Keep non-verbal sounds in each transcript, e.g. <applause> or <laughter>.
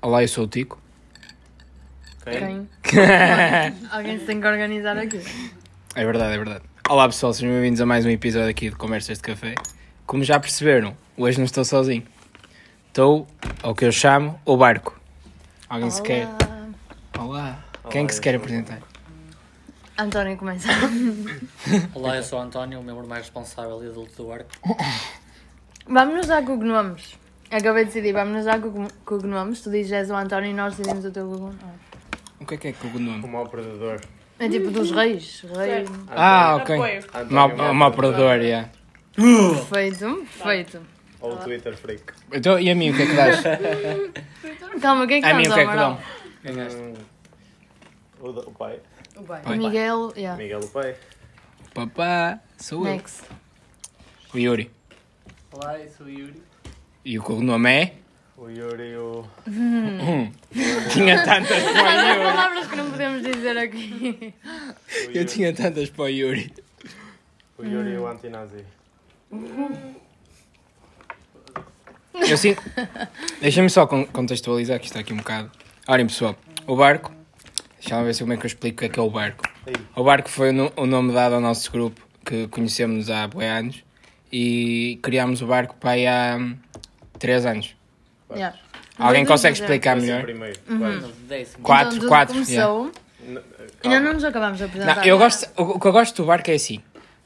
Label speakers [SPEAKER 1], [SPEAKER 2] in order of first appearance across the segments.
[SPEAKER 1] Olá, eu sou o Tico.
[SPEAKER 2] Quem?
[SPEAKER 1] <laughs>
[SPEAKER 3] Quem? Alguém se tem que organizar aqui.
[SPEAKER 1] É verdade, é verdade. Olá pessoal, sejam bem-vindos a mais um episódio aqui de Conversas de Café. Como já perceberam, hoje não estou sozinho. Estou ao que eu chamo o barco. Alguém se quer.
[SPEAKER 3] Olá.
[SPEAKER 1] Olá. Quem é
[SPEAKER 2] Olá,
[SPEAKER 1] que se
[SPEAKER 2] eu
[SPEAKER 1] quer
[SPEAKER 2] sou o
[SPEAKER 1] apresentar?
[SPEAKER 3] António começa.
[SPEAKER 4] Olá, eu sou o António, o membro mais responsável e adulto do arco.
[SPEAKER 3] Vamos nos dar cognomes. Acabei de decidir, vamos nos dar cogn- cognomes. Tu dizes és o António e nós decidimos o teu cognome.
[SPEAKER 1] O que é que é que o
[SPEAKER 2] O
[SPEAKER 1] nome?
[SPEAKER 2] mau predador.
[SPEAKER 3] É tipo dos reis. Rei.
[SPEAKER 1] Ah, ok.
[SPEAKER 5] Apoio.
[SPEAKER 1] Mal,
[SPEAKER 2] António
[SPEAKER 1] mal operador, yeah.
[SPEAKER 3] Perfeito, perfeito.
[SPEAKER 2] Ou o Twitter freak.
[SPEAKER 1] Então, e a mim o que é que dás?
[SPEAKER 3] Calma, quem é que
[SPEAKER 1] A mim
[SPEAKER 3] estamos
[SPEAKER 1] o
[SPEAKER 3] ao
[SPEAKER 1] que é que dão?
[SPEAKER 3] Amaral?
[SPEAKER 4] Ganhaste.
[SPEAKER 2] Hum. O, do- o pai.
[SPEAKER 3] O Miguel, yeah.
[SPEAKER 2] Miguel, o pai.
[SPEAKER 1] Papá, sou eu.
[SPEAKER 3] Next.
[SPEAKER 1] O Yuri.
[SPEAKER 5] Olá, eu sou o Yuri.
[SPEAKER 1] E o cognome é?
[SPEAKER 2] O Yuri, o...
[SPEAKER 1] Tinha tantas para o Yuri.
[SPEAKER 3] Palavras que não podemos dizer aqui.
[SPEAKER 2] o
[SPEAKER 1] Eu
[SPEAKER 2] Yuri,
[SPEAKER 1] tinha tantas para o Yuri.
[SPEAKER 2] o, Yuri e o antinazi.
[SPEAKER 1] Eu sim. Deixa-me só con- contextualizar que está aqui um bocado. Olhem pessoal, o barco. Deixa-me ver se como é que eu explico o que é que é o barco.
[SPEAKER 2] Ei.
[SPEAKER 1] O barco foi o no- o nome dado ao nosso grupo que conhecemos há boi anos e criámos o barco para aí há 3 anos.
[SPEAKER 3] Yeah.
[SPEAKER 1] Alguém
[SPEAKER 3] Mas
[SPEAKER 1] consegue
[SPEAKER 3] dizer-
[SPEAKER 1] explicar
[SPEAKER 2] Esse
[SPEAKER 1] melhor?
[SPEAKER 2] primeiro.
[SPEAKER 4] No
[SPEAKER 2] Quais?
[SPEAKER 4] décimo.
[SPEAKER 1] Quatro,
[SPEAKER 3] Então, tudo
[SPEAKER 1] quatro,
[SPEAKER 3] Começou. Ainda não nos acabamos de apresentar.
[SPEAKER 1] Não, eu gosto, o o que eu gosto do barco é assim.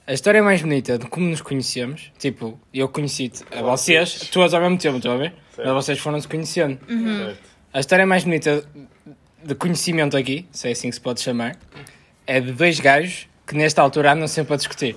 [SPEAKER 1] A história mais bonita de como nos conhecemos, tipo, eu conheci-te a vocês, todos ao mesmo tempo, estão a ver?
[SPEAKER 2] Certo.
[SPEAKER 1] Mas vocês foram-se conhecendo.
[SPEAKER 2] Certo.
[SPEAKER 1] A história mais bonita de conhecimento aqui, se é assim que se pode chamar, é de dois gajos que nesta altura andam sempre a
[SPEAKER 3] <laughs>
[SPEAKER 1] discutir.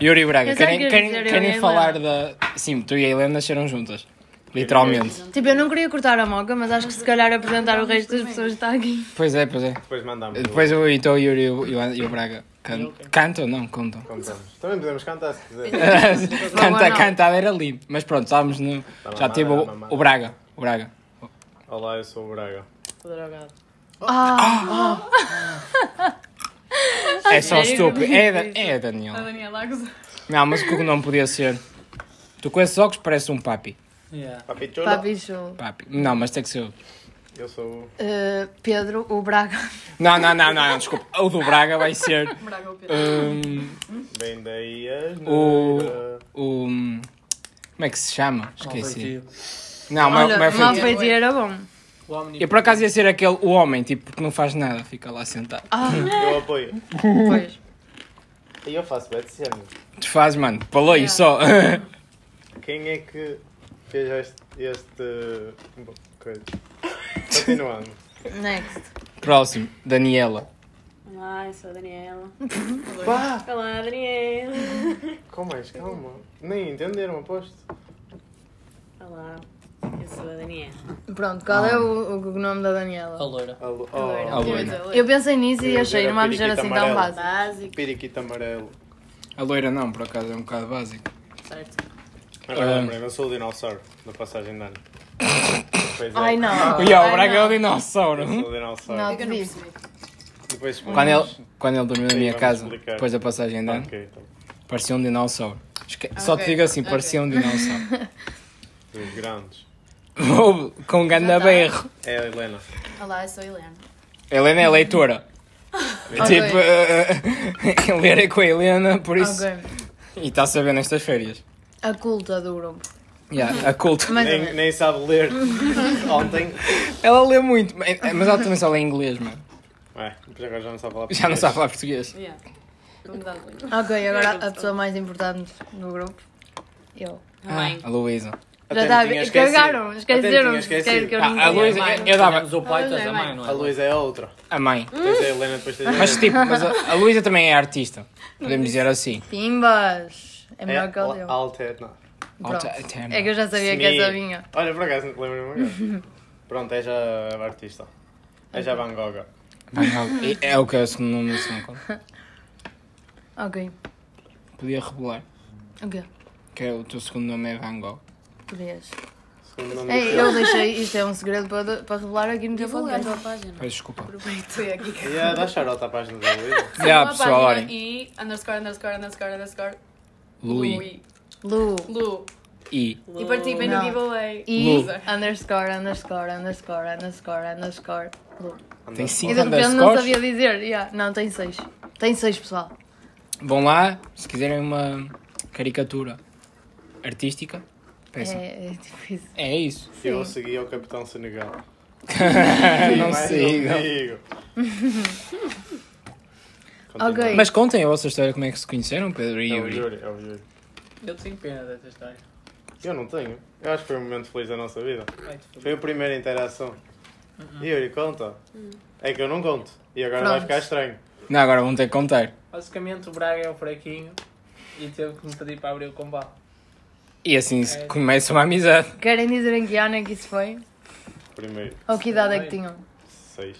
[SPEAKER 1] Yuri e Braga,
[SPEAKER 3] Eu sei
[SPEAKER 1] querem,
[SPEAKER 3] que eu ia
[SPEAKER 1] querem,
[SPEAKER 3] dizer eu
[SPEAKER 1] querem
[SPEAKER 3] e a
[SPEAKER 1] falar da. Sim, tu e a Helena nasceram juntas. Literalmente.
[SPEAKER 3] Tipo, eu não queria cortar a moca, mas acho que se calhar apresentar o resto das pessoas que está aqui.
[SPEAKER 1] Pois é, pois é.
[SPEAKER 2] Depois mandamos. o-
[SPEAKER 1] Depois eu, então o Yuri e o, e o- e o Braga can, cantam, não,
[SPEAKER 3] <laughs>
[SPEAKER 1] contam.
[SPEAKER 2] Contamos. Também podemos cantar se quiser.
[SPEAKER 1] <laughs> Canta,
[SPEAKER 3] não.
[SPEAKER 1] cantada era lindo. Mas pronto, estávamos no.
[SPEAKER 2] Tá
[SPEAKER 1] Já
[SPEAKER 2] mamada,
[SPEAKER 1] teve o,
[SPEAKER 2] tá mamada.
[SPEAKER 1] o Braga. O Braga.
[SPEAKER 2] Olá, eu sou o Braga.
[SPEAKER 3] Ah,
[SPEAKER 1] É só
[SPEAKER 3] sério?
[SPEAKER 1] estúpido. É, da- é a Daniela.
[SPEAKER 5] Daniel Lagos.
[SPEAKER 1] Não, mas o que não podia ser? Tu com esses óculos parece um papi.
[SPEAKER 4] Yeah.
[SPEAKER 2] Papi Chulo.
[SPEAKER 3] pá, bicho.
[SPEAKER 1] papi. Não, mas tem que ser. o-
[SPEAKER 2] Eu sou o...
[SPEAKER 3] Uh, Pedro, o Braga.
[SPEAKER 1] Não, não, não, não, não, desculpa. O do Braga vai ser. hum,
[SPEAKER 2] Bem daí as...
[SPEAKER 1] O-
[SPEAKER 2] neiras.
[SPEAKER 1] o. Como é que se chama? Esqueci.
[SPEAKER 4] Malfeitio.
[SPEAKER 1] Não, mas
[SPEAKER 3] Olha, <laughs> mal
[SPEAKER 1] foi.
[SPEAKER 3] feitiço era bom.
[SPEAKER 5] O Omni.
[SPEAKER 1] Eu por acaso ia ser aquele o homem, tipo, que não faz nada, fica lá sentado.
[SPEAKER 2] Eu apoio.
[SPEAKER 3] Pois.
[SPEAKER 2] E eu faço bet sempre.
[SPEAKER 1] Desfaz, mano, falou isso só. <laughs>
[SPEAKER 2] Quem é que fez este... este... Coisa. Continuando.
[SPEAKER 3] Next.
[SPEAKER 1] Próximo, Daniela.
[SPEAKER 5] Olá, eu sou a Daniela.
[SPEAKER 2] Vá!
[SPEAKER 5] Olá, Daniela.
[SPEAKER 2] Calma, mais calma. Nem entenderam, aposto.
[SPEAKER 5] Olá, eu sou a Daniela.
[SPEAKER 3] Pronto,
[SPEAKER 1] Ah.
[SPEAKER 3] qual é o, o nome da
[SPEAKER 4] A
[SPEAKER 3] Daniela?
[SPEAKER 4] loira.
[SPEAKER 2] Alô, oh.
[SPEAKER 1] A
[SPEAKER 2] é
[SPEAKER 1] loira.
[SPEAKER 3] Eu pensei nisso e
[SPEAKER 2] Eu
[SPEAKER 3] achei,
[SPEAKER 2] era
[SPEAKER 3] não vamos ser
[SPEAKER 2] periquita
[SPEAKER 3] assim tão
[SPEAKER 2] amarela.
[SPEAKER 3] básico.
[SPEAKER 5] Básico.
[SPEAKER 2] Periquito amarelo.
[SPEAKER 1] A loira não, por acaso é um bocado básico.
[SPEAKER 5] Certo.
[SPEAKER 2] Agora
[SPEAKER 1] Ah.
[SPEAKER 2] lembrei-me, eu sou o dinossauro da passagem de ano. Pois é.
[SPEAKER 1] <laughs>
[SPEAKER 3] Ai não.
[SPEAKER 1] E ó,
[SPEAKER 3] Ai,
[SPEAKER 1] o Braga é o
[SPEAKER 3] não.
[SPEAKER 1] dinossauro.
[SPEAKER 2] Eu sou o dinossauro.
[SPEAKER 3] Não, te disse.
[SPEAKER 2] Depois
[SPEAKER 1] Quando ele, quando ele dormiu na
[SPEAKER 2] Sim,
[SPEAKER 1] minha
[SPEAKER 2] vamos
[SPEAKER 1] casa,
[SPEAKER 2] explicar.
[SPEAKER 1] depois da passagem de ano,
[SPEAKER 2] Ok, então.
[SPEAKER 1] parecia um dinossauro. Esque- Só te
[SPEAKER 3] Ah, Ok,
[SPEAKER 1] digo assim,
[SPEAKER 3] ok. <laughs>
[SPEAKER 1] parecia um dinossauro.
[SPEAKER 2] Os grandes.
[SPEAKER 1] Houve, Com um ganda
[SPEAKER 3] tá.
[SPEAKER 1] berro.
[SPEAKER 2] É a Helena.
[SPEAKER 5] Olá, eu sou a Helena.
[SPEAKER 1] A Helena é leitora. Tipo, eh, <laughs> ler é com a Helena, por isso.
[SPEAKER 3] Ok.
[SPEAKER 1] E está a saber nestas férias.
[SPEAKER 3] A culta do grupo. Uhum.
[SPEAKER 1] Yeah, a culto.
[SPEAKER 3] Mais ou
[SPEAKER 2] Nem,
[SPEAKER 3] menos.
[SPEAKER 2] nem sabe
[SPEAKER 3] <laughs>
[SPEAKER 2] ler. Ontem.
[SPEAKER 1] Ela lê muito, mas eh, mas ela também só lê inglês, mano.
[SPEAKER 2] Ué, depois agora já não sabe falar
[SPEAKER 1] Já não sabe falar português.
[SPEAKER 5] Yeah. Vou mudar de língua.
[SPEAKER 3] eh, Ok, agora a pessoa mais importante do grupo. Eu.
[SPEAKER 1] Ah, a Luísa.
[SPEAKER 3] Já está a ver. Cagaram, esqueceram.
[SPEAKER 2] esqueceram.
[SPEAKER 3] Esqueceram que eu não
[SPEAKER 1] Ah, a
[SPEAKER 3] tinha.
[SPEAKER 6] é,
[SPEAKER 1] Luísa,
[SPEAKER 4] Mãe,
[SPEAKER 1] eu, eu dava.
[SPEAKER 4] Temos o pai, tens a mãe, não é?
[SPEAKER 2] A Luísa é a outra.
[SPEAKER 1] A mãe.
[SPEAKER 2] Depois é a Helena, depois tens a
[SPEAKER 1] Mas
[SPEAKER 2] Helena.
[SPEAKER 1] tipo, mas a, a Luísa também é artista. Podemos dizer assim.
[SPEAKER 3] Pimbas! É
[SPEAKER 2] É
[SPEAKER 3] melhor que
[SPEAKER 2] al-
[SPEAKER 3] ele.
[SPEAKER 2] alterna.
[SPEAKER 3] Pronto.
[SPEAKER 1] Alterna.
[SPEAKER 3] É que eu já sabia que essa vinha.
[SPEAKER 2] Olha, por acaso,
[SPEAKER 3] <laughs>
[SPEAKER 2] lembro-me agora. Pronto, é já a artista. É já Van Gogh.
[SPEAKER 1] É- É o que é o segundo nome, se não conta.
[SPEAKER 3] Ok.
[SPEAKER 1] Podia revelar
[SPEAKER 3] Ok.
[SPEAKER 1] que é o teu segundo nome é Van Gogh.
[SPEAKER 3] Podias.
[SPEAKER 2] Segundo nome
[SPEAKER 3] Ei,
[SPEAKER 2] do
[SPEAKER 3] eu deixei. Isto é um segredo para, para revelar aqui no teu
[SPEAKER 5] Divulga a
[SPEAKER 3] podcast.
[SPEAKER 5] tua página.
[SPEAKER 1] Peço desculpa.
[SPEAKER 5] Foi aqui que
[SPEAKER 2] E a dar charota à página da Luísa.
[SPEAKER 3] é
[SPEAKER 1] Já, pessoal, olhem.
[SPEAKER 5] E underscore, underscore, underscore, underscore.
[SPEAKER 1] Louis.
[SPEAKER 5] Lui.
[SPEAKER 3] Lu.
[SPEAKER 5] Lu.
[SPEAKER 1] e
[SPEAKER 5] E participem no
[SPEAKER 3] Não.
[SPEAKER 5] giveaway.
[SPEAKER 3] E
[SPEAKER 1] Lu.
[SPEAKER 3] underscore, underscore, underscore, underscore, underscore. Lu.
[SPEAKER 1] tem
[SPEAKER 3] E
[SPEAKER 1] 5
[SPEAKER 3] de repente não
[SPEAKER 1] underscores.
[SPEAKER 3] sabia dizer. Yeah, não, tem seis. Tem seis, pessoal.
[SPEAKER 1] Vão lá, se quiserem uma caricatura artística, peçam. É,
[SPEAKER 3] É, é difícil.
[SPEAKER 1] isso.
[SPEAKER 2] Eu segui ao Capitão Senegal. um
[SPEAKER 1] não
[SPEAKER 2] Mas
[SPEAKER 1] sei.
[SPEAKER 2] não é
[SPEAKER 1] não. <laughs>
[SPEAKER 2] digo.
[SPEAKER 3] Ok.
[SPEAKER 1] Mas contem a vossa história, como é que se conheceram, Pedro e
[SPEAKER 2] É o
[SPEAKER 1] Yuri.
[SPEAKER 2] Yuri, é o Yuri.
[SPEAKER 4] Eu tenho pena dessa história.
[SPEAKER 2] Eu não tenho. Eu acho que foi um momento feliz da nossa vida.
[SPEAKER 4] Ai, tu
[SPEAKER 2] Foi a primeira interação.
[SPEAKER 1] Uhum.
[SPEAKER 2] Yuri, conta. É que eu não conto. E agora vai
[SPEAKER 3] Pronto.
[SPEAKER 2] ficar estranho.
[SPEAKER 1] Não, agora vão ter que contar.
[SPEAKER 6] Basicamente o Braga é o fraquinho e teve que me pedir para abrir o combate.
[SPEAKER 1] E assim se começa uma amizade.
[SPEAKER 3] Querem dizer em que ano é que isso foi?
[SPEAKER 2] Primeiro,
[SPEAKER 3] Ou que idade é que tinham?
[SPEAKER 2] seis.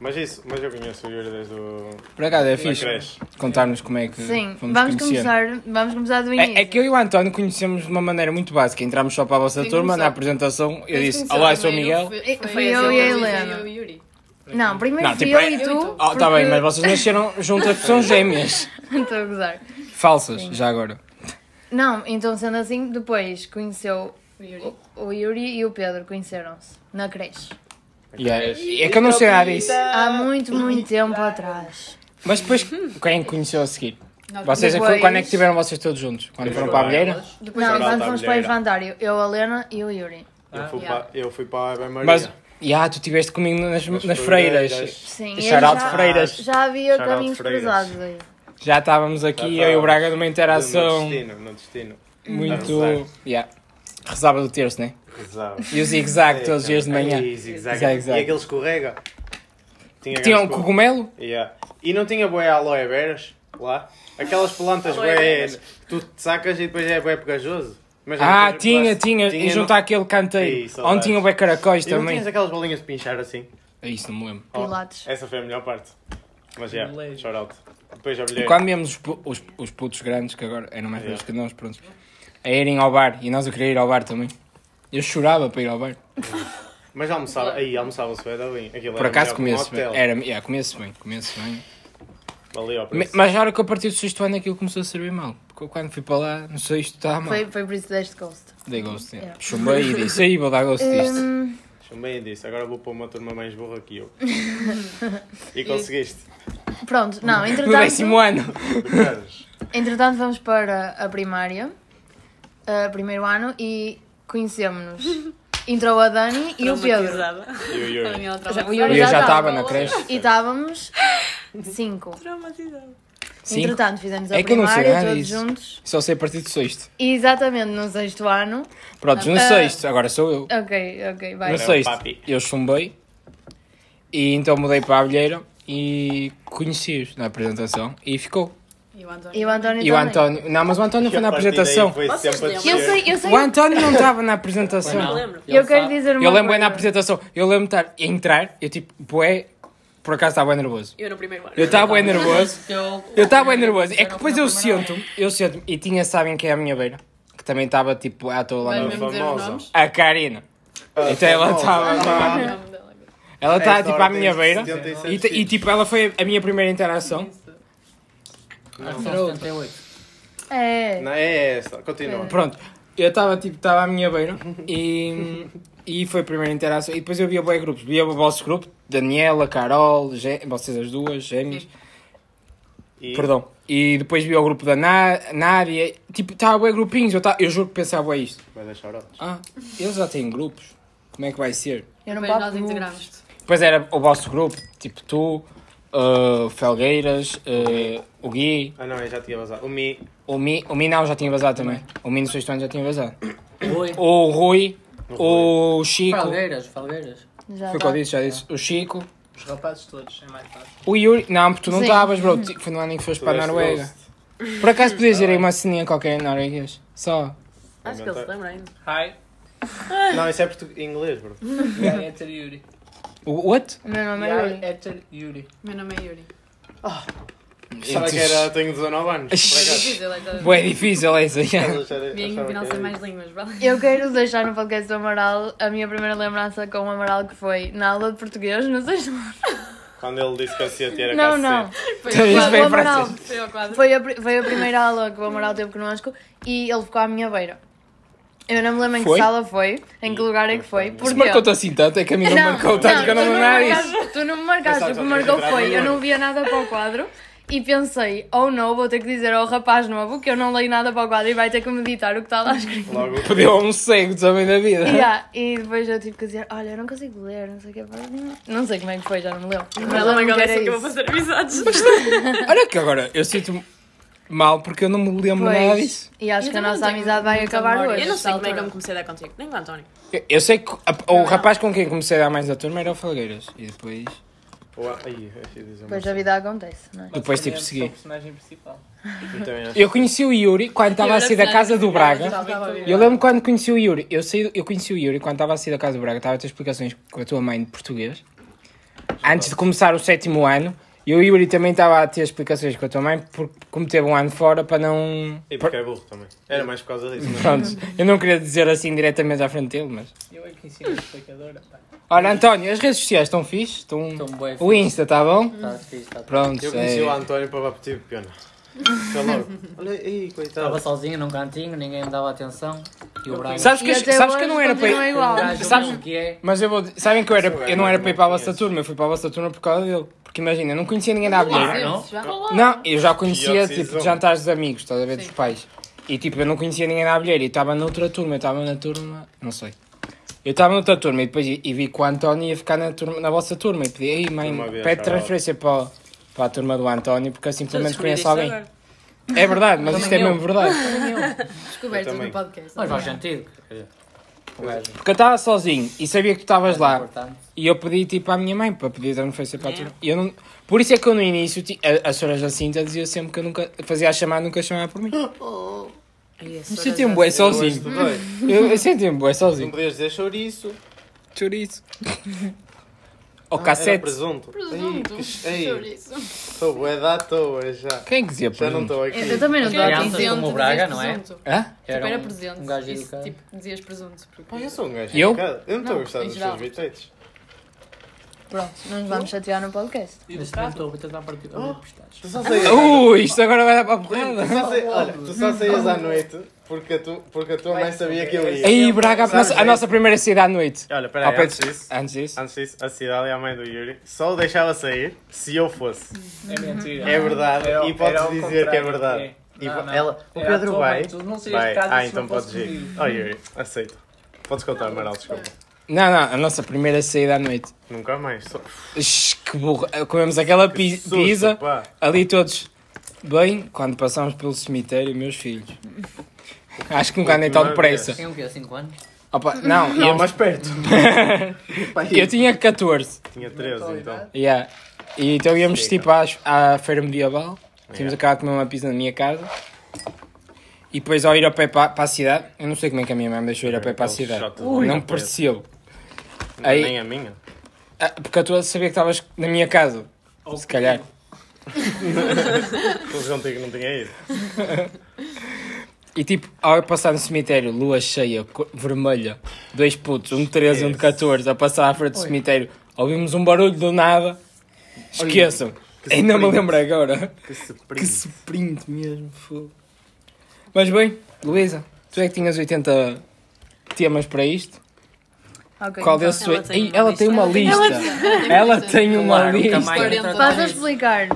[SPEAKER 2] Mas isso, mas eu conheço o Yuri desde o.
[SPEAKER 1] Por acaso é
[SPEAKER 2] da
[SPEAKER 1] fixe
[SPEAKER 2] creche.
[SPEAKER 1] contar-nos como é que
[SPEAKER 3] Sim,
[SPEAKER 1] fomos
[SPEAKER 3] vamos
[SPEAKER 1] conhecendo.
[SPEAKER 3] começar, vamos começar do início.
[SPEAKER 1] É, é que eu e o António conhecemos de uma maneira muito básica. Entramos só para a vossa
[SPEAKER 5] Quem
[SPEAKER 1] turma, na
[SPEAKER 5] começou?
[SPEAKER 1] apresentação. Eu
[SPEAKER 5] Quem
[SPEAKER 1] disse:
[SPEAKER 5] conheceu
[SPEAKER 1] é Olá, eu sou o
[SPEAKER 5] primeiro
[SPEAKER 1] Miguel.
[SPEAKER 5] foi-
[SPEAKER 3] Fui
[SPEAKER 5] foi
[SPEAKER 3] eu
[SPEAKER 5] essa
[SPEAKER 3] e a
[SPEAKER 5] que disse,
[SPEAKER 3] Helena.
[SPEAKER 5] eu e o Yuri.
[SPEAKER 3] Não, primeiro
[SPEAKER 1] Não,
[SPEAKER 3] fui
[SPEAKER 1] tipo,
[SPEAKER 3] eu
[SPEAKER 1] é-
[SPEAKER 3] e
[SPEAKER 5] eu e
[SPEAKER 3] tu.
[SPEAKER 5] tu.
[SPEAKER 1] Oh, tá bem, mas vocês nasceram juntas que são gêmeas.
[SPEAKER 3] vocês. <laughs> Estou a gozar.
[SPEAKER 1] Falsas, já agora.
[SPEAKER 3] Não, então sendo assim, depois conheceu
[SPEAKER 5] O Yuri.
[SPEAKER 3] o, o Yuri e o Pedro, conheceram-se na creche.
[SPEAKER 1] E é, é que eu não sei nada disso.
[SPEAKER 3] Há muito, muito tempo atrás.
[SPEAKER 1] Mas depois, quem conheceu a seguir?
[SPEAKER 5] Nós-
[SPEAKER 1] Vocês,
[SPEAKER 3] Hum. depois-
[SPEAKER 1] quando é que tiveram vocês todos juntos? Quando foram para a Abelheira?
[SPEAKER 5] Depois
[SPEAKER 3] Não,
[SPEAKER 2] Geraldo
[SPEAKER 3] quando
[SPEAKER 2] à
[SPEAKER 3] fomos para o
[SPEAKER 2] mulher.
[SPEAKER 3] infantário, eu, a Helena e o Yuri.
[SPEAKER 2] Eu fui,
[SPEAKER 5] yeah.
[SPEAKER 2] para, eu fui para a Ave Maria.
[SPEAKER 1] Mas, e ah, tu estiveste comigo nas, nas freiras.
[SPEAKER 3] Sim,
[SPEAKER 1] E
[SPEAKER 3] eu
[SPEAKER 1] Geraldo
[SPEAKER 3] já,
[SPEAKER 1] Freiras.
[SPEAKER 3] já havia
[SPEAKER 2] Geraldo
[SPEAKER 3] caminhos
[SPEAKER 2] Freiras.
[SPEAKER 3] cruzados aí.
[SPEAKER 1] Já estávamos aqui, eu e o Braga, numa
[SPEAKER 2] No
[SPEAKER 1] interação
[SPEAKER 2] destino, no destino.
[SPEAKER 1] muito.
[SPEAKER 2] A rezar.
[SPEAKER 1] Yeah. Rezava do terço, né?
[SPEAKER 2] Rezava.
[SPEAKER 1] E o zigue-zague todos os
[SPEAKER 2] É,
[SPEAKER 1] dias de manhã.
[SPEAKER 2] Ei, zigue-zague.
[SPEAKER 1] Zigue-zague.
[SPEAKER 2] E aquele escorrega. Tinha
[SPEAKER 1] Tinha um
[SPEAKER 2] gás com-
[SPEAKER 1] cogumelo?
[SPEAKER 2] Yeah. E não tinha boé aloe veras lá? Aquelas plantas
[SPEAKER 5] Aloe
[SPEAKER 2] boé.
[SPEAKER 5] veras.
[SPEAKER 2] Tu te sacas e depois é boé pegajoso? Mas é
[SPEAKER 1] Ah,
[SPEAKER 2] muito
[SPEAKER 1] tinha,
[SPEAKER 2] plástico.
[SPEAKER 1] tinha. E junto
[SPEAKER 2] não-
[SPEAKER 1] àquele canteiro.
[SPEAKER 2] Ei, saudades.
[SPEAKER 1] Onde tinha o caracóis
[SPEAKER 2] E não
[SPEAKER 1] também.
[SPEAKER 2] tinhas aquelas bolinhas de pinchar assim?
[SPEAKER 1] É Isso, não me lembro.
[SPEAKER 2] Oh,
[SPEAKER 3] Pilates.
[SPEAKER 2] essa foi a melhor parte. Mas já, yeah,
[SPEAKER 6] Beleza.
[SPEAKER 2] shout out. Depois já
[SPEAKER 1] E
[SPEAKER 2] olhei.
[SPEAKER 1] quando vemos os, pu- os, os putos grandes, que agora eram mais
[SPEAKER 2] É.
[SPEAKER 1] velhos que nós, pronto, a irem ao bar, e nós eu queria ir ao bar também. Eu chorava para ir ao bar.
[SPEAKER 2] Mas almoçava, aí almoçava-se bué da bem. Aquilo
[SPEAKER 1] Por
[SPEAKER 2] era
[SPEAKER 1] acaso
[SPEAKER 2] melhor que um
[SPEAKER 1] comia-se bem.
[SPEAKER 2] hotel.
[SPEAKER 1] Era, yeah, comia-se bem, comia-se bem.
[SPEAKER 2] Ali ao
[SPEAKER 1] Me-
[SPEAKER 2] preço.
[SPEAKER 1] Mas na hora que eu parti do sexto ano aquilo começou a servir mal. Porque eu quando fui para lá, não sei isto está mal.
[SPEAKER 3] Foi, foi por isso deste Coast.
[SPEAKER 1] Dei gosto. Yeah.
[SPEAKER 3] Yeah.
[SPEAKER 1] Chumbei e disse, aí vou dar gosto
[SPEAKER 3] <laughs>
[SPEAKER 1] disto.
[SPEAKER 3] Hum,
[SPEAKER 2] Também disse, agora vou para uma turma mais burra que
[SPEAKER 5] <laughs>
[SPEAKER 2] eu. e conseguiste.
[SPEAKER 3] pronto, não,
[SPEAKER 1] No décimo
[SPEAKER 3] entretanto,
[SPEAKER 1] ano.
[SPEAKER 2] De caras.
[SPEAKER 3] entretanto vamos para a primária, a primeiro ano, e conhecemos-nos. Entrou a Dani e o Pedro.
[SPEAKER 5] Traumatizada.
[SPEAKER 2] E o
[SPEAKER 5] A
[SPEAKER 2] Yuri.
[SPEAKER 5] Daniela
[SPEAKER 3] O Yuri
[SPEAKER 1] E eu já
[SPEAKER 3] estava.
[SPEAKER 1] estava na creche.
[SPEAKER 3] E estávamos cinco.
[SPEAKER 5] Traumatizada.
[SPEAKER 1] Sim.
[SPEAKER 3] Entretanto, fizemos a
[SPEAKER 1] É que eu não sei
[SPEAKER 3] primária
[SPEAKER 1] nada
[SPEAKER 3] todos
[SPEAKER 1] disso.
[SPEAKER 3] juntos.
[SPEAKER 1] Só sei partir do sexto.
[SPEAKER 3] E exatamente no sexto ano.
[SPEAKER 1] Pronto, no
[SPEAKER 3] Ah.
[SPEAKER 1] sexto, agora sou eu.
[SPEAKER 3] Ok, ok, vai.
[SPEAKER 1] No
[SPEAKER 2] Era o
[SPEAKER 1] sexto,
[SPEAKER 2] papi.
[SPEAKER 1] eu chumbei e então mudei para a Abelheira e conheci-os na apresentação e ficou.
[SPEAKER 5] E o António.
[SPEAKER 3] E o António
[SPEAKER 1] E o
[SPEAKER 3] também.
[SPEAKER 1] António. Não, mas o António foi na
[SPEAKER 2] E a partir daí
[SPEAKER 1] apresentação.
[SPEAKER 2] Foi
[SPEAKER 5] Vocês
[SPEAKER 2] sempre assim.
[SPEAKER 5] lembram?
[SPEAKER 2] a
[SPEAKER 3] Eu
[SPEAKER 2] descer.
[SPEAKER 3] sei, eu sei.
[SPEAKER 1] O António não estava na
[SPEAKER 5] Não
[SPEAKER 1] apresentação.
[SPEAKER 5] lembro.
[SPEAKER 3] Eu quero dizer uma
[SPEAKER 1] Eu lembro é na
[SPEAKER 3] coisa.
[SPEAKER 1] apresentação. Eu lembro de estar a entrar, eu tipo, boé, por acaso estava bem nervoso.
[SPEAKER 5] Eu no primeiro ano.
[SPEAKER 1] Eu estava bem nervoso.
[SPEAKER 4] Eu
[SPEAKER 1] Eu estava bem nervoso. É que depois eu sinto, eu sinto e tinha, sabem quem é a minha beira? Que também estava tipo à toa lá
[SPEAKER 5] Vais
[SPEAKER 1] no.
[SPEAKER 5] mesmo dizer os
[SPEAKER 2] famosa.
[SPEAKER 5] nomes?
[SPEAKER 1] A Karina. Então ela estava.
[SPEAKER 5] O nome dela agora.
[SPEAKER 1] Ela
[SPEAKER 2] Essa
[SPEAKER 1] está
[SPEAKER 2] hora
[SPEAKER 1] tipo à
[SPEAKER 2] tem
[SPEAKER 1] minha beira.
[SPEAKER 2] 76
[SPEAKER 1] E, t- e,
[SPEAKER 2] filhos.
[SPEAKER 1] tipo, ela foi a minha primeira interação.
[SPEAKER 4] Acho que são 78.
[SPEAKER 3] É.
[SPEAKER 2] Não, é essa. Continua.
[SPEAKER 1] Pronto, eu estava tipo, estava à minha beira e, e foi a primeira interação. E depois eu via boi grupos, via o vosso grupo, Daniela, Carol, gé- vocês as duas, gêmeas,
[SPEAKER 2] E-
[SPEAKER 1] perdão. E depois via o grupo da Na- Nádia, tipo, estava boi grupinhos, eu, ta- eu juro que pensava "Ué, isto.
[SPEAKER 2] Mas é shout out.
[SPEAKER 1] Ah, eles já têm grupos, como é que vai ser?
[SPEAKER 3] Eu não
[SPEAKER 5] Depois
[SPEAKER 3] posso.
[SPEAKER 5] nós integramos.
[SPEAKER 1] Depois era o vosso grupo, tipo tu, ah, Felgueiras, ah, o Gui,
[SPEAKER 2] Ah não, eu já tinha vazado. O Mi.
[SPEAKER 1] o Mi, o Mi não, já tinha vazado também. O Mi no sexto ano já tinha vazado.
[SPEAKER 4] Oi.
[SPEAKER 1] O Rui, o Chico.
[SPEAKER 4] Falgueiras, Falgueiras.
[SPEAKER 3] Já
[SPEAKER 1] Foi o que
[SPEAKER 3] tá.
[SPEAKER 1] eu disse, já disse. O Chico.
[SPEAKER 6] Os rapazes todos, é mais fácil.
[SPEAKER 1] O Yuri. Não, porque tu não
[SPEAKER 3] Sim.
[SPEAKER 1] estavas, bro. Tu- Foi no ano em que foste para a Noruega. Por acaso podias ir aí uma ceninha qualquer em norueguês? Só.
[SPEAKER 5] Acho que ele se lembra ainda.
[SPEAKER 6] Hi,
[SPEAKER 2] Não, isso é português, inglês, bro.
[SPEAKER 6] I am Ether Yuri.
[SPEAKER 1] O what?
[SPEAKER 3] O meu nome
[SPEAKER 6] I
[SPEAKER 3] é
[SPEAKER 6] am
[SPEAKER 3] Yuri.
[SPEAKER 6] Ether Yuri.
[SPEAKER 5] Meu nome é Yuri.
[SPEAKER 2] Sabe que era, tenho 19 anos. por acaso.
[SPEAKER 5] Difícil, é todo.
[SPEAKER 1] Bué difícil essa, já.
[SPEAKER 2] Eu achava-
[SPEAKER 5] Vim
[SPEAKER 2] achava
[SPEAKER 5] não
[SPEAKER 2] que
[SPEAKER 5] sei
[SPEAKER 2] era
[SPEAKER 5] mais línguas, vale?
[SPEAKER 3] Eu quero deixar no podcast do Amaral a minha primeira lembrança com o Amaral que foi na aula de português, não sei se.
[SPEAKER 2] isso. Quando ele disse que a CT era
[SPEAKER 3] Não, não.
[SPEAKER 2] cacete.
[SPEAKER 5] Foi
[SPEAKER 1] Então, É isso
[SPEAKER 5] ao
[SPEAKER 1] vem
[SPEAKER 3] O
[SPEAKER 5] quadro.
[SPEAKER 1] para
[SPEAKER 3] Amaral
[SPEAKER 1] vocês.
[SPEAKER 5] Foi ao quadro.
[SPEAKER 3] foi a, pri- foi a primeira aula que o Amaral teve connosco e ele ficou à minha beira. Eu não me lembro em que
[SPEAKER 1] Foi?
[SPEAKER 3] sala foi, em que lugar é que foi.
[SPEAKER 1] Se
[SPEAKER 3] Porquê?
[SPEAKER 1] marcou-te assim tanto, é que a mim não, marcou tanto que eu não
[SPEAKER 3] tu
[SPEAKER 1] me lembro nada disso.
[SPEAKER 3] marcaste- Tu não me marcaste, o
[SPEAKER 2] Pensava
[SPEAKER 3] que
[SPEAKER 2] que
[SPEAKER 3] me
[SPEAKER 2] só
[SPEAKER 3] marcou
[SPEAKER 2] tinha
[SPEAKER 3] foi,
[SPEAKER 2] entrado
[SPEAKER 3] eu
[SPEAKER 2] no
[SPEAKER 3] não via nada para o quadro e pensei, oh não, vou ter que dizer ao rapaz novo que eu não leio nada para o quadro e vai ter que meditar o que está lá
[SPEAKER 2] <laughs>
[SPEAKER 3] escrito.
[SPEAKER 2] Logo,
[SPEAKER 1] Perdeu a um cego também da vida.
[SPEAKER 3] Yeah, e depois eu tive que dizer, olha, eu não consigo ler, não sei o que é. Não sei como é que foi, já não me leu. Mas
[SPEAKER 5] Ela
[SPEAKER 3] lembro-me
[SPEAKER 5] uma
[SPEAKER 3] que era
[SPEAKER 5] cabeça que eu vou
[SPEAKER 3] isso.
[SPEAKER 5] fazer amizades.
[SPEAKER 1] Olha que agora, eu sinto-me mal porque eu não me lembro nada disso.
[SPEAKER 3] Pois, e acho
[SPEAKER 5] Eu
[SPEAKER 3] que a
[SPEAKER 5] também
[SPEAKER 3] nossa
[SPEAKER 5] não tenho
[SPEAKER 3] amizade vai
[SPEAKER 5] muita
[SPEAKER 3] acabar
[SPEAKER 5] memória.
[SPEAKER 3] hoje.
[SPEAKER 5] Eu não sei
[SPEAKER 3] nesta
[SPEAKER 5] como é que eu me
[SPEAKER 3] altura.
[SPEAKER 5] comecei a dar contigo, nem com o António.
[SPEAKER 1] Eu, eu sei que a- o rapaz com quem comecei a dar mais na turma era o Falgueiras. E depois,
[SPEAKER 2] o- Ai, achei dizer uma
[SPEAKER 3] Depois a vida acontece, não é?
[SPEAKER 1] depois tipo,
[SPEAKER 6] Sou o
[SPEAKER 1] segui.
[SPEAKER 6] personagem principal.
[SPEAKER 2] Então, é.
[SPEAKER 1] Eu conheci o Yuri quando estava a sair da casa do Braga. Eu lembro quando conheci o Yuri. Eu, saí, eu conheci o Yuri quando estava a sair da casa do Braga. Estava a ter explicações com a tua mãe de português. Antes de começar o sétimo ano. E o Yuri também estava a ter explicações com a tua mãe porque como teve um ano fora para não...
[SPEAKER 2] E porque é burro também. Era mais por causa disso. mas-
[SPEAKER 1] Pronto, eu não queria dizer assim diretamente à frente dele, mas...
[SPEAKER 6] Eu é que ensino a explicadora. pá.
[SPEAKER 1] Olha, António, as redes sociais estão fixe? Estão...
[SPEAKER 4] Estão bué
[SPEAKER 1] O
[SPEAKER 4] fixe.
[SPEAKER 1] Insta, tá bom?
[SPEAKER 4] Está fixe, está
[SPEAKER 1] Pronto,
[SPEAKER 2] Eu
[SPEAKER 1] é-
[SPEAKER 2] conheci o António para bater o piano. Foi
[SPEAKER 5] <laughs>
[SPEAKER 2] logo. Olha aí, coitado.
[SPEAKER 4] Estava sozinho num cantinho, ninguém me dava atenção. E o Braga.
[SPEAKER 1] Sabes que,
[SPEAKER 3] E
[SPEAKER 1] eu,
[SPEAKER 3] até
[SPEAKER 1] sabes
[SPEAKER 3] hoje
[SPEAKER 1] que eu não era para
[SPEAKER 3] continua
[SPEAKER 1] ir...
[SPEAKER 4] O
[SPEAKER 3] igual.
[SPEAKER 4] gajo
[SPEAKER 1] Sabes-
[SPEAKER 4] mesmo que é.
[SPEAKER 1] Mas eu vou... Sabem que eu, era... eu não era para ir para a vossa
[SPEAKER 2] Conheço.
[SPEAKER 1] turma, eu fui para a vossa turma por causa dele. Porque imagina, eu não conhecia ninguém da
[SPEAKER 4] Ah,
[SPEAKER 1] Abelheira.
[SPEAKER 4] não?
[SPEAKER 1] Não, eu já conhecia,
[SPEAKER 2] Pior
[SPEAKER 1] tipo,
[SPEAKER 2] decisão.
[SPEAKER 1] de jantares dos amigos, estás a ver, dos pais. E tipo, eu não conhecia ninguém da Abelheira. E estava noutra turma, eu estava na turma... Não sei. Eu estava noutra turma e depois e e vi que o António ia ficar na, turma, na vossa turma. E pedi, ei mãe,
[SPEAKER 2] Turma B,
[SPEAKER 1] pede
[SPEAKER 2] shout out."
[SPEAKER 1] transferência para, o- para a turma do António porque assim pelo menos
[SPEAKER 5] Descobri
[SPEAKER 1] conheço
[SPEAKER 5] isto
[SPEAKER 1] alguém.
[SPEAKER 5] agora.
[SPEAKER 1] É verdade, mas isto é
[SPEAKER 4] Também eu.
[SPEAKER 1] mesmo verdade.
[SPEAKER 3] Descobertas
[SPEAKER 2] Eu
[SPEAKER 3] no
[SPEAKER 2] também.
[SPEAKER 3] podcast.
[SPEAKER 4] Mas faz sentido. quer dizer, O gajo
[SPEAKER 1] Porque eu estava sozinho e sabia que tu estavas
[SPEAKER 5] Ah.
[SPEAKER 4] é
[SPEAKER 1] lá.
[SPEAKER 4] importante.
[SPEAKER 1] E eu pedi tipo à minha mãe para pedir transferência para a turma. E eu não... Por isso é que eu no início, ti- a, a senhora Jacinta dizia sempre que eu nunca fazia a chamada nunca chamava por mim.
[SPEAKER 2] <gasps>
[SPEAKER 5] Ai, a
[SPEAKER 1] Me
[SPEAKER 5] senhora
[SPEAKER 1] sentia um
[SPEAKER 5] já-
[SPEAKER 1] bué
[SPEAKER 2] Eu hoje
[SPEAKER 1] sozinho.
[SPEAKER 2] estudei.
[SPEAKER 1] Eu, eu sentia-me bué
[SPEAKER 2] Não <laughs>
[SPEAKER 1] sozinho.
[SPEAKER 2] podias dizer chouriço.
[SPEAKER 1] Chouriço. Ou
[SPEAKER 2] Ah, Era
[SPEAKER 1] cassete.
[SPEAKER 2] presunto.
[SPEAKER 5] Presunto.
[SPEAKER 4] é
[SPEAKER 2] Ei,
[SPEAKER 5] Sobre
[SPEAKER 2] ei,
[SPEAKER 5] isso.
[SPEAKER 2] estou bué da toa já.
[SPEAKER 1] Quem é que dizia
[SPEAKER 2] Já não
[SPEAKER 1] presunto?
[SPEAKER 2] estou aqui.
[SPEAKER 3] Eu também não estou a
[SPEAKER 4] Crianças
[SPEAKER 3] dizer.
[SPEAKER 4] como o Braga, não é?
[SPEAKER 5] Presunto.
[SPEAKER 1] Hã?
[SPEAKER 5] Tipo, era
[SPEAKER 4] um-
[SPEAKER 5] presente.
[SPEAKER 4] Um gajo
[SPEAKER 5] Isso,
[SPEAKER 4] educado.
[SPEAKER 5] Tipo, dizias presunto. porque-
[SPEAKER 2] Pá, eu sou um gajo.
[SPEAKER 1] Eu?
[SPEAKER 2] educado. Eu não estou a
[SPEAKER 5] Não,
[SPEAKER 2] gostar
[SPEAKER 5] em
[SPEAKER 2] dos
[SPEAKER 5] geral.
[SPEAKER 2] seus bitetes.
[SPEAKER 3] Pronto, não nos vamos chatear no podcast.
[SPEAKER 4] Neste momento estou a tentar partir com
[SPEAKER 5] Ah.
[SPEAKER 4] o pistache.
[SPEAKER 5] <laughs>
[SPEAKER 2] Tu só saías
[SPEAKER 1] Uh, isto agora vai dar para a porrada.
[SPEAKER 2] tu só saí- olha, tu só saías à noite porque, a tu, porque a tua mãe
[SPEAKER 5] um
[SPEAKER 2] sabia que eu ia.
[SPEAKER 1] Aí, Braga, a
[SPEAKER 2] Sabes,
[SPEAKER 1] nossa, a
[SPEAKER 2] é-
[SPEAKER 1] nossa primeira saída à noite.
[SPEAKER 2] Olha,
[SPEAKER 1] Ao
[SPEAKER 2] peraí,
[SPEAKER 1] pé
[SPEAKER 2] antes
[SPEAKER 1] de-
[SPEAKER 2] disso,
[SPEAKER 1] Antes disso.
[SPEAKER 2] antes disso, a cidade e a mãe do Yuri só o deixava sair se eu fosse.
[SPEAKER 6] É mentira.
[SPEAKER 2] É verdade,
[SPEAKER 6] Era-
[SPEAKER 2] e podes
[SPEAKER 6] era ao
[SPEAKER 2] dizer que é
[SPEAKER 6] contrário,
[SPEAKER 2] verdade.
[SPEAKER 6] é.
[SPEAKER 2] E
[SPEAKER 6] Não,
[SPEAKER 2] po-
[SPEAKER 6] não.
[SPEAKER 2] Ela, o
[SPEAKER 6] Era à
[SPEAKER 2] Pedro
[SPEAKER 6] tua
[SPEAKER 2] vai.
[SPEAKER 6] mãe, tu não assim, saías
[SPEAKER 2] vai.
[SPEAKER 6] de casa
[SPEAKER 2] Ah,
[SPEAKER 6] se
[SPEAKER 2] então
[SPEAKER 6] não fosse
[SPEAKER 2] podes ir.
[SPEAKER 6] comigo.
[SPEAKER 2] Oh, Yuri, aceito. Podes contar, Amaral, desculpa.
[SPEAKER 1] Não, não, a nossa primeira saída à noite.
[SPEAKER 2] Nunca mais. Só...
[SPEAKER 1] Ux, que burro. Comemos aquela pi-
[SPEAKER 2] Susto,
[SPEAKER 1] pizza.
[SPEAKER 2] pá.
[SPEAKER 1] Ali todos bem, quando passámos pelo cemitério, meus filhos. Acho que nunca andei tão
[SPEAKER 2] Última vez.
[SPEAKER 1] depressa.
[SPEAKER 4] Tem o quê? 5 anos?
[SPEAKER 1] Opa, não,
[SPEAKER 2] Não,
[SPEAKER 1] eu,
[SPEAKER 2] mais perto.
[SPEAKER 1] eu tinha 14.
[SPEAKER 2] Tinha 13, então.
[SPEAKER 1] Yeah. E então íamos
[SPEAKER 2] Chega.
[SPEAKER 1] tipo às- à, feira medieval. Tínhamos
[SPEAKER 2] Yeah.
[SPEAKER 1] acabado de comer uma pizza na minha casa. E depois ao ir a pé para, a cidade, eu não sei como é que a minha mãe me deixou ir a pé para a
[SPEAKER 2] Aquele
[SPEAKER 1] cidade.
[SPEAKER 2] shot de
[SPEAKER 1] não
[SPEAKER 2] banana preto.
[SPEAKER 1] percebo. Aí-
[SPEAKER 2] Nem a minha.
[SPEAKER 1] Ah, porque eu tô a sabia que estavas na minha casa. se calhar.
[SPEAKER 2] Todos contigo não tinha ido.
[SPEAKER 1] E tipo, ao eu passar no cemitério, lua cheia, cor- vermelha, dois putos, um de 13 e um de 14, a passar à frente do cemitério, ouvimos um barulho do nada. Esqueçam,
[SPEAKER 2] que
[SPEAKER 1] ainda me
[SPEAKER 2] surpresa.
[SPEAKER 1] lembro agora.
[SPEAKER 2] Que
[SPEAKER 1] <laughs> Que
[SPEAKER 2] surpresa.
[SPEAKER 1] sprint mesmo, fogo. Mas bem, Luísa, tu é que tinhas 80 temas para isto?
[SPEAKER 3] Ok.
[SPEAKER 1] Qual
[SPEAKER 3] então.
[SPEAKER 1] deles foi?
[SPEAKER 5] Ela tem
[SPEAKER 1] Ei,
[SPEAKER 5] uma
[SPEAKER 1] Ela tem uma lista. Ela tem uma
[SPEAKER 4] Claro, nunca
[SPEAKER 1] lista.
[SPEAKER 4] mais
[SPEAKER 5] História
[SPEAKER 4] entra-
[SPEAKER 3] Faz a explicar.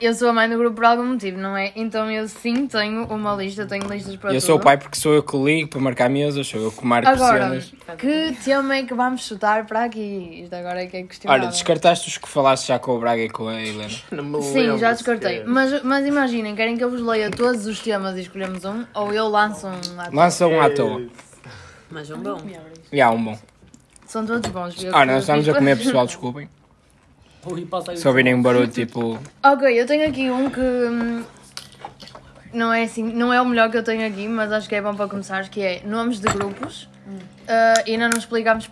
[SPEAKER 3] Eu sou a mãe do grupo por algum motivo, não é? Então eu sim tenho uma lista, tenho listas para
[SPEAKER 1] Eu
[SPEAKER 3] tudo.
[SPEAKER 1] sou o pai porque sou eu que ligo para marcar mesas, sou eu que marco
[SPEAKER 3] Agora,
[SPEAKER 1] cenas.
[SPEAKER 3] que tema é que vamos chutar para aqui? Isto agora é que é questionável.
[SPEAKER 1] Olha, descartaste os que falaste já com o Braga e com a Helena.
[SPEAKER 2] <laughs> Não me
[SPEAKER 3] Sim,
[SPEAKER 2] lembro
[SPEAKER 3] já descartei.
[SPEAKER 2] sequer.
[SPEAKER 3] Mas, mas imaginem, querem que eu vos leia todos os temas e escolhemos um? Ou eu lanço um à
[SPEAKER 1] Lança um à toa.
[SPEAKER 5] Mas um bom.
[SPEAKER 1] E há um bom.
[SPEAKER 3] São todos bons, viu?
[SPEAKER 1] Ah, nós estamos a comer, pessoal, desculpem.
[SPEAKER 4] Ui, passa aí
[SPEAKER 1] Se ouvirem um barulho tipo.
[SPEAKER 3] Ok, eu tenho aqui um que hum, não é assim, não é o melhor que eu tenho aqui, mas acho que é bom para começar, que é nomes de grupos. Ah, e ainda não explicámos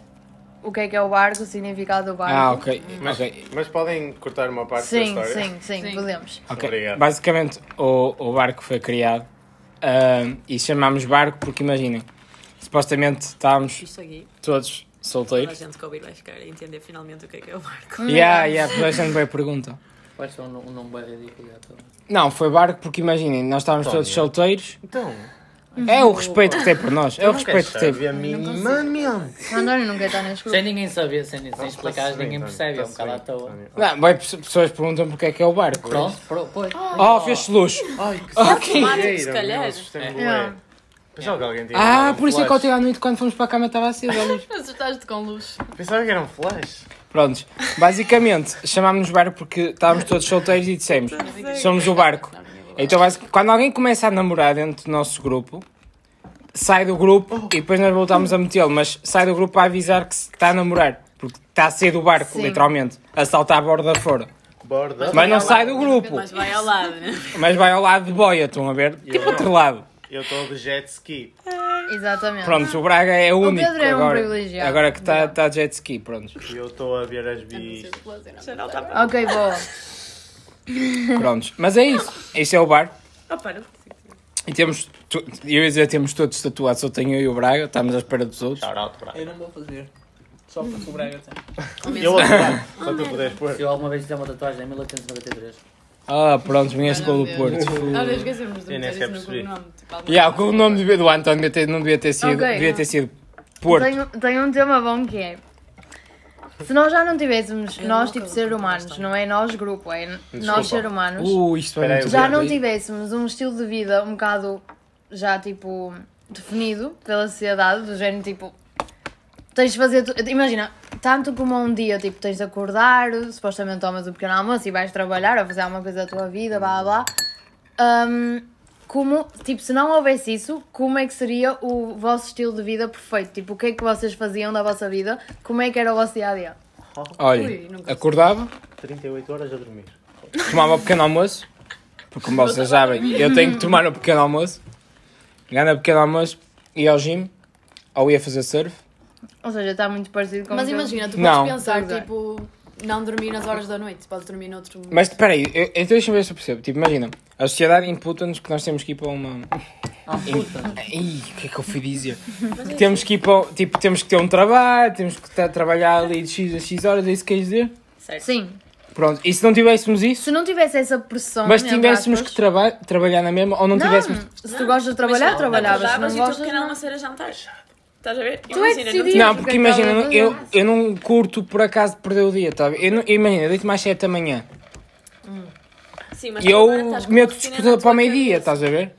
[SPEAKER 3] o que é que é o barco, o significado do barco.
[SPEAKER 1] Ah, ok.
[SPEAKER 2] Mas,
[SPEAKER 1] ok.
[SPEAKER 2] mas podem cortar uma parte
[SPEAKER 3] Sim,
[SPEAKER 2] da história.
[SPEAKER 3] sim, sim,
[SPEAKER 5] Sim.
[SPEAKER 3] podemos.
[SPEAKER 1] Ok,
[SPEAKER 2] Obrigado.
[SPEAKER 1] basicamente o, o barco foi criado ahm, e chamámos barco porque imaginem, supostamente estávamos
[SPEAKER 5] Isto aqui,
[SPEAKER 1] todos
[SPEAKER 5] toda a
[SPEAKER 1] solteiros.
[SPEAKER 5] gente que ouvir vai ficar a entender finalmente o que é que é o barco.
[SPEAKER 1] Yeah, yeah, toda a gente bem pergunta.
[SPEAKER 4] Vai ser
[SPEAKER 5] Hum.
[SPEAKER 4] um um nome bem ridículo. já estou.
[SPEAKER 1] Não, foi barco porque imaginem, nós estávamos todos solteiros
[SPEAKER 2] Então,
[SPEAKER 1] É o respeito que tem por nós. É o respeito que tem.
[SPEAKER 2] Sabia minimamente.
[SPEAKER 3] O António nunca está neste
[SPEAKER 4] Sem
[SPEAKER 3] grupo.
[SPEAKER 4] ninguém saber, sem, sem explicar, ninguém percebe, é um bocado à toa.
[SPEAKER 1] Não, vai, pessoas perguntam porque é que é o barco.
[SPEAKER 4] Pronto, pro- pois.
[SPEAKER 5] Ah.
[SPEAKER 1] Oh, fez-se luz.
[SPEAKER 2] Ai, que
[SPEAKER 1] Ok.
[SPEAKER 5] Automático, se calhar.
[SPEAKER 3] É. Yeah.
[SPEAKER 2] é. Pensava que alguém tinha.
[SPEAKER 1] Ah,
[SPEAKER 2] um
[SPEAKER 1] por isso é que
[SPEAKER 2] flash.
[SPEAKER 1] ontem à noite quando fomos para a cama estava acesa a luz.
[SPEAKER 3] Assustaste com luz.
[SPEAKER 2] Pensava que era um flash.
[SPEAKER 1] Prontos, basicamente chamámos-nos barco porque estávamos todos solteiros e dissemos: somos o barco. Então, basic- quando alguém começa a namorar dentro do nosso grupo, sai do grupo e depois nós voltamos a metê-lo, mas sai do grupo a avisar que se está a namorar, porque está a sair do barco,
[SPEAKER 3] Sim.
[SPEAKER 1] literalmente, a saltar a borda fora.
[SPEAKER 2] Borda.
[SPEAKER 1] Mas não sai do grupo,
[SPEAKER 5] Mas vai ao lado, né? <laughs>
[SPEAKER 1] mas vai ao lado de boia, estão a ver? Tipo atrelado.
[SPEAKER 2] Eu estou de jet ski.
[SPEAKER 3] Exatamente.
[SPEAKER 1] Pronto, o Braga é o único.
[SPEAKER 3] Pedro é um
[SPEAKER 1] agora,
[SPEAKER 3] privilegiado.
[SPEAKER 1] agora que está está de jet ski, pronto.
[SPEAKER 2] E eu estou a ver as
[SPEAKER 3] É
[SPEAKER 2] bis.
[SPEAKER 5] Geral está para.
[SPEAKER 3] Ok, boa.
[SPEAKER 1] Prontos. Mas é isso. Este é o barco.
[SPEAKER 5] Oh, para.
[SPEAKER 1] E temos, tu- eu ia dizer, temos todos tatuados, só tenho eu e o Braga, estamos à espera dos outros.
[SPEAKER 2] Shout out,
[SPEAKER 3] É
[SPEAKER 2] Braga.
[SPEAKER 6] Eu não vou fazer. Só porque o Braga tem.
[SPEAKER 2] Eu vou tirar, para tu poderes pôr.
[SPEAKER 4] Eu alguma vez fiz uma tatuagem em 1893.
[SPEAKER 1] Ah, pronto, vinhas pelo Porto.
[SPEAKER 5] Olha, esquecemos de
[SPEAKER 2] Eu nem
[SPEAKER 5] meter
[SPEAKER 2] sequer
[SPEAKER 5] isso no
[SPEAKER 2] percebi.
[SPEAKER 5] cogrenome. Tipo, alguma
[SPEAKER 1] E yeah, o nome do- do António devia ter- não devia ter sido,
[SPEAKER 3] Ok.
[SPEAKER 1] devia ter sido Porto.
[SPEAKER 3] Tenho, tenho um tema bom que é. Se nós já não tivéssemos, nós tipo ser humanos, não é nós grupo, é
[SPEAKER 2] Desculpa.
[SPEAKER 3] nós ser humanos,
[SPEAKER 1] Uh, isto é
[SPEAKER 2] Espera aí,
[SPEAKER 1] muito
[SPEAKER 3] já
[SPEAKER 1] grande.
[SPEAKER 3] não tivéssemos um estilo de vida um bocado já tipo definido pela sociedade, do género tipo tens de fazer. tu- Imagina, tanto como um dia tipo tens de acordar, supostamente tomas o pequeno almoço e vais trabalhar ou fazer alguma coisa da tua vida, blá blá. blá. Hum, como, tipo, se não houvesse isso, como é que seria o vosso estilo de vida perfeito? Tipo, o que é que vocês faziam da vossa vida? Como é que era o vosso dia a dia?
[SPEAKER 1] Olha,
[SPEAKER 5] Ui, nunca
[SPEAKER 1] acordava,
[SPEAKER 2] 38 horas a dormir.
[SPEAKER 3] <laughs>
[SPEAKER 1] tomava o pequeno almoço, porque como vocês sabem, eu tenho que tomar o pequeno almoço. Ganhava o pequeno almoço, ia ao gym, ou ia fazer surf.
[SPEAKER 3] Ou seja, está muito parecido com o
[SPEAKER 5] Mas
[SPEAKER 3] que eu-
[SPEAKER 5] imagina, tu
[SPEAKER 1] Não.
[SPEAKER 5] podes pensar,
[SPEAKER 3] Exato.
[SPEAKER 5] tipo, não dormir nas horas da noite, podes dormir noutro momento.
[SPEAKER 1] Mas espera aí, eu, então deixa-me ver se eu percebo. Tipo, imagina, a sociedade imputa-nos que nós temos que ir para uma.
[SPEAKER 5] Ah,
[SPEAKER 1] Ih, o que é que eu fui dizer? temos que ir para. o- Tipo, temos que ter um trabalho, temos que estar a trabalhar ali de X a X horas, é isso que queres dizer?
[SPEAKER 3] Sim,
[SPEAKER 1] Pronto, e se não tivéssemos isso,
[SPEAKER 3] se não tivesse essa pressão.
[SPEAKER 1] mas
[SPEAKER 3] entre
[SPEAKER 1] tivéssemos
[SPEAKER 3] aspas,
[SPEAKER 1] que traba trabalhar na mesma ou não,
[SPEAKER 3] Não,
[SPEAKER 1] tivéssemos.
[SPEAKER 3] se tu gostas de trabalhar, trabalhavas. Se
[SPEAKER 7] Acordavas
[SPEAKER 3] não
[SPEAKER 7] e o teu
[SPEAKER 3] gostas,
[SPEAKER 7] pequeno
[SPEAKER 3] não.
[SPEAKER 7] almoço era jantar. Estás a ver?
[SPEAKER 3] Tu é que
[SPEAKER 7] Imagina,
[SPEAKER 3] decidias.
[SPEAKER 1] um Não,
[SPEAKER 3] porque
[SPEAKER 1] porque imagina,
[SPEAKER 3] acaba de
[SPEAKER 1] eu,
[SPEAKER 3] fazer.
[SPEAKER 1] eu não curto por acaso perder o dia, tá? a ver? Eu, não- eu imagino, deito mais 7 da manhã
[SPEAKER 7] não- Sim, mas
[SPEAKER 1] e
[SPEAKER 7] tu
[SPEAKER 1] eu
[SPEAKER 7] agora estás com uma
[SPEAKER 1] meto o
[SPEAKER 7] rotina
[SPEAKER 1] despertador
[SPEAKER 7] na
[SPEAKER 1] para
[SPEAKER 7] tua
[SPEAKER 1] o meio-dia,
[SPEAKER 7] cabeça.
[SPEAKER 1] estás a ver?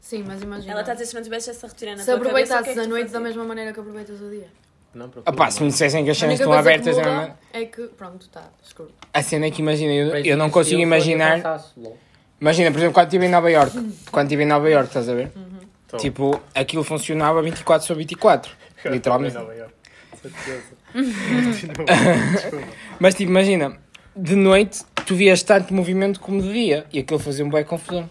[SPEAKER 5] Sim, mas imagina.
[SPEAKER 7] Ela está a dizer se não tivesse essa rotina na
[SPEAKER 5] Se
[SPEAKER 7] tua cabeça, o
[SPEAKER 5] aproveitasses
[SPEAKER 7] que é que
[SPEAKER 5] a
[SPEAKER 7] tu
[SPEAKER 5] noite da
[SPEAKER 7] fazias?
[SPEAKER 5] mesma maneira que aproveitas o dia.
[SPEAKER 2] Não preocupa.
[SPEAKER 1] Ah pá, se me dissessem que as
[SPEAKER 5] A
[SPEAKER 1] cenas
[SPEAKER 5] única
[SPEAKER 1] estão
[SPEAKER 5] coisa que
[SPEAKER 1] abertas, era
[SPEAKER 5] muda é que, pronto, está escuro.
[SPEAKER 1] A cena é que imagina, eu, eu não consigo imaginar.
[SPEAKER 4] Não,
[SPEAKER 1] Imagina, por exemplo, quando estive em Nova York, quando estive em Nova York, estás a ver? Tipo, aquilo funcionava 24 sobre
[SPEAKER 2] <laughs>
[SPEAKER 1] 24, literalmente.
[SPEAKER 2] Nova Iorque. Certeza.
[SPEAKER 1] Mas tipo, imagina, de noite tu vias tanto movimento como de dia e aquilo fazia uma boa confusão.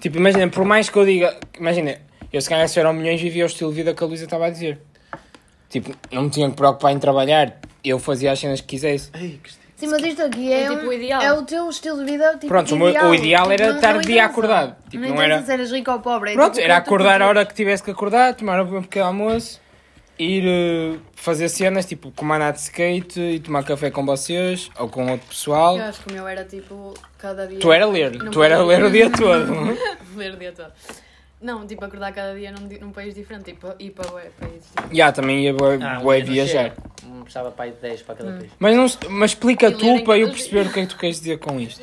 [SPEAKER 1] Tipo, imagina, por mais que eu diga, imagina, eu se calhar se eram milhões vivia o estilo de vida que a Luísa estava a dizer. Tipo, não me tinha que preocupar em trabalhar, eu fazia as cenas que quisesse.
[SPEAKER 2] Ei, que estilo.
[SPEAKER 3] Sim, mas isto aqui é,
[SPEAKER 5] É tipo
[SPEAKER 3] um-
[SPEAKER 5] o ideal.
[SPEAKER 3] É o teu estilo de vida. Tipo,
[SPEAKER 1] Pronto, o meu- o ideal era estar de dia acordado. Tipo,
[SPEAKER 3] não,
[SPEAKER 1] não
[SPEAKER 3] interessa
[SPEAKER 1] era-
[SPEAKER 3] se eras rico ou pobre. é
[SPEAKER 1] Pronto,
[SPEAKER 3] tipo,
[SPEAKER 1] era
[SPEAKER 3] quanto tu
[SPEAKER 1] acordar a
[SPEAKER 3] queres.
[SPEAKER 1] hora que tivesse que acordar, tomar um pequeno almoço, ir eh, fazer cenas tipo como andar de skate e tomar café com vocês ou com outro pessoal.
[SPEAKER 5] Eu acho que o meu era tipo, cada dia.
[SPEAKER 1] Tu era ler,
[SPEAKER 5] Não
[SPEAKER 1] tu era
[SPEAKER 5] podia.
[SPEAKER 1] ler o dia todo.
[SPEAKER 5] <laughs> ler o dia todo. Não, tipo, acordar cada dia num, di- num país diferente, tipo, ir para bué países. Tipo,
[SPEAKER 1] Já, também ia bué- bué viajar.
[SPEAKER 4] chega. Hum, Precisava para aí de 10 para cada
[SPEAKER 5] Hum.
[SPEAKER 4] país.
[SPEAKER 1] Mas, não, se- mas explica
[SPEAKER 5] E lerem
[SPEAKER 1] tu para eu
[SPEAKER 5] todos os
[SPEAKER 1] perceber o que é que tu queres dizer com isto.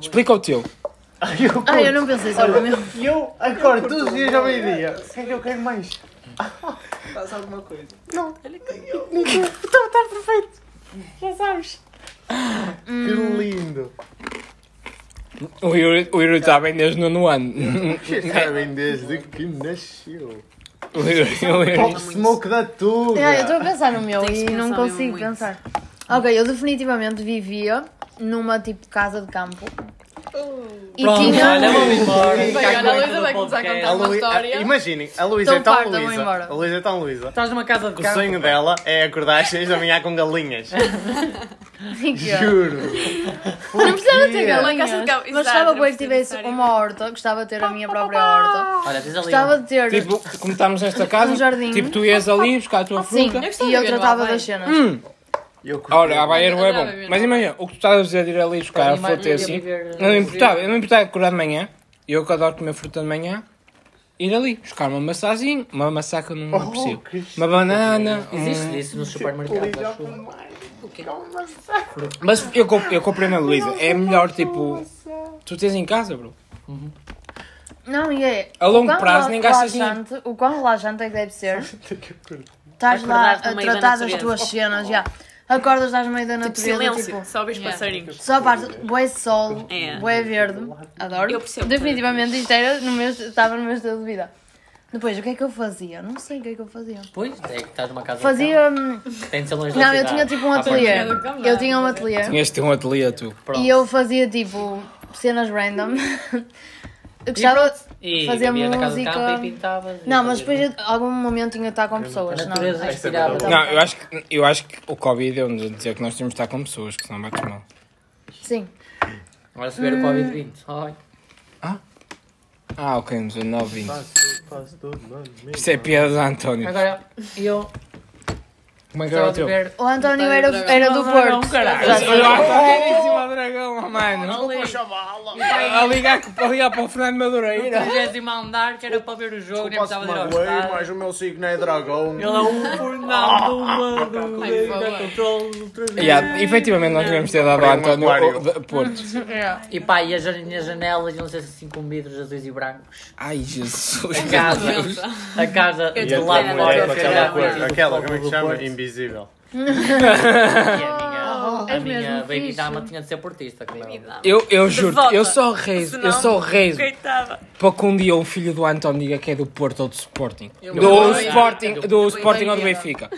[SPEAKER 1] Explica o teu.
[SPEAKER 3] Ah, eu não pensei só para mim.
[SPEAKER 2] E eu acordo todos os dias ao meio-dia. O que é que eu quero <laughs> mais?
[SPEAKER 6] Faz alguma coisa.
[SPEAKER 2] é tá Que lindo.
[SPEAKER 1] O Yuri o Yuri está bem desde o nono ano. <laughs>
[SPEAKER 2] Vocês sabem desde que nasceu. é
[SPEAKER 1] O Yuri- o Yuri-
[SPEAKER 2] Pop Smoke da Tuga.
[SPEAKER 3] Ah, eu estou a pensar no meu
[SPEAKER 5] Tens
[SPEAKER 3] e
[SPEAKER 5] que
[SPEAKER 3] não
[SPEAKER 5] pensar mesmo
[SPEAKER 3] consigo
[SPEAKER 5] muito.
[SPEAKER 3] pensar. Ok, eu definitivamente vivia numa tipo de casa de campo. E tinha. <laughs>
[SPEAKER 4] olha, vou embora.
[SPEAKER 5] Bem, olha, a Luísa vai começar a
[SPEAKER 2] A
[SPEAKER 5] contar uma
[SPEAKER 2] Lu...
[SPEAKER 5] história.
[SPEAKER 2] a- Imaginem, a Luísa
[SPEAKER 3] Tão
[SPEAKER 2] é tão
[SPEAKER 3] farta, vou
[SPEAKER 2] Luísa.
[SPEAKER 3] embora.
[SPEAKER 2] A Luísa é tão Luísa.
[SPEAKER 4] Estás numa casa de
[SPEAKER 2] O
[SPEAKER 4] campo.
[SPEAKER 2] sonho dela é acordar às 6 da manhã com galinhas. Juro.
[SPEAKER 3] Não precisava ter
[SPEAKER 7] Uma casa de
[SPEAKER 3] galinhas.
[SPEAKER 7] campo,
[SPEAKER 3] Mas
[SPEAKER 7] exato,
[SPEAKER 3] gostava
[SPEAKER 7] não
[SPEAKER 3] bem que
[SPEAKER 7] precisa
[SPEAKER 3] tivesse
[SPEAKER 7] necessariamente.
[SPEAKER 3] uma horta, gostava de ter a minha própria horta.
[SPEAKER 4] Olha, tens ali. um,
[SPEAKER 3] Gostava de ter.
[SPEAKER 1] Tipo, como estamos nesta casa,
[SPEAKER 3] Um jardim.
[SPEAKER 1] tipo, tu ias
[SPEAKER 5] Ah,
[SPEAKER 1] ali buscar a tua
[SPEAKER 3] Sim,
[SPEAKER 1] fruta.
[SPEAKER 5] gostava
[SPEAKER 3] e
[SPEAKER 5] de
[SPEAKER 3] eu
[SPEAKER 5] ver no
[SPEAKER 3] tratava
[SPEAKER 5] Havaí.
[SPEAKER 3] das cenas.
[SPEAKER 2] Eu
[SPEAKER 1] Olha, a Bayer é
[SPEAKER 5] adorava
[SPEAKER 1] bom.
[SPEAKER 5] ver
[SPEAKER 1] Mas imagina, o que tu estás a dizer de ir ali buscar a fruta e assim. Não me importava, eu não me importava de acordar de manhã. Eu que adoro comer fruta de manhã. E ir ali buscar uma maçãzinha, uma maçã que eu não
[SPEAKER 2] Oh,
[SPEAKER 1] aprecio,
[SPEAKER 2] que chique.
[SPEAKER 1] uma banana. um-
[SPEAKER 4] Existe isso nos supermercados, acho um- eu.
[SPEAKER 1] Mas eu, comp- eu comprei na Luísa, é melhor tipo. Tu tens em casa, bro?
[SPEAKER 3] Não, e é.
[SPEAKER 1] A
[SPEAKER 3] o
[SPEAKER 1] longo
[SPEAKER 3] quão
[SPEAKER 1] prazo
[SPEAKER 3] rela-
[SPEAKER 1] nem gastas
[SPEAKER 3] relaxante- O quão relaxante é que deve ser. Estás lá
[SPEAKER 7] Acordar
[SPEAKER 3] a
[SPEAKER 7] no meio da
[SPEAKER 3] tratar das
[SPEAKER 7] natureza.
[SPEAKER 3] tuas cenas, já. Acordas, estás no meio da
[SPEAKER 7] Tipo,
[SPEAKER 3] natureza,
[SPEAKER 7] silêncio,
[SPEAKER 3] tipo.
[SPEAKER 7] só ouves
[SPEAKER 5] yeah.
[SPEAKER 7] passarinhos.
[SPEAKER 3] Só parte, boé sol,
[SPEAKER 7] É.
[SPEAKER 3] boé verde, adoro.
[SPEAKER 7] Eu percebo.
[SPEAKER 3] Definitivamente isto era no meu, estava no meu estilo de vida. Depois, o que é que eu fazia? Não sei o que é que eu fazia.
[SPEAKER 4] Pois, é que estás numa casa.
[SPEAKER 3] Fazia. hum,
[SPEAKER 4] de campo. Tem de ser longe da
[SPEAKER 3] Não, eu
[SPEAKER 4] cidade.
[SPEAKER 3] tinha tipo um
[SPEAKER 4] À partida.
[SPEAKER 3] ateliê.
[SPEAKER 5] do campo,
[SPEAKER 3] Eu
[SPEAKER 5] não.
[SPEAKER 3] tinha um ateliê.
[SPEAKER 1] Tinhas de ter um ateliê, tu.
[SPEAKER 4] Pronto.
[SPEAKER 3] E eu fazia tipo cenas random. <laughs> Eu gostava.
[SPEAKER 4] E
[SPEAKER 3] fazia
[SPEAKER 4] vivias na casa de
[SPEAKER 3] música.
[SPEAKER 4] campo e pintavas. e
[SPEAKER 3] Não, mas
[SPEAKER 4] fazias-
[SPEAKER 3] depois em algum momento tinha de estar com pessoas. Não,
[SPEAKER 4] A É natureza
[SPEAKER 3] acho que-
[SPEAKER 4] inspirava.
[SPEAKER 3] Tá.
[SPEAKER 1] Não, eu acho que, eu acho que o Covid é onde dizer que nós temos de estar com pessoas, que senão bates mal.
[SPEAKER 3] sim.
[SPEAKER 4] Agora se
[SPEAKER 3] Hum.
[SPEAKER 4] vier o Covid-20. Ai.
[SPEAKER 1] Ah, ok, 19, 20. Isto é piada de António.
[SPEAKER 4] Agora, eu
[SPEAKER 1] Como é que era
[SPEAKER 4] gostava
[SPEAKER 1] o
[SPEAKER 4] de
[SPEAKER 1] teu? Ah,
[SPEAKER 4] ver.
[SPEAKER 3] O António era, era do Porto. Já sei.
[SPEAKER 1] Olha lá, dragão, oh, mano.
[SPEAKER 4] Ali,
[SPEAKER 1] A ligar, a ligar para o Fernando Madureira.
[SPEAKER 4] 30 andar, que era para ver o jogo, nem precisava de ir ao estádio.
[SPEAKER 2] mas o meu signo é dragão.
[SPEAKER 4] Ele é um Fernando Madureira,
[SPEAKER 5] Tipo,
[SPEAKER 4] controle do trânsito.
[SPEAKER 1] Yeah, efetivamente, nós devemos ter dado ao
[SPEAKER 2] Comprei um
[SPEAKER 1] António
[SPEAKER 2] aquário.
[SPEAKER 1] o- de- Porto.
[SPEAKER 4] E pá, e as jan- e as janelas iam ser assim com vidros azuis e brancos.
[SPEAKER 1] Ai, Jesus.
[SPEAKER 4] A casa, a casa
[SPEAKER 2] E
[SPEAKER 7] Eu
[SPEAKER 2] é
[SPEAKER 4] de
[SPEAKER 7] te
[SPEAKER 2] a
[SPEAKER 4] lá
[SPEAKER 2] tua
[SPEAKER 4] de
[SPEAKER 7] quero.
[SPEAKER 4] fora.
[SPEAKER 2] mulher
[SPEAKER 7] Eu
[SPEAKER 2] com
[SPEAKER 7] te
[SPEAKER 2] aquela
[SPEAKER 7] quero.
[SPEAKER 2] cor,
[SPEAKER 7] Eu
[SPEAKER 2] aquela, como é que se chama? Invisível.
[SPEAKER 4] A minha, a
[SPEAKER 3] és
[SPEAKER 4] minha
[SPEAKER 3] mesmo
[SPEAKER 4] baby
[SPEAKER 3] fixe.
[SPEAKER 4] dama tinha de ser portista, é claro.
[SPEAKER 1] Eu, eu juro,
[SPEAKER 7] volta.
[SPEAKER 1] eu só rezo, eu só rezo
[SPEAKER 7] Coitada.
[SPEAKER 1] para que um dia o filho do António diga que é do Porto ou do Sporting. Do Sporting, do Sporting ou do Benfica.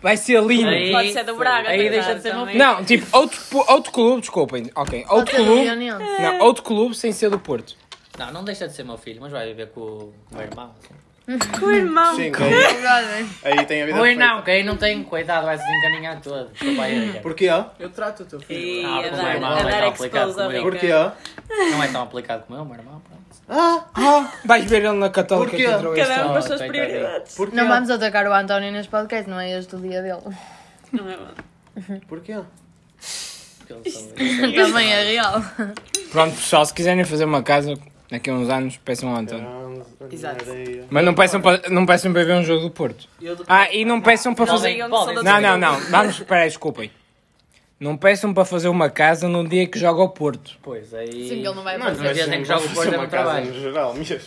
[SPEAKER 1] Vai ser lindo.
[SPEAKER 4] Aí-
[SPEAKER 7] Pode ser do Braga.
[SPEAKER 4] Aí
[SPEAKER 7] coitada,
[SPEAKER 4] deixa de ser meu
[SPEAKER 7] também.
[SPEAKER 1] Não, tipo, outro, pu- outro clube, desculpem. Ok, outro
[SPEAKER 3] Outra
[SPEAKER 1] clube.
[SPEAKER 3] reunião.
[SPEAKER 1] Não, outro clube sem ser do Porto.
[SPEAKER 4] Não, não deixa de ser meu filho, mas vai viver com o com o meu irmão. assim.
[SPEAKER 2] Sim, aí, aí tem a vida
[SPEAKER 4] Oi, não,
[SPEAKER 2] perfeita.
[SPEAKER 4] quem não tem cuidado vai se encaminhar todo. Papai, olha.
[SPEAKER 2] Porquê? ah?
[SPEAKER 6] Eu trato o teu filho.
[SPEAKER 7] E
[SPEAKER 4] é Ah,
[SPEAKER 7] a
[SPEAKER 4] pô,
[SPEAKER 7] dar-
[SPEAKER 4] irmão,
[SPEAKER 7] a
[SPEAKER 4] vai
[SPEAKER 7] dar
[SPEAKER 4] estar aplicado
[SPEAKER 7] expose
[SPEAKER 4] como eu.
[SPEAKER 7] ao Benfica.
[SPEAKER 2] Porquê? ah?
[SPEAKER 4] Não é tão aplicado como eu, meu irmão. pronto.
[SPEAKER 1] Ah, vais ver ele na católica
[SPEAKER 2] Porquê?
[SPEAKER 1] que entrou este
[SPEAKER 7] Cada um
[SPEAKER 1] ano.
[SPEAKER 7] com as suas
[SPEAKER 4] coitadinho.
[SPEAKER 7] prioridades.
[SPEAKER 2] Porquê?
[SPEAKER 3] Não vamos atacar o António neste podcast, não é este o dia dele.
[SPEAKER 7] Não é bom.
[SPEAKER 2] Porquê?
[SPEAKER 4] Porque eles são-
[SPEAKER 5] <laughs>
[SPEAKER 3] Também é real.
[SPEAKER 1] Pronto, pessoal, se quiserem fazer uma casa daqui a uns anos, peçam ao
[SPEAKER 2] Então.
[SPEAKER 1] António.
[SPEAKER 7] Exato.
[SPEAKER 1] Mas não peçam, pa- não peçam para ver um jogo do Porto.
[SPEAKER 6] Eu de-
[SPEAKER 1] Ah, e não peçam para fazer.
[SPEAKER 4] Podem-
[SPEAKER 7] Podem-
[SPEAKER 4] podem-
[SPEAKER 1] Não, não, não. Vamos, peraí, desculpem. Não peçam para fazer uma casa num dia que joga ao Porto.
[SPEAKER 4] Pois, aí...
[SPEAKER 5] Sim, que ele não vai
[SPEAKER 4] Mas
[SPEAKER 5] fazer.
[SPEAKER 4] no dia em que joga o Porto é muito
[SPEAKER 2] No
[SPEAKER 4] trabalho.
[SPEAKER 2] geral, mesmo.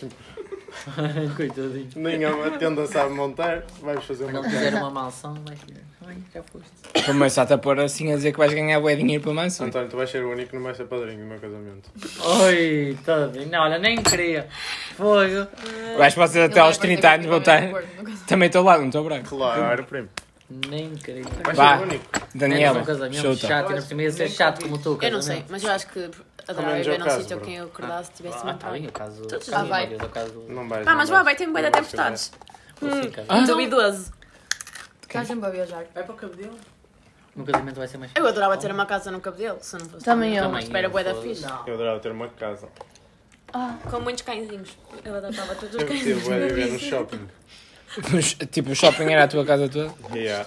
[SPEAKER 4] <laughs> Coitadinho.
[SPEAKER 2] Nem a tenda sabe montar, vamos fazer
[SPEAKER 4] Quando
[SPEAKER 2] uma
[SPEAKER 4] ele
[SPEAKER 2] casa.
[SPEAKER 4] fizer uma mansão, vai ser... Ai, já foste.
[SPEAKER 1] Começa-te a pôr assim a dizer que vais ganhar bué dinheiro para mansão.
[SPEAKER 2] António, tu vais ser o único que não vai ser padrinho do meu casamento.
[SPEAKER 4] Oi, tá bem. Não, olha, nem queria. Fogo.
[SPEAKER 1] Vais passar até aos 30 anos, vou estar. Também estou lá, não estou branco.
[SPEAKER 2] Claro, primo.
[SPEAKER 4] Nem queria.
[SPEAKER 2] Vais
[SPEAKER 1] Vá.
[SPEAKER 2] ser o único.
[SPEAKER 1] Daniela,
[SPEAKER 4] Era um casamento
[SPEAKER 1] chuta.
[SPEAKER 4] chato, ainda por cima ia ser chato como tu,
[SPEAKER 5] Eu não sei,
[SPEAKER 4] casamento.
[SPEAKER 5] mas eu acho que adorava
[SPEAKER 2] menos é o
[SPEAKER 5] viver num
[SPEAKER 2] caso,
[SPEAKER 5] sítio
[SPEAKER 2] bro.
[SPEAKER 5] quem eu acordasse tivesse
[SPEAKER 4] Ah,
[SPEAKER 5] um
[SPEAKER 4] tá bem, o caso...
[SPEAKER 7] Todos
[SPEAKER 4] caso
[SPEAKER 5] já vai.
[SPEAKER 4] Deus, o caso...
[SPEAKER 2] Não vais.
[SPEAKER 7] Ah, mas
[SPEAKER 2] não
[SPEAKER 7] vai, vai ter boia de tempestades.
[SPEAKER 4] Hum. casamento.
[SPEAKER 7] Muito idoso.
[SPEAKER 5] Estás Tá sempre a viajar.
[SPEAKER 6] Vai para o cabelo.
[SPEAKER 4] No casamento vai ser mais...
[SPEAKER 5] Eu adorava ter uma casa no cabedelo, se não fosse.
[SPEAKER 3] Também eu.
[SPEAKER 5] Mas espera boia da fixe.
[SPEAKER 4] Não.
[SPEAKER 2] Eu adorava ter uma casa.
[SPEAKER 7] Com muitos cãezinhos. Eu adaptava todos os
[SPEAKER 2] Eu
[SPEAKER 7] cãezinhos.
[SPEAKER 2] estive a viver no shopping.
[SPEAKER 1] Tipo, o shopping era a tua casa toda?
[SPEAKER 2] Yeah.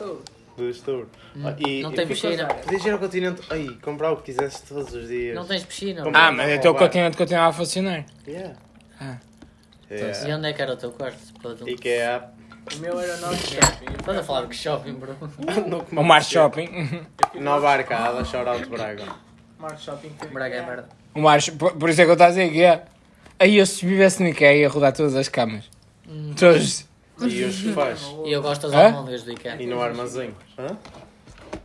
[SPEAKER 2] Do Estouro.
[SPEAKER 5] Hum.
[SPEAKER 2] Ah, e-
[SPEAKER 4] Não
[SPEAKER 2] e
[SPEAKER 4] tem
[SPEAKER 2] fiz-
[SPEAKER 4] piscina.
[SPEAKER 2] Podias ir ao continente. Aí, comprar o que quisesse todos os dias.
[SPEAKER 4] Não tens piscina.
[SPEAKER 2] Como-
[SPEAKER 1] Ah, mas então o continente continuava a funcionar.
[SPEAKER 2] Yeah. é
[SPEAKER 1] Ah.
[SPEAKER 4] E
[SPEAKER 5] Então,
[SPEAKER 2] Yeah.
[SPEAKER 4] onde é que era o teu quarto? Para-
[SPEAKER 2] IKEA.
[SPEAKER 6] O meu era nosso shopping.
[SPEAKER 4] Estás a falar de que shopping, bro. Um
[SPEAKER 2] Uh. <laughs>
[SPEAKER 1] O Mar Shopping.
[SPEAKER 2] Nova Arcada, shout out Braga.
[SPEAKER 6] Marco Shopping. teve
[SPEAKER 4] Braga é
[SPEAKER 6] que-
[SPEAKER 4] merda.
[SPEAKER 1] O Mar por, por isso é que eu estava a dizer que é. Aí eu se vivesse no IKEA ia rodar todas as camas. Todos.
[SPEAKER 5] <laughs>
[SPEAKER 2] E os faz.
[SPEAKER 4] E eu gosto das
[SPEAKER 1] Hã?
[SPEAKER 4] almôndegas do Ikea.
[SPEAKER 2] E no armazém. Hã?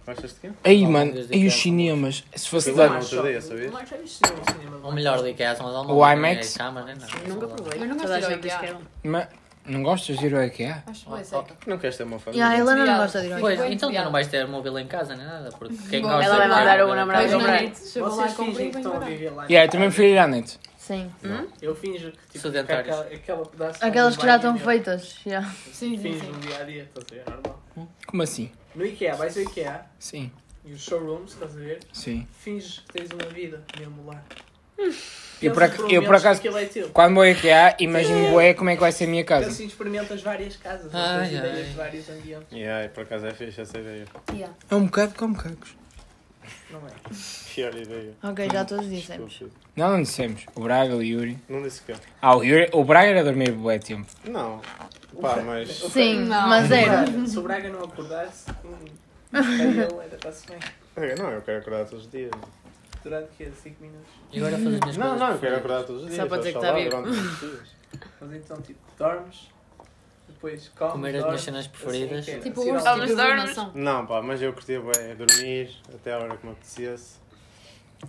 [SPEAKER 2] Gostas de quê?
[SPEAKER 1] Aí, mano,
[SPEAKER 4] Almôndegas do
[SPEAKER 1] aí os
[SPEAKER 4] IKEA.
[SPEAKER 1] cinemas. Se fosse
[SPEAKER 2] Fui
[SPEAKER 1] lá.
[SPEAKER 2] lá no outro dia, sabias?
[SPEAKER 6] Marco Shopping sim, o cinema.
[SPEAKER 4] O melhor do Ikea são as
[SPEAKER 1] O
[SPEAKER 4] almôndegas.
[SPEAKER 1] IMAX?
[SPEAKER 4] as camas, né? Não,
[SPEAKER 7] Nunca
[SPEAKER 4] só lá.
[SPEAKER 7] provei.
[SPEAKER 5] Eu não
[SPEAKER 7] Toda a
[SPEAKER 5] gosto de
[SPEAKER 7] gente diz que
[SPEAKER 5] IKEA.
[SPEAKER 7] é bom.
[SPEAKER 1] Mas não gostas de ir ao IKEA?
[SPEAKER 5] Acho que seca.
[SPEAKER 2] Não queres ter uma
[SPEAKER 3] E a
[SPEAKER 2] família?
[SPEAKER 3] Helena não gosta de ir. ao-
[SPEAKER 4] Pois,
[SPEAKER 5] Foi
[SPEAKER 4] então tu
[SPEAKER 5] desviado.
[SPEAKER 4] não vais ter móvel em casa nem nada, porque quem
[SPEAKER 5] Bom,
[SPEAKER 4] gosta
[SPEAKER 7] ela vai
[SPEAKER 4] de ter
[SPEAKER 7] mandar
[SPEAKER 4] móvel
[SPEAKER 7] o
[SPEAKER 4] em
[SPEAKER 7] namorado
[SPEAKER 5] Mas não
[SPEAKER 4] casa-
[SPEAKER 7] comprar.
[SPEAKER 5] é. Chegou lá
[SPEAKER 6] Vocês
[SPEAKER 5] e comprei
[SPEAKER 6] fingem
[SPEAKER 5] e
[SPEAKER 6] que
[SPEAKER 5] vem
[SPEAKER 6] estão a
[SPEAKER 5] embora.
[SPEAKER 6] viver lá.
[SPEAKER 1] Yeah, eu também prefiro ir à net.
[SPEAKER 3] Sim.
[SPEAKER 6] Eu finjo tipo, que
[SPEAKER 4] Sedentários.
[SPEAKER 6] aquela, aquela pedaço
[SPEAKER 3] Aquelas
[SPEAKER 6] de
[SPEAKER 3] que já estão
[SPEAKER 6] banho é
[SPEAKER 3] feitas. já.
[SPEAKER 5] Sim,
[SPEAKER 6] meu.
[SPEAKER 5] sim,
[SPEAKER 6] Finjo
[SPEAKER 5] sim.
[SPEAKER 6] no dia a dia, estás a ver? Normal.
[SPEAKER 1] Como assim?
[SPEAKER 6] No IKEA, vais ao IKEA
[SPEAKER 1] Sim,
[SPEAKER 6] e os showrooms, estás a ver?
[SPEAKER 1] sim.
[SPEAKER 6] Finges que tens uma vida mesmo lá.
[SPEAKER 1] Eu por,
[SPEAKER 6] Pensas
[SPEAKER 1] ac-
[SPEAKER 6] por um
[SPEAKER 1] eu por
[SPEAKER 6] menos que
[SPEAKER 1] acaso,
[SPEAKER 6] Aquilo é teu.
[SPEAKER 1] quando vou ao IKEA, imagino bué como é que vai ser a minha casa.
[SPEAKER 6] Assim experimentas várias casas,
[SPEAKER 4] Ai,
[SPEAKER 6] outras ideias
[SPEAKER 4] ai.
[SPEAKER 6] de vários ambientes.
[SPEAKER 2] E aí, por acaso é fixe essa ideia.
[SPEAKER 5] Yeah.
[SPEAKER 1] É um bocado como cacos.
[SPEAKER 6] Não é.
[SPEAKER 2] Pior ideia.
[SPEAKER 3] Ok, já todos dissemos.
[SPEAKER 2] Desculpa.
[SPEAKER 1] Não, não dissemos. O Braga, o Yuri.
[SPEAKER 2] Não disse que é.
[SPEAKER 1] Ah, o, Yuri, o Braga era dormir bué <laughs> tempo.
[SPEAKER 2] Não.
[SPEAKER 6] <laughs>
[SPEAKER 2] Pá, mas.
[SPEAKER 3] Sim,
[SPEAKER 5] Não.
[SPEAKER 3] mas era.
[SPEAKER 6] Se o Braga não acordasse, hum, aí ele ainda está-se bem.
[SPEAKER 2] Ok, Não, eu quero acordar todos os dias.
[SPEAKER 6] Durante quê? 5 minutos?
[SPEAKER 4] E agora faz as minhas
[SPEAKER 2] Não,
[SPEAKER 4] coisas
[SPEAKER 2] não, eu quero
[SPEAKER 4] preferidas.
[SPEAKER 2] acordar todos os dias.
[SPEAKER 5] Só para dizer que
[SPEAKER 2] vou falar
[SPEAKER 5] está vivo.
[SPEAKER 2] durante todos os dias.
[SPEAKER 6] Mas então, tipo, dormes, depois comes,
[SPEAKER 4] Comer as minhas
[SPEAKER 6] dormes,
[SPEAKER 4] cenas
[SPEAKER 6] assim,
[SPEAKER 4] preferidas.
[SPEAKER 6] que é,
[SPEAKER 5] Tipo,
[SPEAKER 6] assim,
[SPEAKER 5] hoje
[SPEAKER 6] não,
[SPEAKER 5] tipo,
[SPEAKER 7] mas dormes?
[SPEAKER 5] iluminação.
[SPEAKER 2] Não, pá, mas eu curtia bem dormir até a hora que me apetecesse.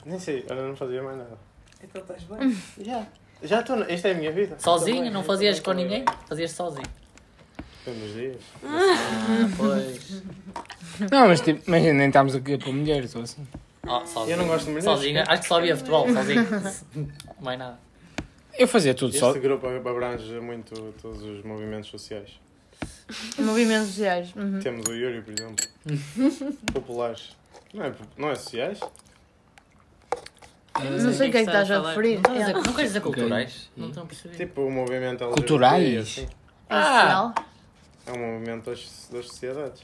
[SPEAKER 2] Nem sei, eu não fazia mais nada.
[SPEAKER 6] Então estás bem.
[SPEAKER 3] Hum,
[SPEAKER 2] Já. Já estou. na- Esta é a minha vida.
[SPEAKER 4] Sozinho?
[SPEAKER 6] Também,
[SPEAKER 4] Não
[SPEAKER 6] eu
[SPEAKER 4] fazias com
[SPEAKER 3] é.
[SPEAKER 6] também
[SPEAKER 4] ninguém?
[SPEAKER 6] também.
[SPEAKER 4] Fazias sozinho.
[SPEAKER 3] <laughs>
[SPEAKER 2] Temos dias.
[SPEAKER 4] Ah, pois.
[SPEAKER 1] Não, mas tipo, imagina, nem estamos aqui para mulheres ou assim.
[SPEAKER 4] Oh, sozinho.
[SPEAKER 2] Eu não gosto de mulheres.
[SPEAKER 4] Sozinho. Acho que só havia futebol, sozinho.
[SPEAKER 3] <laughs>
[SPEAKER 4] Mais nada.
[SPEAKER 1] Eu fazia tudo
[SPEAKER 2] Este
[SPEAKER 1] só.
[SPEAKER 2] grupo abrange muito todos os movimentos sociais.
[SPEAKER 3] Movimentos sociais. uhum.
[SPEAKER 2] Temos o Yuri, por <laughs> exemplo. Populares. Não é, pop- não é sociais?
[SPEAKER 3] Não sei o que é que estás a
[SPEAKER 5] falar.
[SPEAKER 3] referir.
[SPEAKER 4] Não estás a dizer- Não queres dizer
[SPEAKER 1] Ah, Ok.
[SPEAKER 4] culturais? Não estão a perceber.
[SPEAKER 2] Tipo o movimento LGBT,
[SPEAKER 1] Culturais?
[SPEAKER 2] assim.
[SPEAKER 3] É social?
[SPEAKER 2] É um movimento das, das sociedades.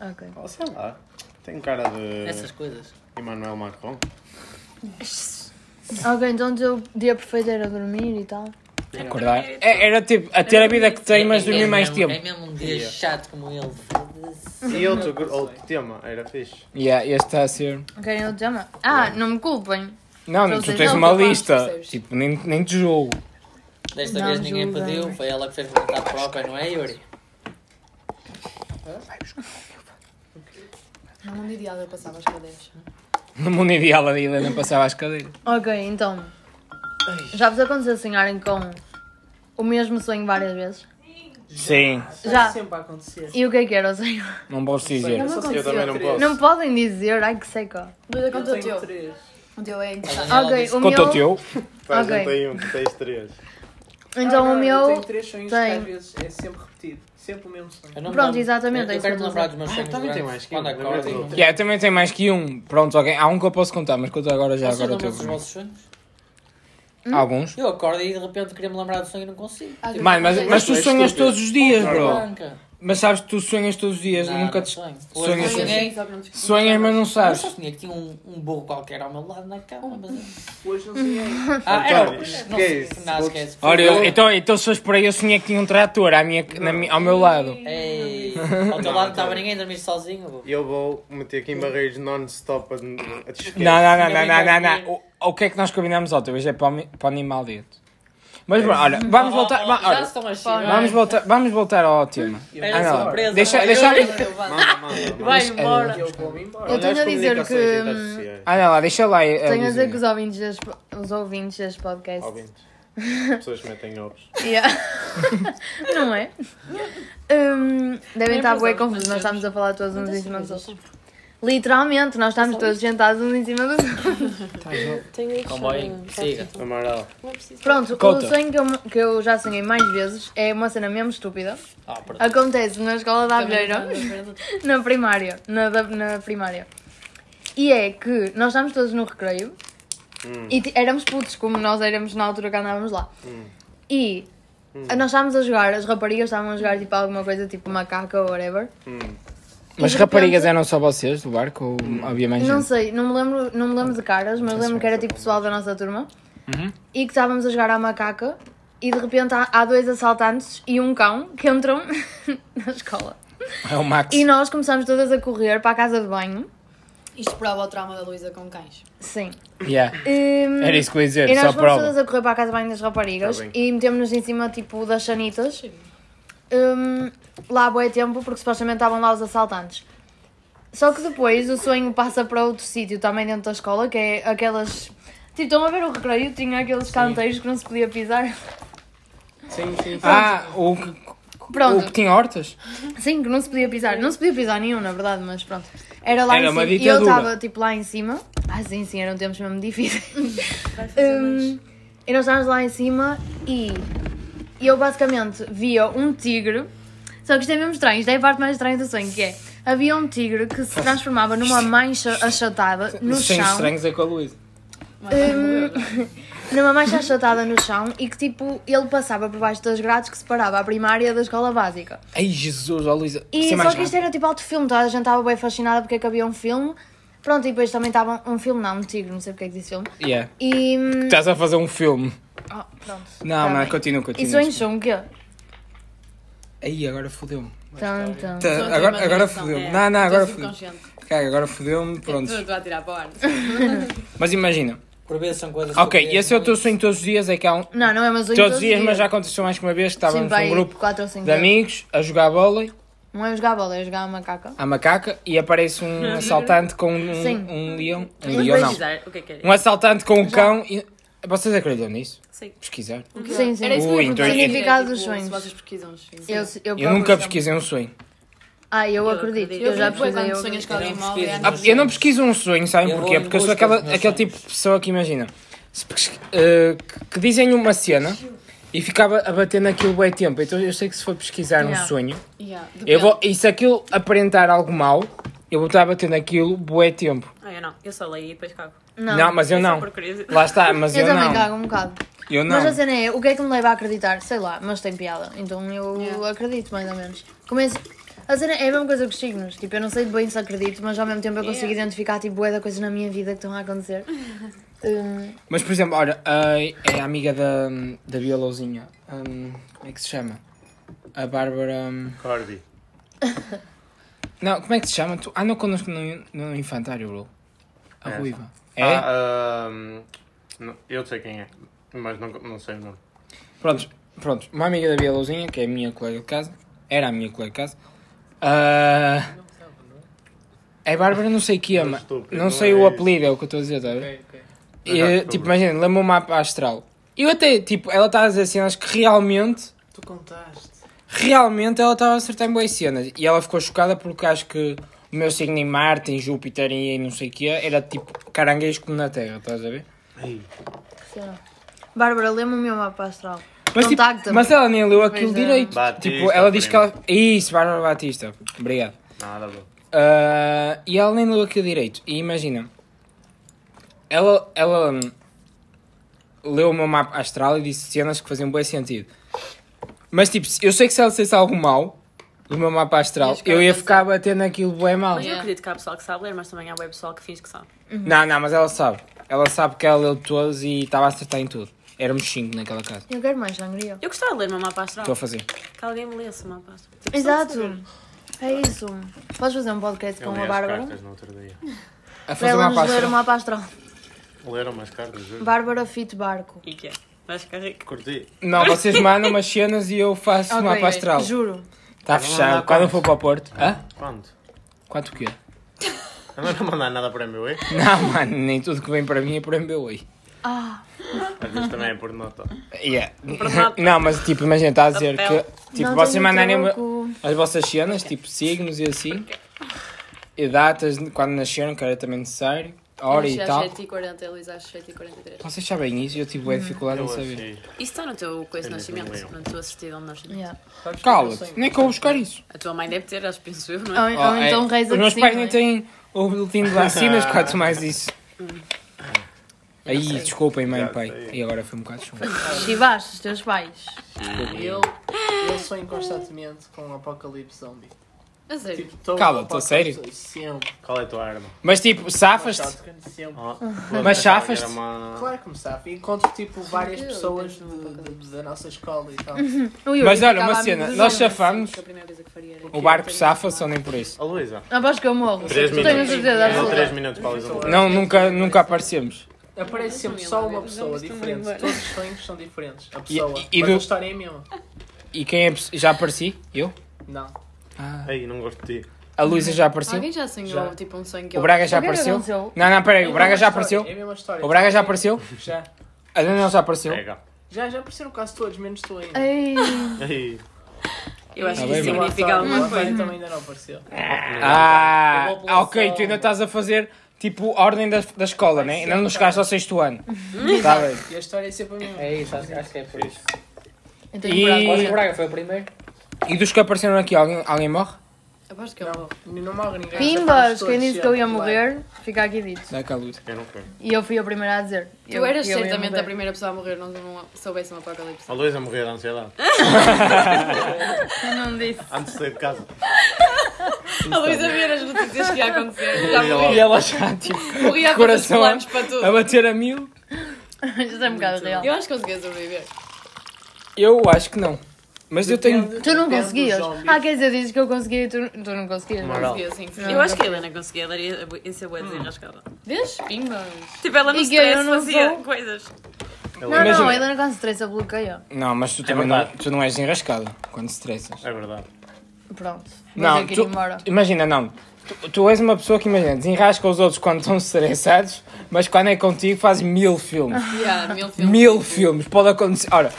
[SPEAKER 3] Ok.
[SPEAKER 2] Oh, sei lá. Tem cara de
[SPEAKER 4] Essas coisas.
[SPEAKER 2] Emmanuel Macron.
[SPEAKER 3] Ok, então o teu dia perfeito era dormir e tal.
[SPEAKER 1] Acordar. É, era tipo, a ter a vida que tem, mas
[SPEAKER 4] É
[SPEAKER 1] dormir mais
[SPEAKER 4] mesmo-
[SPEAKER 1] tempo.
[SPEAKER 4] É mesmo um dia
[SPEAKER 2] Yeah.
[SPEAKER 4] chato como ele. Foda-se.
[SPEAKER 2] E outro, gru- outro tema, era fixe.
[SPEAKER 1] Yeah, este está a ser.
[SPEAKER 3] Querem outro tema? Ah, não me culpem.
[SPEAKER 1] Não,
[SPEAKER 3] Então,
[SPEAKER 1] tu
[SPEAKER 3] vocês
[SPEAKER 1] tens
[SPEAKER 3] não
[SPEAKER 1] uma
[SPEAKER 3] ocupados,
[SPEAKER 1] lista.
[SPEAKER 5] percebes?
[SPEAKER 1] Tipo, nem, nem te jogo.
[SPEAKER 4] Desta
[SPEAKER 3] Não
[SPEAKER 4] vez ninguém
[SPEAKER 3] julguem.
[SPEAKER 4] pediu, foi ela que fez vontade própria, não é, Yuri?
[SPEAKER 5] No mundo ideal eu passava as cadeias.
[SPEAKER 1] <laughs> No mundo ideal a Helena passava às cadeiras.
[SPEAKER 3] Ok, então. Já vos aconteceu sonharem com o mesmo sonho várias vezes?
[SPEAKER 1] Sim,
[SPEAKER 3] Já.
[SPEAKER 6] sempre a acontecer.
[SPEAKER 3] E o que é que era o sonho?
[SPEAKER 1] não posso dizer.
[SPEAKER 5] Não me
[SPEAKER 2] Eu também não posso.
[SPEAKER 3] Não podem dizer, ai que seco.
[SPEAKER 5] Duda,
[SPEAKER 6] Eu
[SPEAKER 5] conta o
[SPEAKER 6] tenho
[SPEAKER 5] teu.
[SPEAKER 6] três.
[SPEAKER 5] O teu é interessante.
[SPEAKER 4] Ela
[SPEAKER 3] Ok,
[SPEAKER 4] disse-
[SPEAKER 3] o
[SPEAKER 1] Conta o
[SPEAKER 3] meu.
[SPEAKER 1] teu.
[SPEAKER 2] Faz
[SPEAKER 3] Ok.
[SPEAKER 2] gente aí um, tu tens três.
[SPEAKER 3] Então
[SPEAKER 6] Ah,
[SPEAKER 3] o
[SPEAKER 6] não,
[SPEAKER 3] meu.
[SPEAKER 6] Eu tenho três sonhos que
[SPEAKER 3] tem.
[SPEAKER 6] às vezes é sempre repetido. Sempre o mesmo sonho.
[SPEAKER 4] Eu não me
[SPEAKER 3] Pronto,
[SPEAKER 4] lembro-
[SPEAKER 3] exatamente, é
[SPEAKER 4] Eu,
[SPEAKER 3] isso
[SPEAKER 4] eu
[SPEAKER 3] que eu
[SPEAKER 4] quero me
[SPEAKER 3] estou a
[SPEAKER 4] lembrar dos
[SPEAKER 3] dizer.
[SPEAKER 4] meus
[SPEAKER 2] Ah,
[SPEAKER 4] sonhos.
[SPEAKER 2] também tem
[SPEAKER 4] durante-
[SPEAKER 2] mais que eu,
[SPEAKER 4] Quando
[SPEAKER 2] lembra-te
[SPEAKER 4] acordo,
[SPEAKER 2] do
[SPEAKER 4] não
[SPEAKER 2] outro.
[SPEAKER 1] Yeah, também tem mais que um. Pronto, ok. Há um que eu posso contar, mas conta agora já
[SPEAKER 4] Vocês
[SPEAKER 1] agora o teu.
[SPEAKER 4] lembram-se dos vossos sonhos?
[SPEAKER 1] Alguns.
[SPEAKER 4] Eu acordo e de repente queria me lembrar do sonho e não consigo.
[SPEAKER 5] Ah,
[SPEAKER 4] Tipo,
[SPEAKER 1] Mano, mas, mas tu
[SPEAKER 2] É
[SPEAKER 1] sonhas
[SPEAKER 2] estúpido.
[SPEAKER 1] todos os dias, bro.
[SPEAKER 4] branca.
[SPEAKER 1] Mas sabes que tu sonhas todos os dias. eu
[SPEAKER 4] Não,
[SPEAKER 1] nunca
[SPEAKER 4] não
[SPEAKER 1] te...
[SPEAKER 4] sonho.
[SPEAKER 1] sonhas-
[SPEAKER 4] Hoje sonhei-
[SPEAKER 1] Sonhas, mas não
[SPEAKER 4] Eu
[SPEAKER 1] sabes.
[SPEAKER 4] só sonhei que tinha um, um burro qualquer ao meu lado na cama,
[SPEAKER 3] <laughs>
[SPEAKER 4] mas...
[SPEAKER 6] Hoje não sei
[SPEAKER 4] Ah, era o...
[SPEAKER 2] António,
[SPEAKER 4] Não,
[SPEAKER 2] esquece.
[SPEAKER 4] não, esquece.
[SPEAKER 1] Olha, eu- então, então se fosse por aí, eu sonhei que tinha um trator à minha, na minha- ao meu lado.
[SPEAKER 4] Ei, ao teu
[SPEAKER 2] Não,
[SPEAKER 4] lado não
[SPEAKER 2] António.
[SPEAKER 4] estava ninguém a dormir sozinho. burro.
[SPEAKER 2] Eu vou meter aqui em barreiros non-stop a, a te esquecer.
[SPEAKER 1] Não, não, não, não,
[SPEAKER 4] Ainda
[SPEAKER 1] não,
[SPEAKER 4] bem
[SPEAKER 1] não,
[SPEAKER 4] que
[SPEAKER 1] não. O, o que é que nós combinamos ontem? Hoje é para o, mi- para o animal dito. Mas bom, olha, vamos
[SPEAKER 4] Oh,
[SPEAKER 1] voltar.
[SPEAKER 4] oh,
[SPEAKER 1] va-
[SPEAKER 4] Já
[SPEAKER 1] olha,
[SPEAKER 4] estão a chegar.
[SPEAKER 1] vamos voltar, vamos voltar ao tema.
[SPEAKER 6] é.
[SPEAKER 4] <laughs> Era
[SPEAKER 1] Ah, não.
[SPEAKER 4] surpresa.
[SPEAKER 1] Deixa-
[SPEAKER 4] vai.
[SPEAKER 1] deixa-
[SPEAKER 4] Eu-
[SPEAKER 2] Manda, manda, manda.
[SPEAKER 1] Mas,
[SPEAKER 3] Vai
[SPEAKER 1] é,
[SPEAKER 3] embora.
[SPEAKER 6] que eu vou-me embora.
[SPEAKER 3] Eu tenho a dizer
[SPEAKER 2] Olha as
[SPEAKER 3] que,
[SPEAKER 2] comunicações
[SPEAKER 3] hum,
[SPEAKER 2] sociais.
[SPEAKER 1] Olha lá, deixa lá. eh,
[SPEAKER 3] Tenho a dizer
[SPEAKER 1] Luísa.
[SPEAKER 3] que os ouvintes deste, os ouvintes deste
[SPEAKER 1] Ah,
[SPEAKER 3] podcast.
[SPEAKER 2] Ouvintes. As pessoas metem ovos.
[SPEAKER 3] <laughs> Yeah. <laughs> não é? Hum, devem
[SPEAKER 5] Nem
[SPEAKER 6] é
[SPEAKER 3] estar bem
[SPEAKER 5] precisamos,
[SPEAKER 3] confusos, nós
[SPEAKER 5] mas
[SPEAKER 3] estamos a falar todos uns em cima dos outros.
[SPEAKER 5] Mas
[SPEAKER 3] Literalmente, nós estamos todos sentados uns em cima dos outros.
[SPEAKER 7] Tenho aí que
[SPEAKER 4] Comboio,
[SPEAKER 7] chorar.
[SPEAKER 4] siga.
[SPEAKER 2] Amaral.
[SPEAKER 7] Não é preciso.
[SPEAKER 3] Pronto,
[SPEAKER 1] Conta.
[SPEAKER 3] o sonho que eu, que eu já sonhei mais vezes é uma cena mesmo estúpida.
[SPEAKER 4] Ah, pronto.
[SPEAKER 3] Acontece na escola da
[SPEAKER 5] Também
[SPEAKER 3] Abelheira,
[SPEAKER 5] não-
[SPEAKER 3] é? <laughs>
[SPEAKER 5] é
[SPEAKER 3] na primária. Na, da- na primária. E é que nós estávamos todos no recreio e ti- éramos putos, como nós éramos na altura que andávamos lá. E nós estávamos a jogar, as raparigas estavam a jogar tipo alguma coisa, tipo macaca ou whatever.
[SPEAKER 1] Mas
[SPEAKER 3] de
[SPEAKER 1] raparigas
[SPEAKER 3] repente-
[SPEAKER 1] eram só vocês do barco ou
[SPEAKER 3] Hum.
[SPEAKER 1] é havia mais
[SPEAKER 3] Não
[SPEAKER 1] gente?
[SPEAKER 3] sei, não me lembro, não me lembro de caras, mas lembro que era tipo pessoal da nossa turma.
[SPEAKER 5] Uhum.
[SPEAKER 3] E que estávamos a jogar à macaca e de repente há, há dois assaltantes e um cão que entram <laughs> na escola.
[SPEAKER 1] É o Max.
[SPEAKER 3] E nós começamos todas a correr para a casa de banho.
[SPEAKER 5] Isto prova o trauma da Luísa com cães.
[SPEAKER 3] Sim.
[SPEAKER 1] Yeah.
[SPEAKER 3] Hum,
[SPEAKER 1] Era isso que eu ia dizer,
[SPEAKER 3] E nós
[SPEAKER 1] só
[SPEAKER 3] fomos
[SPEAKER 1] prova.
[SPEAKER 3] todas a correr para a casa de banho das raparigas
[SPEAKER 2] Tá bem.
[SPEAKER 3] e metemos-nos em cima tipo das chanitas. Hum, lá há bué tempo porque supostamente estavam lá os assaltantes. Só que depois o sonho passa para outro sítio também dentro da escola, que é aquelas. Tipo, estão a ver o recreio? Tinha aqueles canteiros que não se podia pisar.
[SPEAKER 6] Sim, sim.
[SPEAKER 1] Ah, o que, o
[SPEAKER 3] Pronto,
[SPEAKER 1] que tinha hortas?
[SPEAKER 3] sim, que não se podia pisar. Não se podia pisar nenhum, na verdade, mas pronto. Era lá
[SPEAKER 1] Era
[SPEAKER 3] em
[SPEAKER 1] uma
[SPEAKER 3] cima. E eu
[SPEAKER 1] ditadura.
[SPEAKER 3] estava tipo lá em cima. Ah, sim, sim, eram tempos mesmo difíceis. Hum, e nós estávamos lá em cima e eu basicamente via um tigre. Só que isto é mesmo estranho, isto é a parte mais estranha do sonho, que é havia um tigre que se transformava numa mancha achatada no
[SPEAKER 1] Os sonhos
[SPEAKER 3] chão.
[SPEAKER 1] estranhos é com a Luísa.
[SPEAKER 3] Numa mancha achatada no chão e que tipo ele passava por baixo das grades que separava a primária da escola básica.
[SPEAKER 1] Ai Jesus, ó Luísa.
[SPEAKER 3] E
[SPEAKER 1] Sim,
[SPEAKER 3] só
[SPEAKER 1] mais
[SPEAKER 3] que
[SPEAKER 1] rápido.
[SPEAKER 3] isto tá? era tipo alto filme, toda a gente estava bem fascinada porque é que havia um filme. Pronto, e depois também estava um filme, não, um tigre, não sei porque é que disse filme.
[SPEAKER 1] Yeah.
[SPEAKER 3] E. hum,
[SPEAKER 1] Estás a fazer um filme.
[SPEAKER 3] ah, pronto.
[SPEAKER 1] Não,
[SPEAKER 3] tá
[SPEAKER 1] não,
[SPEAKER 3] bem.
[SPEAKER 1] continua,
[SPEAKER 3] E
[SPEAKER 1] continua.
[SPEAKER 3] sonhos são o quê?
[SPEAKER 1] Aí, agora fodeu-me.
[SPEAKER 3] Então, então.
[SPEAKER 1] Tá,
[SPEAKER 5] Só
[SPEAKER 1] agora
[SPEAKER 5] tem
[SPEAKER 1] agora
[SPEAKER 5] imaginação,
[SPEAKER 1] fodeu-me.
[SPEAKER 5] é.
[SPEAKER 1] Não, não,
[SPEAKER 5] Estou
[SPEAKER 1] agora fodeu-me.
[SPEAKER 5] subconsciente.
[SPEAKER 1] Caga, agora
[SPEAKER 3] É
[SPEAKER 1] fodeu-me, pronto.
[SPEAKER 5] Tudo estou a tirar para o ar.
[SPEAKER 1] Mas imagina.
[SPEAKER 4] Por vezes são coisas.
[SPEAKER 1] Ok,
[SPEAKER 4] que eu
[SPEAKER 1] esse é o teu
[SPEAKER 4] muito.
[SPEAKER 1] sonho todos os dias, é que há um...
[SPEAKER 3] Não, não é meu sonho.
[SPEAKER 1] Todos os dias, mas já aconteceu mais que uma vez que
[SPEAKER 3] Sim,
[SPEAKER 1] estávamos num
[SPEAKER 3] vai
[SPEAKER 1] grupo
[SPEAKER 3] quatro ou cinco
[SPEAKER 1] de amigos a jogar vôlei,
[SPEAKER 3] Não é jogar bola, é jogar macaca.
[SPEAKER 1] à macaca, e aparece um assaltante com um,
[SPEAKER 3] Sim.
[SPEAKER 1] um leão. Um
[SPEAKER 4] Vamos
[SPEAKER 1] leão, não.
[SPEAKER 4] pesquisar O que é que é?
[SPEAKER 1] Um assaltante com um cão e... Vocês acreditam nisso?
[SPEAKER 7] Sei.
[SPEAKER 1] Pesquisar?
[SPEAKER 3] Sim, sim.
[SPEAKER 5] Era isso que eu
[SPEAKER 1] Ui,
[SPEAKER 5] ia
[SPEAKER 1] então
[SPEAKER 5] perguntar.
[SPEAKER 1] é-
[SPEAKER 3] Significado dos
[SPEAKER 5] Tipo,
[SPEAKER 3] sonhos.
[SPEAKER 5] Se vocês pesquisam os sonhos.
[SPEAKER 3] Eu, eu,
[SPEAKER 1] Eu nunca
[SPEAKER 3] procuro.
[SPEAKER 1] pesquisei um sonho.
[SPEAKER 3] Ah, eu,
[SPEAKER 7] Eu
[SPEAKER 3] acredito.
[SPEAKER 7] acredito.
[SPEAKER 3] Eu já
[SPEAKER 5] Tipo, é
[SPEAKER 3] pesquisei.
[SPEAKER 5] quando
[SPEAKER 3] eu
[SPEAKER 5] sonhas com
[SPEAKER 3] acredito.
[SPEAKER 5] alguém
[SPEAKER 4] Não
[SPEAKER 5] mau,
[SPEAKER 4] pesquisas,
[SPEAKER 5] é
[SPEAKER 1] Ah,
[SPEAKER 4] Meus
[SPEAKER 1] eu não
[SPEAKER 4] sonhos.
[SPEAKER 1] pesquiso um sonho, sabem
[SPEAKER 4] Eu
[SPEAKER 1] porquê?
[SPEAKER 4] vou um em
[SPEAKER 1] Porque eu sou
[SPEAKER 4] busca
[SPEAKER 1] aquela,
[SPEAKER 4] dos meus
[SPEAKER 1] aquele
[SPEAKER 4] sonhos.
[SPEAKER 1] tipo de pessoa que imagina se pesqui- eh, que- que dizem uma cena e ficava a bater naquilo bem tempo. Então eu sei que se for pesquisar um
[SPEAKER 3] Yeah.
[SPEAKER 1] sonho,
[SPEAKER 5] Yeah, depende.
[SPEAKER 1] eu Ah, vou, e se aquilo aparentar algo mau, eu vou estar a bater naquilo bué tempo.
[SPEAKER 7] Ah, eu não. Eu só leio e depois cago.
[SPEAKER 1] Não,
[SPEAKER 3] Não,
[SPEAKER 1] mas eu
[SPEAKER 7] Foi só
[SPEAKER 1] não.
[SPEAKER 7] por curiosidade.
[SPEAKER 1] Lá está, mas eu,
[SPEAKER 3] eu também
[SPEAKER 1] não.
[SPEAKER 3] cago um bocado.
[SPEAKER 1] Eu não.
[SPEAKER 3] Mas a cena é, o que é que me leva a acreditar? Sei lá, mas tem piada. Então eu acredito, mais ou menos. Começo... A cena é a mesma coisa que os signos. Tipo, eu não sei de bem se acredito, mas ao mesmo tempo eu consigo identificar, tipo, bué da coisa na minha vida que estão a
[SPEAKER 7] <laughs>
[SPEAKER 3] acontecer. Hum,
[SPEAKER 1] Mas, por exemplo, olha, a, é a amiga da, da Bielouzinha. hum, como é que se chama? A Bárbara. hum,
[SPEAKER 2] Corby.
[SPEAKER 1] Não, como é que se chama? Tu andam connosco no, no infantário, bro. A
[SPEAKER 2] É.
[SPEAKER 1] Ruiva. É?
[SPEAKER 2] Ah, ahm, não- eu sei quem é, mas não, não sei o nome.
[SPEAKER 1] Pronto, pronto. Uma amiga da Bielouzinha, que é a minha colega de casa, era a minha colega de casa. ah, é Bárbara, não sei que ama.
[SPEAKER 2] estúpido,
[SPEAKER 1] Não
[SPEAKER 2] não
[SPEAKER 1] sei
[SPEAKER 2] é
[SPEAKER 1] o
[SPEAKER 2] isso.
[SPEAKER 1] apelido, é o que eu estou a dizer, tá a ver?
[SPEAKER 6] Ok, ok.
[SPEAKER 1] E,
[SPEAKER 2] Aham, sobre.
[SPEAKER 1] tipo, imagina, lembro o mapa astral. Eu até, tipo, ela está a dizer cenas que realmente,
[SPEAKER 6] Tu contaste.
[SPEAKER 1] realmente ela estava a acertar em boas cenas. E ela ficou chocada porque acho que o meu signo em Marte, em Júpiter e em não sei o que era tipo caranguejo como na Terra, estás a ver?
[SPEAKER 3] sei lá. Bárbara, lê-me o meu mapa astral.
[SPEAKER 1] Mas, tipo,
[SPEAKER 3] Contacta-me.
[SPEAKER 1] mas ela nem leu aquilo
[SPEAKER 3] Pois é.
[SPEAKER 1] direito.
[SPEAKER 2] Batista,
[SPEAKER 1] tipo, ela diz que
[SPEAKER 2] primo.
[SPEAKER 1] ela. Isso, Bárbara Batista. Obrigado.
[SPEAKER 2] Nada bom.
[SPEAKER 1] Ah, e ela nem leu aquilo direito. E imagina, ela, ela hum, leu o meu mapa astral e disse cenas que faziam bom sentido. Mas tipo, se- eu sei que se ela dissesse algo mau do meu mapa astral,
[SPEAKER 5] Ias ficar
[SPEAKER 1] eu ia
[SPEAKER 5] a
[SPEAKER 1] ficar batendo aquilo bem mal. Uhum.
[SPEAKER 7] Mas eu acredito que há pessoal que sabe ler, mas também há web pessoal que finge que sabe.
[SPEAKER 1] Não, não, mas ela sabe. Ela sabe que ela leu todos e estava a acertar em tudo. Éramos cinco naquela casa.
[SPEAKER 3] Eu quero mais sangria.
[SPEAKER 7] Eu gostava de ler uma mapa astral.
[SPEAKER 1] Estou a fazer.
[SPEAKER 7] Que alguém me lesse uma mapa astral. Tipo, só de
[SPEAKER 3] Exato.
[SPEAKER 7] saber.
[SPEAKER 3] É isso. Podes fazer um podcast
[SPEAKER 2] Eu
[SPEAKER 3] com
[SPEAKER 2] li
[SPEAKER 3] a
[SPEAKER 2] as
[SPEAKER 3] Bárbara?
[SPEAKER 2] cartas no outro dia.
[SPEAKER 1] A
[SPEAKER 3] Para
[SPEAKER 1] fazer o
[SPEAKER 3] ela
[SPEAKER 1] mapa
[SPEAKER 3] nos ler o
[SPEAKER 1] astral.
[SPEAKER 3] mapa astral.
[SPEAKER 2] Leram umas cartas, juro.
[SPEAKER 3] Bárbara Fit Barco.
[SPEAKER 7] E que é? Vais ficar rico.
[SPEAKER 2] Curti.
[SPEAKER 1] Não, vocês mandam umas cenas e eu faço o
[SPEAKER 3] Ok,
[SPEAKER 1] um mapa astral.
[SPEAKER 3] Juro.
[SPEAKER 1] Está
[SPEAKER 2] Vou
[SPEAKER 1] fechado.
[SPEAKER 2] mandar
[SPEAKER 1] Quando eu
[SPEAKER 2] quantos?
[SPEAKER 1] for para o Porto. Hã?
[SPEAKER 2] Quanto?
[SPEAKER 1] Quanto é? o quê?
[SPEAKER 2] Eu não vou mandar nada para mim, hein?
[SPEAKER 1] Não, mano, nem tudo que vem para mim é para meu aí.
[SPEAKER 2] Às vezes também é por nota.
[SPEAKER 1] Yeah. <laughs>
[SPEAKER 7] Pronto.
[SPEAKER 1] Não, mas tipo, imagina, está a dizer
[SPEAKER 7] Papel.
[SPEAKER 1] que tipo,
[SPEAKER 3] Não
[SPEAKER 1] vocês
[SPEAKER 3] tenho
[SPEAKER 1] mandarem
[SPEAKER 3] troco.
[SPEAKER 1] as vossas cenas, tipo signos e assim, e datas de quando nasceram, que era também necessário, a hora e
[SPEAKER 5] Às
[SPEAKER 1] tal.
[SPEAKER 3] tipo-
[SPEAKER 5] 7h40, Luís, às 7h43.
[SPEAKER 1] Vocês sabem isso? Eu tive
[SPEAKER 3] Uhum.
[SPEAKER 1] tipo, dificuldade em
[SPEAKER 2] Eu
[SPEAKER 1] saber.
[SPEAKER 2] achei.
[SPEAKER 7] Isso está no teu coisa de
[SPEAKER 2] Eu
[SPEAKER 7] nascimento,
[SPEAKER 2] não leio.
[SPEAKER 7] na tua certidão de nascimento.
[SPEAKER 3] Yeah.
[SPEAKER 6] Sabes que eu
[SPEAKER 1] Cala-te,
[SPEAKER 6] sonho?
[SPEAKER 1] nem que eu vou buscar isso.
[SPEAKER 7] A tua mãe deve ter, acho que penso eu, não é?
[SPEAKER 3] Ou, ou
[SPEAKER 1] Oh, é,
[SPEAKER 3] então reis
[SPEAKER 1] os meus pais nem
[SPEAKER 3] não é? Hum.
[SPEAKER 1] têm o boletim de vacinas, quanto mais isso. Aí, desculpem, mãe e
[SPEAKER 2] Já
[SPEAKER 1] pai.
[SPEAKER 2] sei.
[SPEAKER 1] E agora foi um bocado chungo.
[SPEAKER 3] Chivas, os teus pais.
[SPEAKER 6] Eu, eu sonho constantemente com um apocalipse zombie.
[SPEAKER 5] A sério.
[SPEAKER 6] Tipo, tô
[SPEAKER 1] Cala-te,
[SPEAKER 6] com
[SPEAKER 1] a sério?
[SPEAKER 6] apocalipse Sempre.
[SPEAKER 2] Qual é a tua arma?
[SPEAKER 1] Mas tipo, safas-te?
[SPEAKER 6] Shotgun
[SPEAKER 1] <laughs>
[SPEAKER 6] sempre.
[SPEAKER 2] Oh,
[SPEAKER 1] Mas
[SPEAKER 2] pensava que
[SPEAKER 1] chafas-te?
[SPEAKER 2] era uma-
[SPEAKER 6] Claro que me safa. Encontro tipo várias
[SPEAKER 5] Eu
[SPEAKER 6] pessoas
[SPEAKER 5] tenho um
[SPEAKER 6] de- de- da nossa escola e tal.
[SPEAKER 3] O Yuri
[SPEAKER 1] Mas olha,
[SPEAKER 3] ficava
[SPEAKER 1] uma
[SPEAKER 3] amigo
[SPEAKER 1] cena,
[SPEAKER 3] dos
[SPEAKER 1] nós
[SPEAKER 3] homens.
[SPEAKER 1] chafamos,
[SPEAKER 5] A primeira coisa que faria era.
[SPEAKER 1] o barco safa só nem por isso.
[SPEAKER 2] Ó, Luísa.
[SPEAKER 3] Aposto que eu morro.
[SPEAKER 2] Três
[SPEAKER 3] Tu tens a
[SPEAKER 2] minutos.
[SPEAKER 3] certeza
[SPEAKER 2] Deu
[SPEAKER 3] absoluta.
[SPEAKER 2] 3 minutos para a Luísa. morrer.
[SPEAKER 1] Não, nunca, nunca aparecemos.
[SPEAKER 6] Aparece sempre só uma pessoa diferente. Todos os sonhos são diferentes. A pessoa.
[SPEAKER 1] e
[SPEAKER 6] mas
[SPEAKER 1] do-
[SPEAKER 6] a história é a mesma.
[SPEAKER 1] E quem é, a pessoa- já apareci? Eu?
[SPEAKER 6] Não.
[SPEAKER 2] Ei, não gosto de ti.
[SPEAKER 1] A Luísa já apareceu?
[SPEAKER 5] Alguém já sonhou,
[SPEAKER 6] Já.
[SPEAKER 5] tipo, um sonho que
[SPEAKER 1] O Braga já
[SPEAKER 3] O que é que
[SPEAKER 1] apareceu?
[SPEAKER 3] aconteceu?
[SPEAKER 1] Não, não, peraí, o Braga já
[SPEAKER 6] É a mesma
[SPEAKER 1] apareceu?
[SPEAKER 6] história, É a mesma história.
[SPEAKER 1] O Braga já apareceu?
[SPEAKER 6] Já.
[SPEAKER 1] A Daniel já apareceu?
[SPEAKER 2] Pega.
[SPEAKER 6] Já, já apareceram quase todos, menos tu ainda.
[SPEAKER 3] Ei,
[SPEAKER 2] Ei.
[SPEAKER 7] Eu acho
[SPEAKER 1] Tá
[SPEAKER 7] que
[SPEAKER 1] bem,
[SPEAKER 7] isso
[SPEAKER 1] mano.
[SPEAKER 7] significa alguma coisa.
[SPEAKER 6] também ainda não apareceu.
[SPEAKER 1] Ah,
[SPEAKER 4] Eu vou pela
[SPEAKER 1] ok,
[SPEAKER 4] sala.
[SPEAKER 1] tu ainda estás a fazer tipo a ordem da, da escola, né? Ainda não chegaste ao sexto ano. Está bem.
[SPEAKER 6] E a história é sempre a mesma.
[SPEAKER 4] É isso, acho, acho que é por isso.
[SPEAKER 3] Então, eu
[SPEAKER 1] E-
[SPEAKER 3] tenho buraco.
[SPEAKER 4] Olha, o Braga foi o primeiro.
[SPEAKER 1] E dos que apareceram aqui, alguém, alguém morre?
[SPEAKER 5] Aposto que eu vou.
[SPEAKER 6] Não, não morre ninguém.
[SPEAKER 3] Pimbas,
[SPEAKER 6] Já
[SPEAKER 3] quem disse que eu ia
[SPEAKER 6] todos,
[SPEAKER 3] morrer, fica aqui dito.
[SPEAKER 1] Dá cá a luz.
[SPEAKER 2] Eu não quero.
[SPEAKER 3] E eu fui a primeira a dizer.
[SPEAKER 5] Tu
[SPEAKER 3] Eu-
[SPEAKER 5] eras
[SPEAKER 3] eu ia
[SPEAKER 5] certamente
[SPEAKER 3] morrer.
[SPEAKER 5] a primeira pessoa a morrer, não, não soubesse um apocalipse.
[SPEAKER 2] A Luísa morreu de ansiedade.
[SPEAKER 3] <laughs> Eu não disse.
[SPEAKER 2] Antes de sair de casa.
[SPEAKER 5] A Luísa vê as notícias que ia
[SPEAKER 1] <laughs>
[SPEAKER 5] acontecer. Já
[SPEAKER 1] E
[SPEAKER 5] morria.
[SPEAKER 1] ela já, tipo,
[SPEAKER 5] Morria a fazer os
[SPEAKER 1] coração
[SPEAKER 5] planos para
[SPEAKER 1] a
[SPEAKER 5] tudo.
[SPEAKER 1] bater a mil.
[SPEAKER 3] <laughs> Isso é um bocado real.
[SPEAKER 5] Eu acho que conseguia sobreviver.
[SPEAKER 1] Eu acho que não. Mas eu tenho.
[SPEAKER 3] Tu não
[SPEAKER 6] Depende dos
[SPEAKER 3] conseguias?
[SPEAKER 6] zombies.
[SPEAKER 3] Ah, quer dizer, dizes que eu conseguia e tu, tu não conseguias.
[SPEAKER 4] Moral.
[SPEAKER 5] Conseguia, sim.
[SPEAKER 7] Eu acho que a Helena conseguia dar esse
[SPEAKER 1] Hum.
[SPEAKER 7] boa é desenrascada.
[SPEAKER 5] Vês? Pimbas.
[SPEAKER 7] Tipo, ela no
[SPEAKER 3] E que eu
[SPEAKER 7] stress
[SPEAKER 3] não
[SPEAKER 7] fazia
[SPEAKER 3] sou.
[SPEAKER 7] coisas.
[SPEAKER 3] Não, não,
[SPEAKER 1] Imagina.
[SPEAKER 3] a Helena quando se estressa bloqueia.
[SPEAKER 1] Não, mas tu também não,
[SPEAKER 2] verdade.
[SPEAKER 1] tu não és enrascada quando estressas.
[SPEAKER 2] É verdade.
[SPEAKER 3] Pronto.
[SPEAKER 1] Não,
[SPEAKER 3] Não, que ir
[SPEAKER 1] tu-
[SPEAKER 3] <laughs> embora.
[SPEAKER 1] imagina, não. Tu, tu és uma pessoa que imagina, desenrasca os outros quando estão <laughs> estressados, mas quando é contigo fazes mil filmes.
[SPEAKER 3] <laughs>
[SPEAKER 5] <laughs> Yeah, mil filmes.
[SPEAKER 1] mil filmes. Pode acontecer. Ora,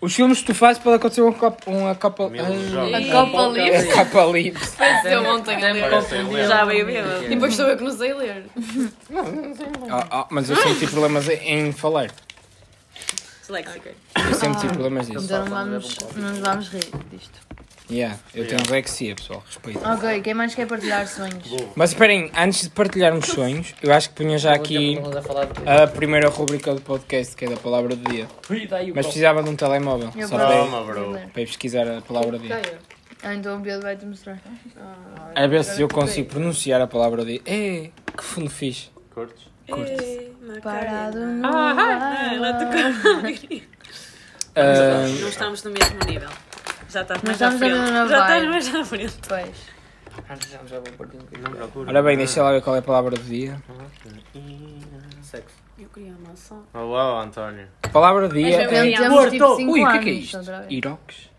[SPEAKER 1] os filmes que tu fazes pode acontecer um capa. Um capa.
[SPEAKER 2] Mil jogos.
[SPEAKER 1] Ah, um
[SPEAKER 5] Ih,
[SPEAKER 3] Copa
[SPEAKER 5] ok.
[SPEAKER 1] <laughs>
[SPEAKER 3] livre.
[SPEAKER 1] Apocalipse.
[SPEAKER 5] Eu ontem
[SPEAKER 3] né?
[SPEAKER 5] a ler.
[SPEAKER 7] Já veio é mesmo.
[SPEAKER 5] E depois sou eu que não sei ler.
[SPEAKER 1] Ah, ah, mas eu sempre tive problemas em em falar.
[SPEAKER 7] Disléxica.
[SPEAKER 1] Eu sempre tive problemas disso.
[SPEAKER 3] Então não vamos, não nos vamos rir disto.
[SPEAKER 1] Yeah, eu tenho lexia, pessoal. Respeito.
[SPEAKER 3] Ok, quem mais quer partilhar sonhos?
[SPEAKER 1] Mas esperem, antes de partilharmos sonhos, eu acho que punha já aqui Ah,
[SPEAKER 4] Estamos a falar de...
[SPEAKER 1] a primeira rubrica do podcast, que é da palavra do dia.
[SPEAKER 4] Ui, dá aí o
[SPEAKER 1] Mas
[SPEAKER 4] copo.
[SPEAKER 1] precisava de um telemóvel,
[SPEAKER 3] Eu
[SPEAKER 1] só
[SPEAKER 3] vou-
[SPEAKER 1] para,
[SPEAKER 2] Toma, bro.
[SPEAKER 1] para ir pesquisar a palavra do dia.
[SPEAKER 3] Ah, então o Pedro vai te mostrar.
[SPEAKER 1] A ver se eu consigo pronunciar a palavra do dia. É, que fundo fixe.
[SPEAKER 2] Curtes?
[SPEAKER 7] Ei, Macarena.
[SPEAKER 3] Parado no
[SPEAKER 7] Ah, ela tocou.
[SPEAKER 1] Ah,
[SPEAKER 7] Não estamos no mesmo nível. Já estás mais à
[SPEAKER 3] estamos
[SPEAKER 7] frente.
[SPEAKER 3] na mesma
[SPEAKER 7] Já estás
[SPEAKER 3] vibe.
[SPEAKER 7] mais à frente.
[SPEAKER 3] Pois.
[SPEAKER 4] Antes já já vou partir um
[SPEAKER 2] Não
[SPEAKER 4] bocadinho.
[SPEAKER 2] procura.
[SPEAKER 1] ora bem, deixa lá ver qual é a palavra do dia.
[SPEAKER 4] Sexo.
[SPEAKER 7] Eu queria uma maçã.
[SPEAKER 2] Olá, António.
[SPEAKER 1] A palavra do dia
[SPEAKER 7] Mas eu-
[SPEAKER 1] é...
[SPEAKER 3] Então temos
[SPEAKER 1] Morto!
[SPEAKER 3] tipo 5
[SPEAKER 1] Ui, o
[SPEAKER 3] anos.
[SPEAKER 1] que é que é isto?
[SPEAKER 3] outra vez.
[SPEAKER 1] Iroques?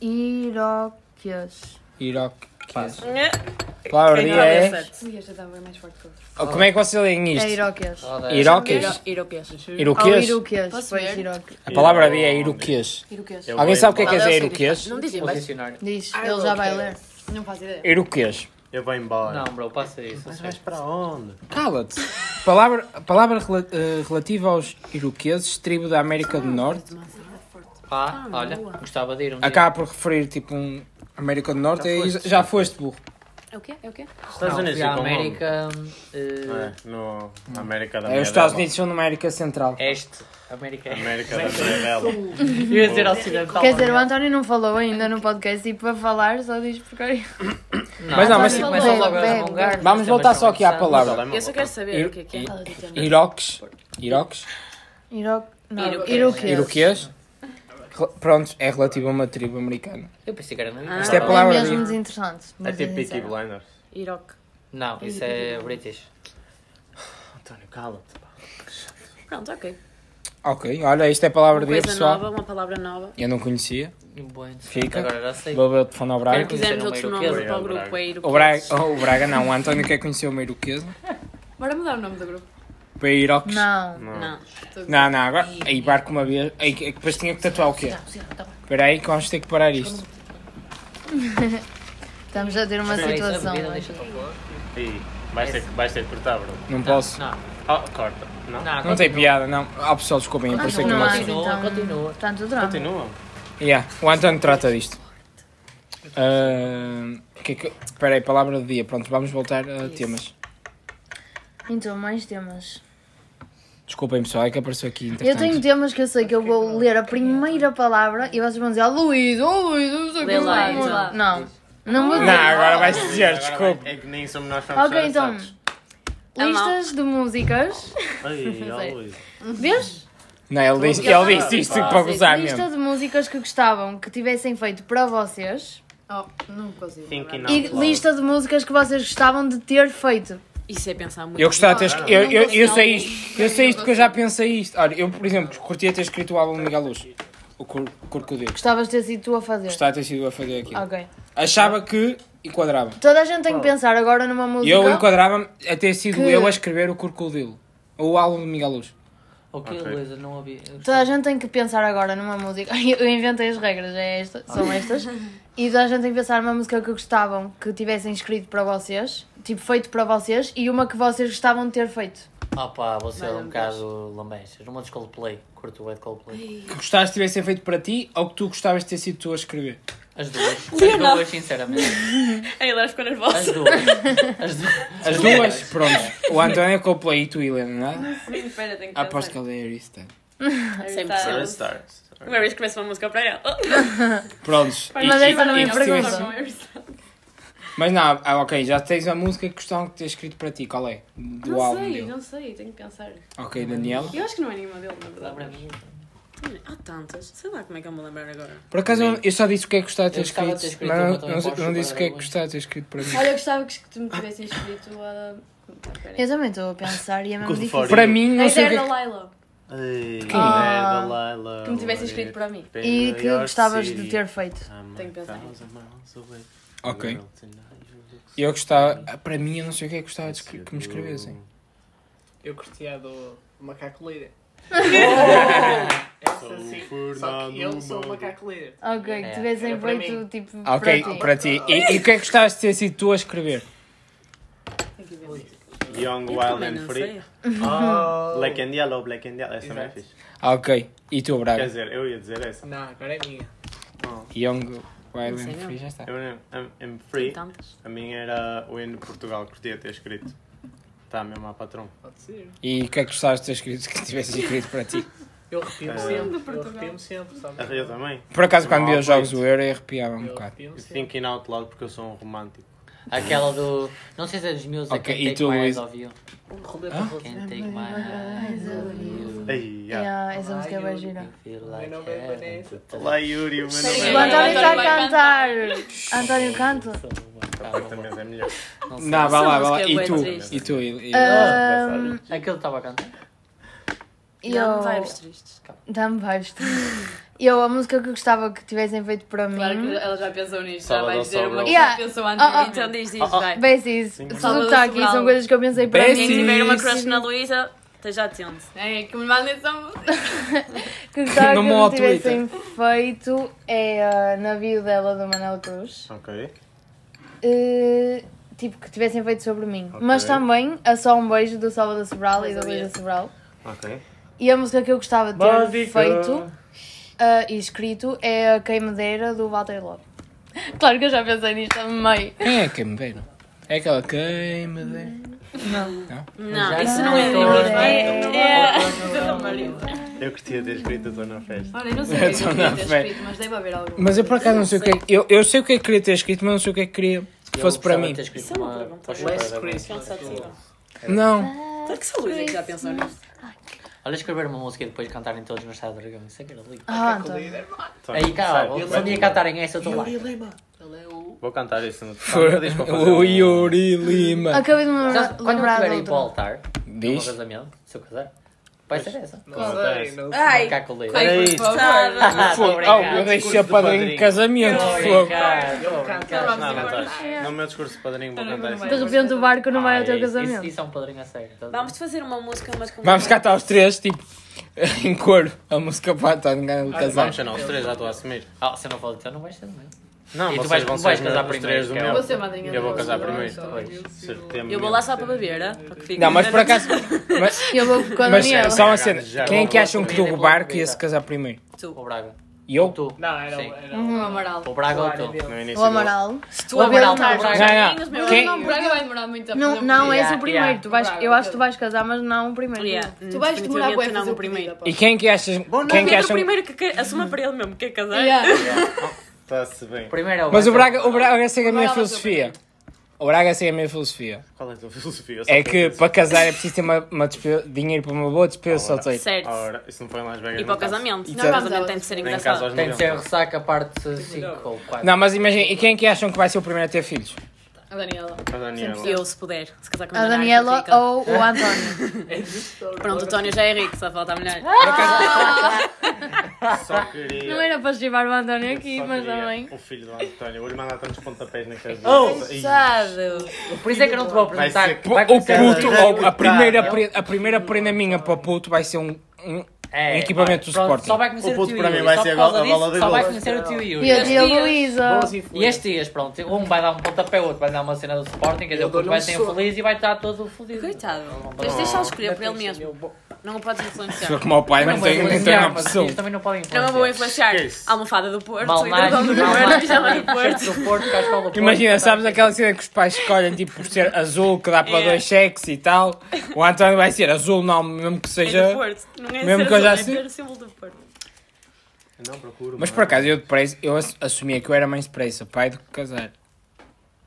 [SPEAKER 3] Iróquias.
[SPEAKER 1] Iroques.
[SPEAKER 7] Quem
[SPEAKER 1] A palavra do
[SPEAKER 7] não
[SPEAKER 1] dia
[SPEAKER 7] é
[SPEAKER 1] é...
[SPEAKER 7] sete?
[SPEAKER 5] Ui, esta estava bem mais forte que a outra.
[SPEAKER 1] Oh, Como é que vocês leem
[SPEAKER 3] É
[SPEAKER 1] isto?
[SPEAKER 3] iróquias.
[SPEAKER 2] Ah.
[SPEAKER 4] Roda.
[SPEAKER 1] Iroques?
[SPEAKER 5] Iroquês.
[SPEAKER 3] Ou
[SPEAKER 1] Iroquês?
[SPEAKER 3] iroquias.
[SPEAKER 5] Posso
[SPEAKER 3] Pois,
[SPEAKER 5] ver?
[SPEAKER 3] iroquias.
[SPEAKER 1] A palavra do dia é iroquês.
[SPEAKER 5] Iroquês.
[SPEAKER 2] É
[SPEAKER 1] Alguém
[SPEAKER 2] bem
[SPEAKER 1] sabe o que é que é
[SPEAKER 5] Qual é o
[SPEAKER 1] dizer
[SPEAKER 5] significado?
[SPEAKER 1] iroquês?
[SPEAKER 5] Não
[SPEAKER 4] O
[SPEAKER 5] dizem, mas
[SPEAKER 4] dicionário.
[SPEAKER 3] Diz, ele já vai ler.
[SPEAKER 5] não faço ideia.
[SPEAKER 1] Iroquês.
[SPEAKER 2] Eu vou embora.
[SPEAKER 4] Não, bro, passa isso.
[SPEAKER 2] Mas vais para onde?
[SPEAKER 1] Cala-te. Palavra, palavra rela- eh, relativa aos iroqueses, tribo da América do Norte,
[SPEAKER 3] Ah,
[SPEAKER 4] Pá, olha, gostava de ir um dia.
[SPEAKER 1] acaba por referir tipo um América do Norte e já, foste burro.
[SPEAKER 5] É o quê? É o quê?
[SPEAKER 2] Estados
[SPEAKER 4] Não,
[SPEAKER 2] Unidos
[SPEAKER 4] fui
[SPEAKER 2] e
[SPEAKER 4] à
[SPEAKER 2] com
[SPEAKER 4] América. eh,
[SPEAKER 2] É, no na América da
[SPEAKER 1] É, os
[SPEAKER 2] Minha
[SPEAKER 1] Estados
[SPEAKER 2] Dela.
[SPEAKER 1] Unidos são na América Central.
[SPEAKER 4] eh,
[SPEAKER 7] É,
[SPEAKER 4] Este. América.
[SPEAKER 2] América da Minha Dela.
[SPEAKER 4] <laughs> Eu ia dizer ocidental.
[SPEAKER 3] Quer dizer, o António não falou ainda no podcast e para falar só diz porcaria.
[SPEAKER 1] Mas não, mas-
[SPEAKER 4] começa
[SPEAKER 3] Bebe,
[SPEAKER 4] logo a
[SPEAKER 3] bebe.
[SPEAKER 4] alongar.
[SPEAKER 1] Vamos
[SPEAKER 4] Mas
[SPEAKER 1] voltar
[SPEAKER 4] também
[SPEAKER 1] só aqui à
[SPEAKER 4] são
[SPEAKER 1] palavra.
[SPEAKER 2] Alemão.
[SPEAKER 7] Eu só quero saber o que é que é.
[SPEAKER 1] Iroques. Iroques.
[SPEAKER 3] Iroque. Não,
[SPEAKER 7] Iroquês.
[SPEAKER 3] iroquês.
[SPEAKER 1] Iroquês. Re- Pronto, é relativa a uma tribo americana.
[SPEAKER 4] interessantes. Eu pensei que era na
[SPEAKER 1] Isto é a
[SPEAKER 3] É
[SPEAKER 1] palavra do
[SPEAKER 3] mesmo
[SPEAKER 1] dia.
[SPEAKER 3] desinteressante.
[SPEAKER 2] É
[SPEAKER 3] mas
[SPEAKER 2] tipo Peaky
[SPEAKER 3] sincero.
[SPEAKER 2] Blinders.
[SPEAKER 7] Iroque.
[SPEAKER 4] Não, isso é British.
[SPEAKER 2] António, cala-te. pá.
[SPEAKER 7] Pronto, ok.
[SPEAKER 1] Ok, olha, isto é a palavra
[SPEAKER 7] Uma
[SPEAKER 1] do dia,
[SPEAKER 7] coisa
[SPEAKER 1] pessoal.
[SPEAKER 7] nova, uma palavra nova.
[SPEAKER 1] Eu não conhecia.
[SPEAKER 4] Bom, interessante.
[SPEAKER 1] Fica.
[SPEAKER 4] Agora já sei.
[SPEAKER 1] Vou ver o telefone ao
[SPEAKER 7] Quando
[SPEAKER 1] Braga.
[SPEAKER 4] Quero
[SPEAKER 7] quisermos
[SPEAKER 4] conhecer
[SPEAKER 7] outro
[SPEAKER 4] uma
[SPEAKER 7] nome
[SPEAKER 4] iroquesa.
[SPEAKER 7] para o grupo, é
[SPEAKER 1] O Braga,
[SPEAKER 7] Iroquês.
[SPEAKER 1] oh, o Braga não, o António quer conhecer uma iroquesa.
[SPEAKER 5] Bora mudar o nome do grupo.
[SPEAKER 1] Para Iroques.
[SPEAKER 3] Não.
[SPEAKER 7] Não.
[SPEAKER 1] Não, não, agora. Aí barco uma vez. Aí que- depois tinha que tatuar o quê? Espera aí que vamos ter que parar isto.
[SPEAKER 3] Estamos a ter uma
[SPEAKER 4] Espera aí, essa
[SPEAKER 3] situação.
[SPEAKER 4] bebida
[SPEAKER 3] hoje.
[SPEAKER 4] deixa para fora.
[SPEAKER 2] Ih, vais ter, que- vais ter que cortar, bro.
[SPEAKER 1] Não posso.
[SPEAKER 4] Não,
[SPEAKER 2] Oh, corta. Não?
[SPEAKER 4] não,
[SPEAKER 1] Não tem
[SPEAKER 4] continua.
[SPEAKER 1] piada, não. Ah, pessoal, desculpem, eu pensei que não
[SPEAKER 3] não
[SPEAKER 1] posso.
[SPEAKER 3] há.
[SPEAKER 4] Continua,
[SPEAKER 3] Então-
[SPEAKER 4] continua.
[SPEAKER 3] Portanto, o drama.
[SPEAKER 2] Continua.
[SPEAKER 1] Yeah, o António trata disto. Ah, que é que- Espera aí, palavra do dia. Pronto, vamos voltar a temas.
[SPEAKER 3] Então, mais temas.
[SPEAKER 1] Desculpem, pessoal, é que apareceu aqui.
[SPEAKER 3] Eu
[SPEAKER 1] entretanto.
[SPEAKER 3] tenho temas que eu sei que eu vou ler a primeira palavra e vocês vão dizer Luís, oh Luís, não sei o que
[SPEAKER 7] Lê lá,
[SPEAKER 3] mais."
[SPEAKER 7] então.
[SPEAKER 3] Não, não vou
[SPEAKER 1] Não,
[SPEAKER 3] dizer.
[SPEAKER 1] agora vais dizer,
[SPEAKER 2] Agora
[SPEAKER 1] desculpa.
[SPEAKER 2] vai- É que nem somos nós fomos
[SPEAKER 3] Ok, então.
[SPEAKER 7] Tá
[SPEAKER 3] Listas de músicas.
[SPEAKER 2] Ai, ó, Luís.
[SPEAKER 3] Vês?
[SPEAKER 1] Não, ele disse, ele disse isto para gozar
[SPEAKER 3] Lista
[SPEAKER 1] mesmo.
[SPEAKER 3] de músicas que gostavam que tivessem feito para vocês.
[SPEAKER 5] Oh, não consigo.
[SPEAKER 2] Thinking
[SPEAKER 3] E
[SPEAKER 2] out loud.
[SPEAKER 3] lista de músicas que vocês gostavam de ter feito.
[SPEAKER 7] Isso é pensar muito.
[SPEAKER 1] Eu gostava de ter. escri- Eu, eu, eu sei isto, eu sei isto porque eu já pensei isto. Olha, eu, por exemplo, curtia ter escrito o álbum Miguel Luz, o cor- Corcudeu.
[SPEAKER 3] Gostavas de ter sido tu a fazer.
[SPEAKER 1] Gostava de ter sido a fazer aquilo.
[SPEAKER 3] Ok.
[SPEAKER 1] Achava que enquadrava.
[SPEAKER 3] Toda a gente tem que pensar agora numa música.
[SPEAKER 1] E eu enquadrava-me a ter sido
[SPEAKER 3] Que-
[SPEAKER 1] eu a escrever o Crocodilo. Ou o álbum de Miguel Luz.
[SPEAKER 4] O que,
[SPEAKER 2] Ok.
[SPEAKER 4] Luísa? Não havia.
[SPEAKER 1] Tá,
[SPEAKER 3] Toda a gente tem que pensar agora numa música. <laughs> Eu inventei as regras, é esta, são estas. E toda a gente tem que pensar numa música que gostavam que tivessem escrito para vocês, tipo feito para vocês, e uma que vocês gostavam de ter feito.
[SPEAKER 4] Ah pá, você é um bocado lamechas. Uma dos Coldplay. Curto o Ed Coldplay.
[SPEAKER 1] Que gostavas de tivessem feito para ti ou que tu gostavas de ter sido tu a escrever.
[SPEAKER 4] As
[SPEAKER 7] <laughs>
[SPEAKER 4] duas. As duas, sinceramente.
[SPEAKER 7] A Helena ficou
[SPEAKER 4] As
[SPEAKER 7] nervosa. <laughs>
[SPEAKER 4] duas. As duas.
[SPEAKER 1] As duas, pronto. O António Coplay e tu, Helena, não é?
[SPEAKER 7] Espera, tenho que
[SPEAKER 1] Aposto que ele é arista.
[SPEAKER 2] Star, star,
[SPEAKER 7] 100%.
[SPEAKER 2] star.
[SPEAKER 7] Uma Oh, vez que começa uma música para ela.
[SPEAKER 1] Prontos.
[SPEAKER 3] Mas essa não é a
[SPEAKER 1] e que tivesse-
[SPEAKER 3] pergunta.
[SPEAKER 1] Mas não, ah, ok, já tens a música que gostavam de ter escrito para ti, qual é? Do
[SPEAKER 5] não
[SPEAKER 1] álbum
[SPEAKER 5] sei,
[SPEAKER 1] dele.
[SPEAKER 5] não sei, tenho que pensar.
[SPEAKER 1] Ok, Daniel.
[SPEAKER 5] Eu acho que não é nenhuma dele, na verdade.
[SPEAKER 4] Lembra-me.
[SPEAKER 7] Há tantas. Sei lá como é que eu me lembrar agora.
[SPEAKER 1] Por acaso eu- eu só disse o que é que gostava de ter
[SPEAKER 4] Eu gostava
[SPEAKER 1] escrito,
[SPEAKER 4] de ter escrito
[SPEAKER 1] mas
[SPEAKER 4] uma
[SPEAKER 1] não-
[SPEAKER 4] também
[SPEAKER 1] não,
[SPEAKER 4] para os
[SPEAKER 1] não disse o que é que
[SPEAKER 4] jogadores.
[SPEAKER 1] gostava de ter escrito para mim.
[SPEAKER 5] Olha, eu gostava que tu me tivessem escrito a.
[SPEAKER 3] Eu também estou a pensar e é mesmo
[SPEAKER 2] Good
[SPEAKER 3] difícil.
[SPEAKER 2] for
[SPEAKER 1] Para mim, não
[SPEAKER 5] A
[SPEAKER 1] sei o que é
[SPEAKER 5] Eterna
[SPEAKER 1] que...
[SPEAKER 5] Lila.
[SPEAKER 3] Ah.
[SPEAKER 2] Lila,
[SPEAKER 5] Que me tivessem
[SPEAKER 2] é.
[SPEAKER 5] escrito para mim.
[SPEAKER 3] E que gostavas de ter feito.
[SPEAKER 2] Ah,
[SPEAKER 5] Tenho que pensar
[SPEAKER 1] Ok. Eu gostava... ah, Para mim, eu não sei o que é que gostava de escre- que me escrevessem.
[SPEAKER 6] Eu curtia do macaco líder.
[SPEAKER 2] Sou
[SPEAKER 6] Essa
[SPEAKER 2] o
[SPEAKER 6] sim. Só
[SPEAKER 2] Fernando
[SPEAKER 6] que eu sou o
[SPEAKER 2] Mauro.
[SPEAKER 6] macaco líder.
[SPEAKER 3] Ok, que
[SPEAKER 4] É,
[SPEAKER 3] tivessem
[SPEAKER 6] era para
[SPEAKER 3] feito
[SPEAKER 6] mim.
[SPEAKER 3] tipo.
[SPEAKER 1] Ah, Ok,
[SPEAKER 3] para ti.
[SPEAKER 1] para ti. E, e o que é que gostavas de ter sido tu a escrever?
[SPEAKER 2] Young,
[SPEAKER 7] Eu
[SPEAKER 2] Wild
[SPEAKER 7] também
[SPEAKER 2] and
[SPEAKER 7] não
[SPEAKER 2] Free.
[SPEAKER 7] sei.
[SPEAKER 6] Oh.
[SPEAKER 2] Black and Yellow, Black and Yellow. Essa também é
[SPEAKER 6] Exato.
[SPEAKER 2] fixe.
[SPEAKER 1] Ah, Ok, e tu,
[SPEAKER 2] Quer
[SPEAKER 1] Braga?
[SPEAKER 2] dizer, eu ia dizer essa.
[SPEAKER 6] Não, agora é minha.
[SPEAKER 1] Young, Wild
[SPEAKER 7] sei
[SPEAKER 1] and
[SPEAKER 7] não.
[SPEAKER 1] Free, já está.
[SPEAKER 2] Eu não, I'm, I'm
[SPEAKER 7] Tem
[SPEAKER 2] free. Ah,
[SPEAKER 7] tantas.
[SPEAKER 2] A minha era o hino de Portugal, curtia ter escrito. Está mesmo à patrão.
[SPEAKER 6] Pode ser.
[SPEAKER 1] E o que é que gostavas de ter escrito <laughs> que tivesse escrito para ti?
[SPEAKER 6] Eu arrepio-me
[SPEAKER 2] Ah.
[SPEAKER 6] sempre. Eu arrepio-me sempre, sabe?
[SPEAKER 2] Ah, Eu também.
[SPEAKER 1] Por acaso, quando via os
[SPEAKER 2] Não,
[SPEAKER 1] jogos do Euro, eu arrepiava um
[SPEAKER 6] Eu
[SPEAKER 1] bocado.
[SPEAKER 6] arrepio-me sempre.
[SPEAKER 2] Thinking out loud porque eu sou um romântico.
[SPEAKER 4] Aquela do. Não sei se é dos meus,
[SPEAKER 1] Ok,
[SPEAKER 4] okay,
[SPEAKER 1] e
[SPEAKER 4] I Can't
[SPEAKER 1] tu,
[SPEAKER 4] Take My Eyes
[SPEAKER 1] Luís?
[SPEAKER 4] Off You.
[SPEAKER 6] Roleta,
[SPEAKER 4] Ah,
[SPEAKER 1] Hã?
[SPEAKER 6] roleta.
[SPEAKER 4] Can't Take My Eyes Off You.
[SPEAKER 2] Ei, yeah.
[SPEAKER 3] Yeah, essa música é vai girar.
[SPEAKER 4] You feel
[SPEAKER 6] Meu
[SPEAKER 4] like
[SPEAKER 6] nome é
[SPEAKER 4] heaven
[SPEAKER 6] Vanessa.
[SPEAKER 4] to
[SPEAKER 2] Olá, Yuri, o meu
[SPEAKER 5] Sei.
[SPEAKER 3] O
[SPEAKER 2] nome
[SPEAKER 3] António
[SPEAKER 5] António
[SPEAKER 3] está a
[SPEAKER 5] vai
[SPEAKER 3] cantar. António canta.
[SPEAKER 2] é. Também é melhor.
[SPEAKER 1] Não, vá lá, vá lá.
[SPEAKER 7] música
[SPEAKER 1] E
[SPEAKER 7] é
[SPEAKER 1] tu?
[SPEAKER 7] bué Ah.
[SPEAKER 2] triste.
[SPEAKER 1] E tu? E- e-
[SPEAKER 3] Ahm,
[SPEAKER 4] Aquele estava a cantar.
[SPEAKER 3] Um, E
[SPEAKER 7] Dá-me
[SPEAKER 3] eu-
[SPEAKER 7] vibes tristes.
[SPEAKER 3] Dá-me vibes. Eu, a música que eu gostava que tivessem feito para mim.
[SPEAKER 5] Claro que ela já pensou nisto, já
[SPEAKER 2] Salvador
[SPEAKER 5] vai dizer uma
[SPEAKER 2] Sobral.
[SPEAKER 5] que
[SPEAKER 3] Yeah.
[SPEAKER 5] já pensou antes.
[SPEAKER 3] Oh, oh.
[SPEAKER 5] Então,
[SPEAKER 7] Então diz, diz, vai.
[SPEAKER 3] Bessies,
[SPEAKER 2] Sim.
[SPEAKER 3] tudo
[SPEAKER 5] Salvador
[SPEAKER 3] que está aqui
[SPEAKER 5] Sobral.
[SPEAKER 3] são coisas que eu pensei para
[SPEAKER 1] Bessies.
[SPEAKER 7] Quem
[SPEAKER 1] Sim,
[SPEAKER 3] mim.
[SPEAKER 7] tiver uma
[SPEAKER 1] sim.
[SPEAKER 7] crush na Luísa, esteja atento.
[SPEAKER 5] É, que me mandem essa música.
[SPEAKER 3] Que
[SPEAKER 1] <laughs>
[SPEAKER 3] gostava
[SPEAKER 1] Não
[SPEAKER 3] que
[SPEAKER 1] me
[SPEAKER 3] não
[SPEAKER 1] ao
[SPEAKER 3] tivessem feito é ah, Navio dela do Manel Cruz.
[SPEAKER 2] Ok.
[SPEAKER 3] Eh, tipo, que tivessem feito sobre mim.
[SPEAKER 2] Ok.
[SPEAKER 3] Mas também a Só um Beijo do Salvador Sobral e
[SPEAKER 7] Mas
[SPEAKER 3] da
[SPEAKER 7] eu ia.
[SPEAKER 3] Luísa Sobral.
[SPEAKER 2] Ok.
[SPEAKER 3] E a música que eu gostava de ter
[SPEAKER 2] Básica.
[SPEAKER 3] feito ah, e escrito é a Quem Me Dera do Walter Love. <laughs> Claro que eu já pensei nisto a meio.
[SPEAKER 1] Quem é que me deram? É aquela quem me deram?
[SPEAKER 7] Não,
[SPEAKER 4] Já
[SPEAKER 7] isso
[SPEAKER 4] não
[SPEAKER 7] não é
[SPEAKER 4] é
[SPEAKER 7] de mim.
[SPEAKER 4] todas,
[SPEAKER 7] É- é-
[SPEAKER 2] Eu curtia ter escrito a Dona Festa.
[SPEAKER 5] Olha, eu não sei o
[SPEAKER 1] <laughs>
[SPEAKER 5] que é que eu
[SPEAKER 1] Estou
[SPEAKER 5] queria
[SPEAKER 1] na
[SPEAKER 5] ter
[SPEAKER 1] fé.
[SPEAKER 5] escrito, mas deve haver algum.
[SPEAKER 1] Então, Mas eu por acaso não sei o que é que. Eu, eu sei o que é que queria ter escrito, mas não sei o que é que queria que fosse para mim.
[SPEAKER 7] Isso é uma pergunta.
[SPEAKER 6] Last Christmas.
[SPEAKER 7] Cansativa.
[SPEAKER 1] Não.
[SPEAKER 7] Será que só a Luísa é que já pensou nisso?
[SPEAKER 4] Olha, escrever uma música e depois cantarem todos no Estado do Dragão. Isso é que era lindo.
[SPEAKER 3] Ah, António.
[SPEAKER 2] Tá
[SPEAKER 4] Aí, cara, se um dia cantarem essa, eu estou lá.
[SPEAKER 2] Vou cantar isso
[SPEAKER 7] Ah.
[SPEAKER 2] no <laughs>
[SPEAKER 1] O
[SPEAKER 2] um-
[SPEAKER 1] Yuri Lima.
[SPEAKER 3] Acabei de me lembrar
[SPEAKER 4] Sabes, Quando eu
[SPEAKER 3] de
[SPEAKER 4] tiver
[SPEAKER 7] um
[SPEAKER 4] aí para o
[SPEAKER 3] outra.
[SPEAKER 4] altar, no meu
[SPEAKER 1] Diz.
[SPEAKER 4] casamento, se eu casar, vai ser essa.
[SPEAKER 6] Não
[SPEAKER 2] Como
[SPEAKER 6] sei,
[SPEAKER 2] acontece?
[SPEAKER 5] Ah.
[SPEAKER 6] não sei.
[SPEAKER 7] Ai,
[SPEAKER 4] Cá com o leite.
[SPEAKER 2] Ei,
[SPEAKER 5] Ai, por favor.
[SPEAKER 1] Fogo. Oh, eu deixei a padrinho de casamento. Fogo.
[SPEAKER 6] Eu
[SPEAKER 7] Tá
[SPEAKER 6] canto.
[SPEAKER 2] Não, não estás. No meu discurso de padrinho vou cantar isso.
[SPEAKER 3] De repente o barco não vai ao teu
[SPEAKER 2] Ai, isso-
[SPEAKER 3] casamento.
[SPEAKER 4] Isso, isso é um padrinho a sério. tá?
[SPEAKER 7] Vamos fazer uma música, mas com
[SPEAKER 1] Vamos cantar os três, tipo, <laughs> em coro. A música para estar no casal.
[SPEAKER 2] Vamos, não, os três já estou a assumir.
[SPEAKER 4] Ah, se eu não for então não vais ser mesmo.
[SPEAKER 2] Não,
[SPEAKER 4] E tu
[SPEAKER 2] vocês
[SPEAKER 4] vais-
[SPEAKER 2] vão
[SPEAKER 4] vais
[SPEAKER 2] ser
[SPEAKER 4] casar
[SPEAKER 2] os
[SPEAKER 4] primeiro,
[SPEAKER 2] três do
[SPEAKER 4] que é
[SPEAKER 2] meu. é
[SPEAKER 5] Eu vou ser madrinha
[SPEAKER 2] Eu vou
[SPEAKER 5] do-
[SPEAKER 2] casar
[SPEAKER 5] do-
[SPEAKER 2] primeiro.
[SPEAKER 5] do-
[SPEAKER 2] Certeza.
[SPEAKER 7] Eu vou lá só para beber, ah? Para que fique.
[SPEAKER 1] Não, mas por acaso. Mas,
[SPEAKER 3] E eu vou com a
[SPEAKER 1] mas
[SPEAKER 3] Daniela.
[SPEAKER 1] só uma cena.
[SPEAKER 2] Já.
[SPEAKER 1] Quem é que acham que do barco ia se casar primeiro?
[SPEAKER 4] O Braga.
[SPEAKER 1] E eu?
[SPEAKER 4] Tu.
[SPEAKER 6] Não, era
[SPEAKER 4] Sim.
[SPEAKER 6] era- um
[SPEAKER 5] O Amaral.
[SPEAKER 4] O Braga ou
[SPEAKER 6] Claro,
[SPEAKER 4] tu.
[SPEAKER 6] é
[SPEAKER 2] No
[SPEAKER 6] dele.
[SPEAKER 2] início
[SPEAKER 3] O Amaral.
[SPEAKER 7] Se tu
[SPEAKER 3] O Abel
[SPEAKER 7] Abel
[SPEAKER 3] não
[SPEAKER 7] tá
[SPEAKER 4] vai.
[SPEAKER 7] atrás
[SPEAKER 1] Não, não.
[SPEAKER 7] de mim, os
[SPEAKER 1] Quem-
[SPEAKER 7] meus
[SPEAKER 5] Não, o Braga vai demorar muito a
[SPEAKER 3] Não,
[SPEAKER 5] fazer
[SPEAKER 3] não,
[SPEAKER 4] Yeah,
[SPEAKER 3] esse é o primeiro.
[SPEAKER 4] yeah.
[SPEAKER 3] Tu vais,
[SPEAKER 5] Bravo,
[SPEAKER 3] eu acho que tu
[SPEAKER 5] Pedro.
[SPEAKER 3] vais casar, mas não o primeiro.
[SPEAKER 7] Yeah,
[SPEAKER 5] é Tu vais demorar
[SPEAKER 7] definitivamente
[SPEAKER 5] bué a
[SPEAKER 7] não
[SPEAKER 5] fazer
[SPEAKER 7] o primeiro.
[SPEAKER 5] pá.
[SPEAKER 1] E quem é que acham. Quem que um-
[SPEAKER 7] Pedro, o
[SPEAKER 1] acham.
[SPEAKER 7] primeiro é que quer- assuma para ele mesmo
[SPEAKER 1] é
[SPEAKER 7] que quer casar.
[SPEAKER 5] Yeah.
[SPEAKER 2] Está-se bem.
[SPEAKER 4] Primeiro é o
[SPEAKER 1] Mas o Braga, o Braga segue a minha
[SPEAKER 5] Amaral é o seu
[SPEAKER 1] filosofia. O Braga segue a minha filosofia.
[SPEAKER 2] Qual é a tua filosofia? Eu só
[SPEAKER 1] É
[SPEAKER 2] quero
[SPEAKER 1] que
[SPEAKER 2] dizer.
[SPEAKER 1] para casar é preciso ter uma, uma despe- dinheiro para uma boa despesa solteira.
[SPEAKER 7] Certo.
[SPEAKER 2] Ora, isso não foi em Las Vegas.
[SPEAKER 7] E para
[SPEAKER 2] não
[SPEAKER 7] o
[SPEAKER 2] caso.
[SPEAKER 7] casamento.
[SPEAKER 1] E
[SPEAKER 7] O
[SPEAKER 1] tá-
[SPEAKER 7] casamento tem de ser
[SPEAKER 2] Nem em casa aos
[SPEAKER 7] engraçado.
[SPEAKER 4] Tem de ser
[SPEAKER 2] 90.
[SPEAKER 4] ressaca parte 5 ou 4.
[SPEAKER 1] Não, mas imagina, e quem é que acham que vai ser o primeiro a ter filhos?
[SPEAKER 5] A Daniela.
[SPEAKER 2] A Daniela.
[SPEAKER 7] Eu, se puder, se casar com
[SPEAKER 3] A Daniela ou o
[SPEAKER 4] <laughs>
[SPEAKER 3] António.
[SPEAKER 7] Pronto, o António já é rico, só falta a mulher.
[SPEAKER 3] Ah!
[SPEAKER 2] Só queria.
[SPEAKER 3] Não era para chivar o António aqui,
[SPEAKER 2] só
[SPEAKER 3] mas
[SPEAKER 2] queria um
[SPEAKER 3] também.
[SPEAKER 2] O filho do António. Vou-lhe mandar tantos pontapés na cabeça.
[SPEAKER 7] Sabe?
[SPEAKER 4] Por isso é que eu não te vou
[SPEAKER 2] Vai
[SPEAKER 4] apresentar.
[SPEAKER 2] ser-
[SPEAKER 1] O
[SPEAKER 4] Vai acontecer-
[SPEAKER 1] puto, ou a
[SPEAKER 2] Deputado.
[SPEAKER 1] primeira, pre- a primeira prenda minha para o puto vai ser um, um
[SPEAKER 4] É,
[SPEAKER 1] equipamento do
[SPEAKER 4] pronto,
[SPEAKER 1] Sporting.
[SPEAKER 4] Só vai conhecer
[SPEAKER 2] O
[SPEAKER 4] o,
[SPEAKER 2] puto
[SPEAKER 4] tio
[SPEAKER 2] para mim
[SPEAKER 4] Yuri,
[SPEAKER 2] vai
[SPEAKER 4] só
[SPEAKER 2] ser
[SPEAKER 4] por causa
[SPEAKER 2] a bola
[SPEAKER 4] disso,
[SPEAKER 2] de
[SPEAKER 4] Só vai
[SPEAKER 2] gol.
[SPEAKER 4] conhecer o tio Yuri.
[SPEAKER 3] E a tia
[SPEAKER 7] dias.
[SPEAKER 3] Luísa.
[SPEAKER 6] Boas
[SPEAKER 4] E
[SPEAKER 6] influências.
[SPEAKER 4] este dias, pronto, um vai dar um pontapé, o outro vai dar uma cena do Sporting, quer dizer, o
[SPEAKER 6] dou-lhe
[SPEAKER 4] puto vai
[SPEAKER 6] um
[SPEAKER 4] ser
[SPEAKER 6] soco.
[SPEAKER 4] infeliz e vai estar todo fodido.
[SPEAKER 7] Coitado. Tens de deixar o escolher por ele mesmo. Não o podes
[SPEAKER 1] Só
[SPEAKER 7] influenciar.
[SPEAKER 1] que o meu pai não,
[SPEAKER 4] Tá. vou
[SPEAKER 1] tem, nem tem
[SPEAKER 4] influenciar,
[SPEAKER 1] uma
[SPEAKER 4] mas os
[SPEAKER 1] pessoa.
[SPEAKER 4] tios também não podem
[SPEAKER 7] Não
[SPEAKER 4] influenciar.
[SPEAKER 7] me vou influenciar.
[SPEAKER 2] Esquece.
[SPEAKER 7] A almofada do Porto,
[SPEAKER 4] Mal
[SPEAKER 7] e do
[SPEAKER 4] mais, mal
[SPEAKER 7] dono do Porto, <laughs>
[SPEAKER 4] mais,
[SPEAKER 7] pijama do
[SPEAKER 4] do
[SPEAKER 7] Porto.
[SPEAKER 4] Porto, do Porto, que acho que é o do Porto.
[SPEAKER 1] Imagina, sabes aquela cena que os pais escolhem, tipo, por ser azul, que dá para
[SPEAKER 7] É.
[SPEAKER 1] dois cheques e tal. O António vai ser azul, não, mesmo que
[SPEAKER 7] É do
[SPEAKER 1] seja...
[SPEAKER 7] Porto. Não é
[SPEAKER 1] Mesmo
[SPEAKER 7] ser
[SPEAKER 1] que eu já
[SPEAKER 7] azul, é
[SPEAKER 1] sei.
[SPEAKER 7] ter o símbolo do Porto.
[SPEAKER 2] Não procuro.
[SPEAKER 1] Mas por acaso, eu, depressa, eu ass- assumia que eu era mais depressa, pai do que casar.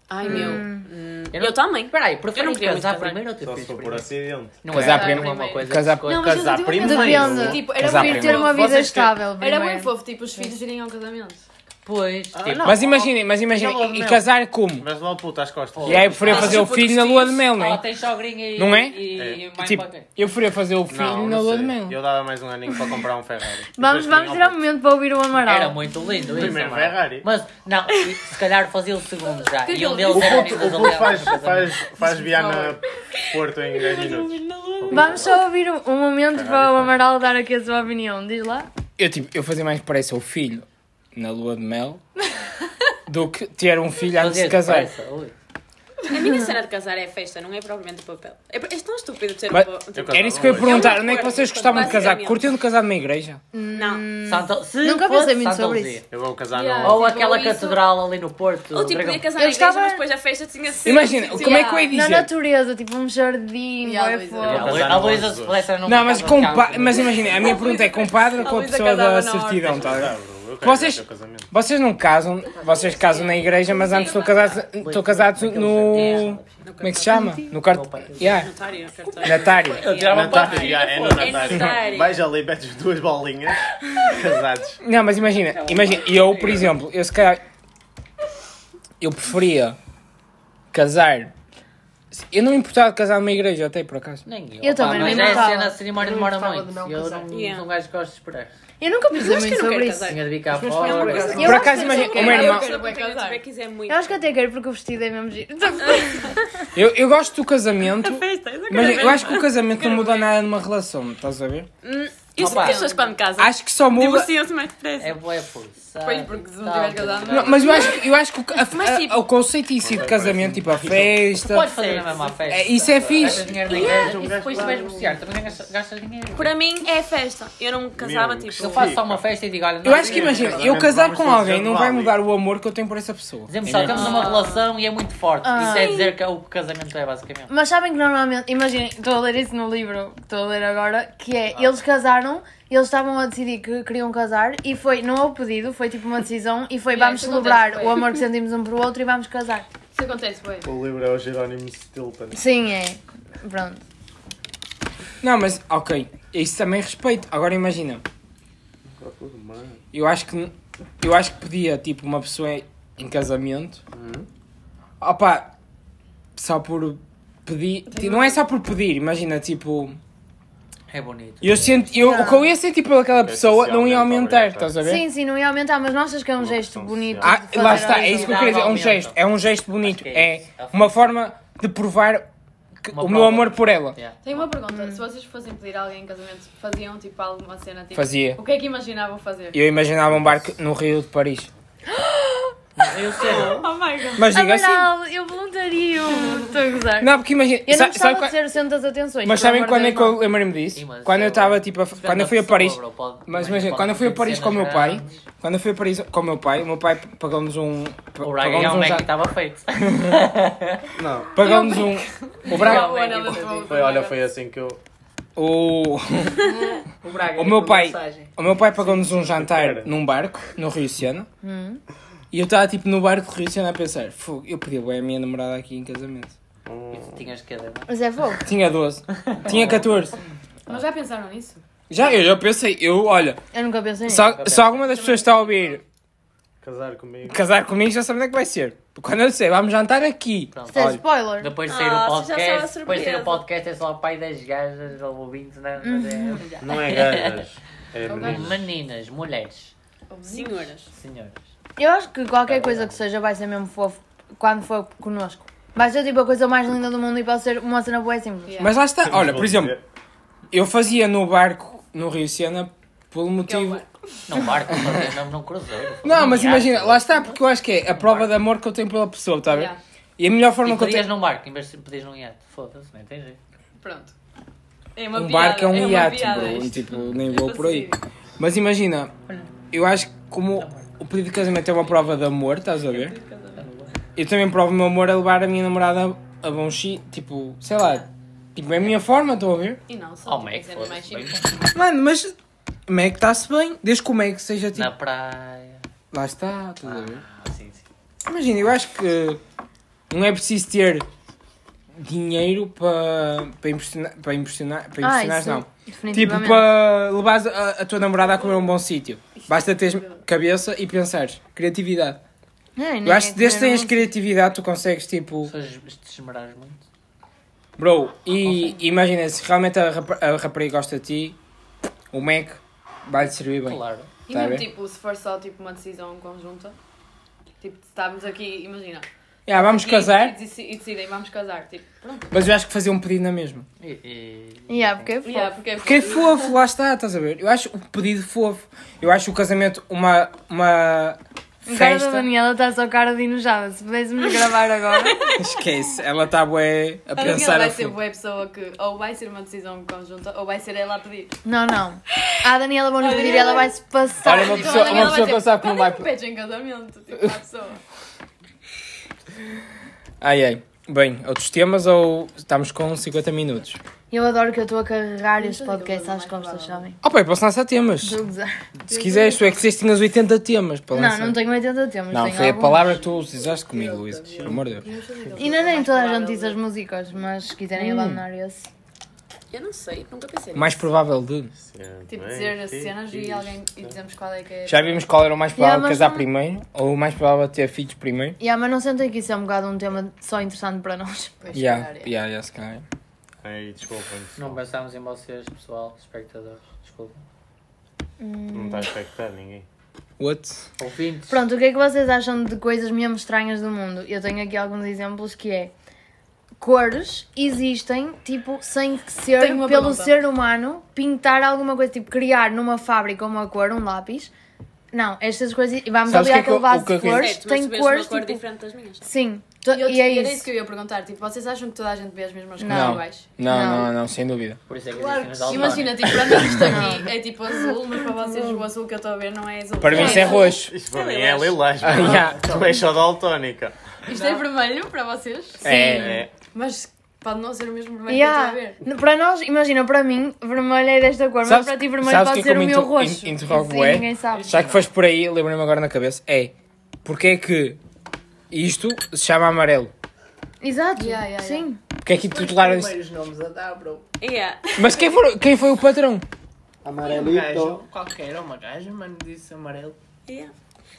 [SPEAKER 7] Ai meu.
[SPEAKER 1] Hum.
[SPEAKER 7] Hum.
[SPEAKER 4] Eu
[SPEAKER 7] Eu,
[SPEAKER 4] não-
[SPEAKER 7] também.
[SPEAKER 4] Espera aí, preferem
[SPEAKER 7] queria muito
[SPEAKER 4] casar
[SPEAKER 7] casar.
[SPEAKER 4] primeiro ou ter
[SPEAKER 2] Só se
[SPEAKER 4] filhos
[SPEAKER 2] for por
[SPEAKER 4] primeiro?
[SPEAKER 2] acidente.
[SPEAKER 4] Não
[SPEAKER 1] Casar
[SPEAKER 4] é
[SPEAKER 1] primeiro.
[SPEAKER 4] uma coisa
[SPEAKER 1] Casar-
[SPEAKER 4] que se
[SPEAKER 5] Não, mas
[SPEAKER 4] coisa-
[SPEAKER 5] eu
[SPEAKER 1] Casar
[SPEAKER 5] digo-
[SPEAKER 1] primeiro.
[SPEAKER 3] Depende.
[SPEAKER 1] Casar
[SPEAKER 3] Prefiro
[SPEAKER 5] Tipo, era bem,
[SPEAKER 1] primeiro.
[SPEAKER 3] ter uma vida
[SPEAKER 4] Vocês que-
[SPEAKER 3] estável.
[SPEAKER 5] era
[SPEAKER 3] primeiro.
[SPEAKER 5] bem fofo, tipo, os filhos irem ao casamento.
[SPEAKER 4] Pois,
[SPEAKER 2] Ah,
[SPEAKER 4] tipo,
[SPEAKER 1] Mas imaginem, mas imaginem, e- e casar como?
[SPEAKER 2] Mas lá o puto às costas.
[SPEAKER 1] E aí preferia
[SPEAKER 4] Ah,
[SPEAKER 1] fazer o
[SPEAKER 4] tipo,
[SPEAKER 1] filho na lua de mel, não
[SPEAKER 4] Ela
[SPEAKER 1] é?
[SPEAKER 4] tem sogrinha e.
[SPEAKER 1] Não é?
[SPEAKER 4] E,
[SPEAKER 2] Eh,
[SPEAKER 4] e mais
[SPEAKER 1] Tipo,
[SPEAKER 4] qualquer.
[SPEAKER 1] eu preferia fazer o é filho
[SPEAKER 2] Não,
[SPEAKER 1] na
[SPEAKER 2] não
[SPEAKER 1] lua de
[SPEAKER 2] sei.
[SPEAKER 1] mel.
[SPEAKER 2] Eu dava mais um aninho para comprar um Ferrari.
[SPEAKER 3] <laughs> Vamos,
[SPEAKER 2] Depois
[SPEAKER 3] vamos
[SPEAKER 2] vinha
[SPEAKER 3] tirar
[SPEAKER 2] ao-
[SPEAKER 3] um momento para ouvir o Amaral.
[SPEAKER 4] Era muito lindo isso.
[SPEAKER 2] Primeiro
[SPEAKER 4] mano.
[SPEAKER 2] Ferrari.
[SPEAKER 4] Mas, não, e se calhar fazia o segundo já. E um deles
[SPEAKER 2] O
[SPEAKER 4] era
[SPEAKER 2] puto,
[SPEAKER 4] amigo
[SPEAKER 2] o
[SPEAKER 4] da
[SPEAKER 2] puto
[SPEAKER 4] Leonor.
[SPEAKER 2] faz, faz, faz Viana Porto em 10 minutos.
[SPEAKER 3] Vamos só ouvir um um momento para o Amaral dar aqui a sua opinião. Diz lá.
[SPEAKER 1] Eu, tipo, eu fazia mais pressa o filho na lua de
[SPEAKER 4] <laughs>
[SPEAKER 1] mel do que ter um filho antes de
[SPEAKER 4] Fazia
[SPEAKER 1] casar.
[SPEAKER 4] depressa, ui.
[SPEAKER 7] A minha cena de casar é festa, não é propriamente o papel. É, é tão estúpido de ser
[SPEAKER 1] Mas-
[SPEAKER 7] um papel.
[SPEAKER 2] Eu
[SPEAKER 1] Era isso que eu ia
[SPEAKER 2] casava
[SPEAKER 1] perguntar.
[SPEAKER 7] Eu
[SPEAKER 1] Onde é que
[SPEAKER 7] concordo,
[SPEAKER 1] vocês gostavam de casar?
[SPEAKER 7] basicamente.
[SPEAKER 1] Curtiam de casar numa igreja?
[SPEAKER 7] Não.
[SPEAKER 1] Hum.
[SPEAKER 4] Santa- se
[SPEAKER 3] Nunca
[SPEAKER 4] fosse
[SPEAKER 3] pensei muito
[SPEAKER 4] Santa
[SPEAKER 3] sobre
[SPEAKER 4] Luzia.
[SPEAKER 2] hoje. Eu vou casar
[SPEAKER 5] Yeah.
[SPEAKER 2] no.
[SPEAKER 4] Ou aquela
[SPEAKER 5] Tipo, isso-
[SPEAKER 4] catedral ali no Porto.
[SPEAKER 7] Ou tipo,
[SPEAKER 4] Dragão.
[SPEAKER 7] podia casar
[SPEAKER 3] Eu
[SPEAKER 7] na igreja,
[SPEAKER 3] estava-
[SPEAKER 7] mas depois a festa tinha sido. assim, ah,
[SPEAKER 1] Imagina, como é que eu ia
[SPEAKER 3] Na
[SPEAKER 1] dizer?
[SPEAKER 3] natureza, tipo um jardim.
[SPEAKER 5] E a
[SPEAKER 3] bué
[SPEAKER 5] Luísa?
[SPEAKER 3] fofo.
[SPEAKER 2] Eu vou casar
[SPEAKER 4] A
[SPEAKER 2] no
[SPEAKER 4] Luísa
[SPEAKER 2] Onze
[SPEAKER 4] se
[SPEAKER 2] dos
[SPEAKER 4] pudesse não
[SPEAKER 1] Não, mas, com pa... mas imagina, a minha pergunta é com o padre ou com a
[SPEAKER 5] Luísa
[SPEAKER 1] pessoa
[SPEAKER 5] casava
[SPEAKER 1] da
[SPEAKER 5] na horta.
[SPEAKER 1] certidão, tá a ver?
[SPEAKER 2] Ah, bro, eu quero
[SPEAKER 1] Vocês-
[SPEAKER 2] ver o casamento.
[SPEAKER 1] Vocês não casam, vocês casam na igreja, mas antes estão casados, estão casados no. Como é que se chama? No cartão. Yeah,
[SPEAKER 7] Notário,
[SPEAKER 1] Natário.
[SPEAKER 6] Eu tirava um
[SPEAKER 2] Natário,
[SPEAKER 6] partido.
[SPEAKER 2] yeah, é no
[SPEAKER 6] foda-se.
[SPEAKER 7] É
[SPEAKER 2] Natário.
[SPEAKER 7] Natário.
[SPEAKER 2] Vais ali, metes duas bolinhas. <laughs> Casados.
[SPEAKER 1] Não, mas imagina, imagina, eu, por exemplo, eu se calhar. Eu preferia casar. Eu não me importava de casar numa igreja, até por acaso.
[SPEAKER 4] Nem eu.
[SPEAKER 3] Eu também
[SPEAKER 4] mas
[SPEAKER 3] não
[SPEAKER 4] é
[SPEAKER 3] notava.
[SPEAKER 4] a cena, a cerimónia
[SPEAKER 6] Eu
[SPEAKER 4] demora
[SPEAKER 6] gostava
[SPEAKER 4] muito.
[SPEAKER 6] de não
[SPEAKER 4] eu
[SPEAKER 6] casar. É.
[SPEAKER 4] não
[SPEAKER 7] Yeah.
[SPEAKER 4] sou um gajo que gosto de esperar.
[SPEAKER 3] Eu nunca pensei
[SPEAKER 7] que
[SPEAKER 3] muito
[SPEAKER 7] eu não
[SPEAKER 3] sobre
[SPEAKER 7] quero
[SPEAKER 3] isso.
[SPEAKER 7] casar.
[SPEAKER 4] Tinha de vir cá
[SPEAKER 6] meus
[SPEAKER 4] fora.
[SPEAKER 6] pais-
[SPEAKER 3] Eu
[SPEAKER 1] Por
[SPEAKER 3] acho
[SPEAKER 1] acaso,
[SPEAKER 3] que-
[SPEAKER 1] imagina, é o
[SPEAKER 5] eu
[SPEAKER 1] meu
[SPEAKER 5] quero
[SPEAKER 1] irmão.
[SPEAKER 5] casar.
[SPEAKER 7] Eu também quiser muito.
[SPEAKER 3] Eu acho que até quero porque o vestido é mesmo giro.
[SPEAKER 1] Eu, eu gosto do casamento, <laughs> mas é eu acho que o casamento não muda nada numa relação, estás a ver?
[SPEAKER 7] Eu sei
[SPEAKER 4] Opa.
[SPEAKER 7] que Hum, as pessoas quando casam.
[SPEAKER 1] Acho que só muda.
[SPEAKER 7] Divorciam-se mais depressa.
[SPEAKER 4] É boa, é força.
[SPEAKER 5] Pois, porque se não
[SPEAKER 4] Tal, tipo, é?
[SPEAKER 5] tiver casado,
[SPEAKER 4] tal.
[SPEAKER 1] Não, mas eu acho, que- eu acho que o, a-
[SPEAKER 7] Mas, tipo-
[SPEAKER 1] a- o conceito em si de casamento, tipo a festa,
[SPEAKER 4] Podes fazer a mesma festa.
[SPEAKER 1] é- isso é
[SPEAKER 4] Gastas
[SPEAKER 1] fixe.
[SPEAKER 4] dinheiro na igreja um e depois se vais divorciar. Também gastas gastas dinheiro.
[SPEAKER 7] Para mim é festa. Eu não casava
[SPEAKER 2] Meu,
[SPEAKER 7] tipo.
[SPEAKER 4] Eu faço só uma festa e digo, olha,
[SPEAKER 1] Eu
[SPEAKER 4] nós-
[SPEAKER 1] acho que imagina, eu casar com alguém não vai mudar o amor que eu tenho por essa pessoa.
[SPEAKER 4] Dizemos só, temos uma relação e é muito forte. Isso é dizer que é o que casamento é,
[SPEAKER 3] <laughs>
[SPEAKER 4] basicamente.
[SPEAKER 3] Mas sabem que normalmente, imaginem, estou a ler isso no livro que estou a ler agora, que é, eles casaram, eles estavam a decidir que queriam casar e foi, não houve pedido, foi tipo uma decisão e foi
[SPEAKER 5] Yeah,
[SPEAKER 3] vamos
[SPEAKER 5] isso acontece,
[SPEAKER 3] celebrar
[SPEAKER 5] foi.
[SPEAKER 3] o amor que sentimos um para o outro e vamos casar.
[SPEAKER 5] Isso acontece, bem.
[SPEAKER 2] O livro é o Jerónimo Stilton.
[SPEAKER 3] Sim, é. Pronto.
[SPEAKER 1] Não, mas ok, isso também respeito. Agora imagina, eu acho que eu acho que podia tipo uma pessoa em- em casamento. Opa, só por pedir, ti- não é só por pedir, imagina tipo,
[SPEAKER 4] É bonito.
[SPEAKER 1] eu senti, eu, o que eu ia sentir por aquela pessoa não ia aumentar, estás a ver?
[SPEAKER 3] Sim, sim, não ia aumentar, mas nós achamos que é um
[SPEAKER 2] Uma
[SPEAKER 3] gesto
[SPEAKER 2] questão
[SPEAKER 3] bonito.
[SPEAKER 2] social.
[SPEAKER 1] Ah,
[SPEAKER 3] de
[SPEAKER 1] lá
[SPEAKER 3] fazer
[SPEAKER 1] está,
[SPEAKER 3] ao
[SPEAKER 1] é isso que eu
[SPEAKER 3] outro.
[SPEAKER 1] queria dizer, é um
[SPEAKER 4] Aumenta.
[SPEAKER 1] gesto, é um gesto bonito,
[SPEAKER 4] que é
[SPEAKER 1] é,
[SPEAKER 4] isso.
[SPEAKER 1] uma forma de provar que-
[SPEAKER 4] Uma
[SPEAKER 1] o meu
[SPEAKER 4] prova.
[SPEAKER 1] amor por ela.
[SPEAKER 4] Yeah.
[SPEAKER 5] Tenho uma pergunta. Se vocês fossem pedir a alguém em casamento, faziam tipo alguma cena tipo.
[SPEAKER 1] Fazia.
[SPEAKER 5] O que é que imaginavam fazer?
[SPEAKER 1] Eu imaginava um barco no Rio de Paris.
[SPEAKER 4] Eu sei.
[SPEAKER 1] Oh Mas diga assim.
[SPEAKER 3] Amaral, Ah, eu voluntario. <laughs> Estou a gozar.
[SPEAKER 1] Não, porque imagina. sa-
[SPEAKER 3] eu não
[SPEAKER 1] sabe
[SPEAKER 3] gostava de
[SPEAKER 1] qual-
[SPEAKER 3] ser o centro das atenções.
[SPEAKER 1] Mas
[SPEAKER 3] por
[SPEAKER 1] sabem
[SPEAKER 3] amor
[SPEAKER 1] quando
[SPEAKER 3] de
[SPEAKER 1] é que eu
[SPEAKER 3] Deus,
[SPEAKER 1] lembrei-me
[SPEAKER 4] Sim,
[SPEAKER 1] disso?
[SPEAKER 4] mas
[SPEAKER 1] quando eu
[SPEAKER 4] eu-
[SPEAKER 1] estava tipo. a-
[SPEAKER 4] Depende
[SPEAKER 1] Quando eu
[SPEAKER 4] da
[SPEAKER 1] fui a
[SPEAKER 4] pessoa,
[SPEAKER 1] Paris.
[SPEAKER 4] bro, pode-
[SPEAKER 1] Mas
[SPEAKER 4] pode
[SPEAKER 1] imagina, quando eu fui a
[SPEAKER 4] acontecer
[SPEAKER 1] Paris com o meu
[SPEAKER 4] cenas
[SPEAKER 1] pai.
[SPEAKER 4] grandes.
[SPEAKER 1] Quando eu fui a Paris com o meu pai, o meu pai pagou-nos um.
[SPEAKER 4] O
[SPEAKER 1] pagou-nos
[SPEAKER 4] Brian
[SPEAKER 1] um
[SPEAKER 4] é que
[SPEAKER 1] ja-
[SPEAKER 4] estava feito. <laughs>
[SPEAKER 2] Não.
[SPEAKER 1] Pagou-nos um. O Braga.
[SPEAKER 5] Ou era da tua-
[SPEAKER 2] Foi, olha, foi assim que eu.
[SPEAKER 1] O.
[SPEAKER 4] O Braga.
[SPEAKER 1] O meu pai, o meu pai pagou-nos um jantar num barco, no Rio Sena.
[SPEAKER 4] Hum.
[SPEAKER 1] E eu estava tipo no barco do Rio Sena a pensar, "Fogo, eu pedi bem a minha namorada aqui em casamento.
[SPEAKER 4] Tinhas que dar.
[SPEAKER 3] Mas é fogo.
[SPEAKER 1] Tinha 12, tinha 14.
[SPEAKER 5] Mas já pensaram nisso?
[SPEAKER 1] Já, eu já pensei, eu, olha,
[SPEAKER 3] Eu nunca pensei nisso.
[SPEAKER 1] se, se alguma das pessoas está a ouvir
[SPEAKER 2] Casar comigo.
[SPEAKER 1] casar comigo, já sabe onde é que vai ser. Quando eu disser, vamos jantar aqui.
[SPEAKER 4] Pronto.
[SPEAKER 3] Isso é
[SPEAKER 1] Olha,
[SPEAKER 3] spoiler.
[SPEAKER 4] Depois de sair
[SPEAKER 7] Ah,
[SPEAKER 4] o
[SPEAKER 7] vocês já sabem
[SPEAKER 4] podcast,
[SPEAKER 7] a
[SPEAKER 4] depois de sair o
[SPEAKER 7] surpresa.
[SPEAKER 4] podcast é só o pai das gajas ou ouvintes, não é?
[SPEAKER 2] Não é
[SPEAKER 4] <laughs>
[SPEAKER 2] gajas. É menino.
[SPEAKER 4] Meninas, mulheres,
[SPEAKER 7] Senhoras.
[SPEAKER 4] senhores.
[SPEAKER 3] Eu acho que qualquer coisa que seja vai ser mesmo fofo quando for connosco. Vai ser tipo a coisa mais linda do mundo e pode ser uma cena boa simples.
[SPEAKER 5] Yeah.
[SPEAKER 1] mas lá está, olha, por exemplo, eu fazia no barco no Rio Sena pelo motivo.
[SPEAKER 4] Não é barco, não, não, não cruzeiro.
[SPEAKER 1] <laughs> Não, mas
[SPEAKER 4] Iate.
[SPEAKER 1] imagina, lá está, porque eu acho que é a prova de amor que eu tenho pela pessoa, está a ver?
[SPEAKER 5] Yeah.
[SPEAKER 1] E a melhor forma
[SPEAKER 4] E
[SPEAKER 1] que eu
[SPEAKER 4] pedias
[SPEAKER 1] tenho.
[SPEAKER 4] num barco em vez de pedias num iate. Foda-se, não tem jeito.
[SPEAKER 5] Pronto. É uma
[SPEAKER 1] Um
[SPEAKER 5] piada,
[SPEAKER 1] barco é um
[SPEAKER 5] uma
[SPEAKER 1] iate,
[SPEAKER 5] piada
[SPEAKER 1] bro.
[SPEAKER 5] isto. <laughs>
[SPEAKER 1] Tipo, nem vou
[SPEAKER 5] É
[SPEAKER 1] por aí.
[SPEAKER 5] possível.
[SPEAKER 1] Mas imagina, eu acho que como o pedido de casamento é uma prova de amor,
[SPEAKER 5] É
[SPEAKER 1] estás a ver? Eu também provo o meu amor a levar a minha namorada a bom chi, tipo, sei lá. Tipo, é a minha forma, estão a ver?
[SPEAKER 5] E não, só
[SPEAKER 4] Ao
[SPEAKER 5] oh,
[SPEAKER 4] Mac,
[SPEAKER 5] tipo, mais
[SPEAKER 4] foda-se.
[SPEAKER 5] chique.
[SPEAKER 4] bem.
[SPEAKER 1] Mano, mas o Mac está-se bem, desde que o Mac seja tipo.
[SPEAKER 4] Na praia.
[SPEAKER 1] Lá está, estás a ver?
[SPEAKER 4] Ah, sim, sim.
[SPEAKER 1] Imagina, eu acho que Não é preciso ter dinheiro para para impressionar, para impressionar, para impressionar
[SPEAKER 3] isso,
[SPEAKER 1] não. Tipo,
[SPEAKER 3] Definitivamente.
[SPEAKER 1] para levares a, a tua namorada a comer a um bom sítio. Basta teres cabeça e pensares. Criatividade.
[SPEAKER 3] É,
[SPEAKER 1] Eu acho que desde que
[SPEAKER 3] ninguém
[SPEAKER 1] tens
[SPEAKER 3] quer
[SPEAKER 1] criatividade, tu consegues, tipo...
[SPEAKER 4] Só te esmerares muito.
[SPEAKER 1] Bro, e imagina, se realmente a, rapa- a rapariga gosta de ti, o Mac vai-te servir bem.
[SPEAKER 4] Claro.
[SPEAKER 5] E
[SPEAKER 1] Tá
[SPEAKER 5] mesmo,
[SPEAKER 1] bem.
[SPEAKER 5] tipo, se for só tipo, uma decisão conjunta, tipo, estávamos aqui, imagina.
[SPEAKER 1] Yeah, vamos
[SPEAKER 5] aqui E,
[SPEAKER 1] casar,
[SPEAKER 5] deci- e decidem, vamos casar, tipo, pronto.
[SPEAKER 1] mas eu acho que fazer um pedido na mesma.
[SPEAKER 4] E- e-
[SPEAKER 3] Yeah, porque é fofo.
[SPEAKER 5] Yeah, porque,
[SPEAKER 1] Porque é fofo, lá está, estás a ver? Eu acho o pedido fofo. Eu acho o casamento uma, uma
[SPEAKER 3] O Um cara da
[SPEAKER 1] festa.
[SPEAKER 3] Daniela está só cara de enojada. Se pudéssemos gravar agora.
[SPEAKER 1] <laughs> Esquece, ela está bué a
[SPEAKER 5] A Daniela
[SPEAKER 1] pensar assim?
[SPEAKER 5] vai
[SPEAKER 1] a
[SPEAKER 5] ser
[SPEAKER 1] fundo.
[SPEAKER 5] boa pessoa que ou vai ser uma decisão conjunta ou vai ser ela a pedir.
[SPEAKER 3] Não, não. A Daniela vão pedir e ela vai se passar.
[SPEAKER 1] Olha, uma pessoa,
[SPEAKER 5] Então, a
[SPEAKER 1] uma
[SPEAKER 5] Daniela
[SPEAKER 1] pessoa
[SPEAKER 5] vai
[SPEAKER 1] pensar que não vai...
[SPEAKER 5] Mandem um peixe em casamento, tipo, à pessoa.
[SPEAKER 1] Ai, ai. Bem, outros temas ou estamos com 50 minutos?
[SPEAKER 3] Eu adoro que eu estou a carregar este podcast às costas, sabem?
[SPEAKER 1] Oh, pai, posso lançar temas.
[SPEAKER 3] Estou a gozar.
[SPEAKER 1] Se quiseres, tu é que disseste que tinhas 80 temas para
[SPEAKER 3] Não,
[SPEAKER 1] lançar.
[SPEAKER 3] não tenho 80 temas.
[SPEAKER 1] Não,
[SPEAKER 3] tenho
[SPEAKER 1] foi a
[SPEAKER 3] alguns.
[SPEAKER 1] palavra que tu utilizaste comigo, Luísa. Por amor de Deus.
[SPEAKER 3] E não nem toda a gente diz as músicas, mas se quiserem abandonar esse.
[SPEAKER 7] Eu não sei, nunca pensei nisso.
[SPEAKER 1] Mais provável de.
[SPEAKER 2] é
[SPEAKER 5] Tipo, dizer as cenas e alguém e dizemos qual é que é.
[SPEAKER 1] Já vimos qual era o mais provável
[SPEAKER 3] Yeah,
[SPEAKER 1] de
[SPEAKER 3] mas
[SPEAKER 1] casar
[SPEAKER 3] não-
[SPEAKER 1] primeiro ou o mais provável de ter filhos primeiro.
[SPEAKER 3] Yeah, mas não sentem que isso é um bocado um tema só interessante para nós. <laughs>
[SPEAKER 5] Pois,
[SPEAKER 1] Yeah,
[SPEAKER 5] calhar, é.
[SPEAKER 1] yeah, yeah, se calhar.
[SPEAKER 2] Ai, desculpa-nos.
[SPEAKER 4] Não pensámos em vocês, pessoal, espectadores. Desculpa.
[SPEAKER 2] Não está a expectar ninguém.
[SPEAKER 1] What?
[SPEAKER 4] Ouvintes.
[SPEAKER 3] Pronto, o que é que vocês acham de coisas mesmo estranhas do mundo? Eu tenho aqui alguns exemplos que é cores existem tipo sem que ser
[SPEAKER 5] Tenho uma
[SPEAKER 3] pelo
[SPEAKER 5] pergunta.
[SPEAKER 3] ser humano pintar alguma coisa, tipo criar numa fábrica uma cor, um lápis. Não, estas coisas e vamos
[SPEAKER 1] Sabes
[SPEAKER 3] ali
[SPEAKER 1] o que é
[SPEAKER 3] àquele
[SPEAKER 1] que eu-
[SPEAKER 3] vaso
[SPEAKER 1] o que é
[SPEAKER 3] de
[SPEAKER 1] que eu-
[SPEAKER 3] cores,
[SPEAKER 7] Certo, mas
[SPEAKER 3] tem
[SPEAKER 7] tu vês
[SPEAKER 3] cores
[SPEAKER 7] uma cor
[SPEAKER 3] tipo-
[SPEAKER 7] diferente das minhas.
[SPEAKER 3] Sim, to-
[SPEAKER 5] E, eu, tipo,
[SPEAKER 3] e é
[SPEAKER 5] era
[SPEAKER 3] isso.
[SPEAKER 5] isso que eu ia perguntar, tipo, vocês acham que toda a gente vê as mesmas coisas
[SPEAKER 1] Não.
[SPEAKER 5] iguais?
[SPEAKER 1] Não, não,
[SPEAKER 3] Não.
[SPEAKER 1] não, sem dúvida.
[SPEAKER 4] Por isso é que as cenas da Albânia.
[SPEAKER 5] Imagina,
[SPEAKER 1] <laughs>
[SPEAKER 5] tipo, para mim isto aqui é tipo azul, mas para vocês o azul que eu estou a ver não é azul.
[SPEAKER 1] Para mim isso é roxo.
[SPEAKER 2] Isto para
[SPEAKER 7] É
[SPEAKER 2] mim é
[SPEAKER 4] <laughs>
[SPEAKER 7] lilás.
[SPEAKER 2] lilás.
[SPEAKER 1] Ah,
[SPEAKER 2] mano.
[SPEAKER 1] yeah.
[SPEAKER 2] Tu és só daltónica.
[SPEAKER 5] Isto é vermelho para vocês,
[SPEAKER 1] É.
[SPEAKER 2] É.
[SPEAKER 5] mas pode não ser o mesmo vermelho
[SPEAKER 3] Yeah.
[SPEAKER 5] que eu estou a ver.
[SPEAKER 3] Para nós, imagina, para mim, vermelho é desta cor,
[SPEAKER 1] Sabes-
[SPEAKER 3] mas para ti vermelho
[SPEAKER 1] sabes
[SPEAKER 3] pode
[SPEAKER 1] o que é
[SPEAKER 3] ser
[SPEAKER 1] que
[SPEAKER 3] o
[SPEAKER 1] eu me
[SPEAKER 3] meu
[SPEAKER 1] inter-
[SPEAKER 3] roxo.
[SPEAKER 1] in- interrogo,
[SPEAKER 3] Isso
[SPEAKER 1] é?
[SPEAKER 3] ninguém sabe.
[SPEAKER 1] Já que foste por aí, lembrei-me agora na cabeça. É. Porque é que isto se chama amarelo?
[SPEAKER 3] Exato,
[SPEAKER 5] Yeah, yeah,
[SPEAKER 3] sim.
[SPEAKER 1] Porque é que tutelaram isso?
[SPEAKER 6] Primeiros nomes a dar, bro.
[SPEAKER 7] Yeah.
[SPEAKER 1] Mas quem foi, quem foi o patrão?
[SPEAKER 6] Um gajo, qualquer, é uma gaja, mano, disse amarelo.
[SPEAKER 7] Yeah.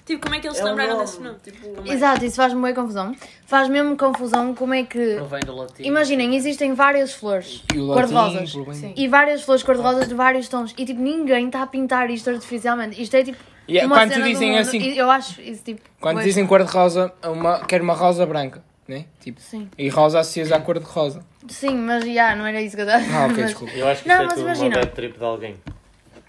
[SPEAKER 7] Tipo, como é que eles se
[SPEAKER 6] É um
[SPEAKER 7] lembraram
[SPEAKER 6] nome,
[SPEAKER 7] desse nome? Tipo,
[SPEAKER 3] Exato, isso faz-me boa confusão. Faz mesmo confusão como é que.
[SPEAKER 4] Não vem do latim.
[SPEAKER 3] Imaginem, existem várias flores
[SPEAKER 1] E o
[SPEAKER 3] cor-de-rosas.
[SPEAKER 1] latim, problema.
[SPEAKER 3] E várias flores cor-de-rosas de vários tons. E tipo, ninguém está a pintar isto artificialmente. Isto é tipo.
[SPEAKER 1] Yeah,
[SPEAKER 3] uma
[SPEAKER 1] quando
[SPEAKER 3] cena
[SPEAKER 1] te
[SPEAKER 3] do
[SPEAKER 1] dizem
[SPEAKER 3] mundo.
[SPEAKER 1] assim-
[SPEAKER 3] E Eu acho isso tipo.
[SPEAKER 1] Quando
[SPEAKER 3] bué-
[SPEAKER 1] dizem cor-de-rosa, uma, quero uma rosa branca, né? Tipo,
[SPEAKER 3] Sim.
[SPEAKER 1] e rosa associas à cor de rosa.
[SPEAKER 3] Sim, mas já, não era isso que eu estava
[SPEAKER 1] Ah, ok,
[SPEAKER 3] <laughs> mas...
[SPEAKER 1] desculpa.
[SPEAKER 2] Eu acho que
[SPEAKER 3] Não,
[SPEAKER 2] isto é
[SPEAKER 3] mas
[SPEAKER 2] tudo
[SPEAKER 3] imagina.
[SPEAKER 2] uma bad trip de alguém.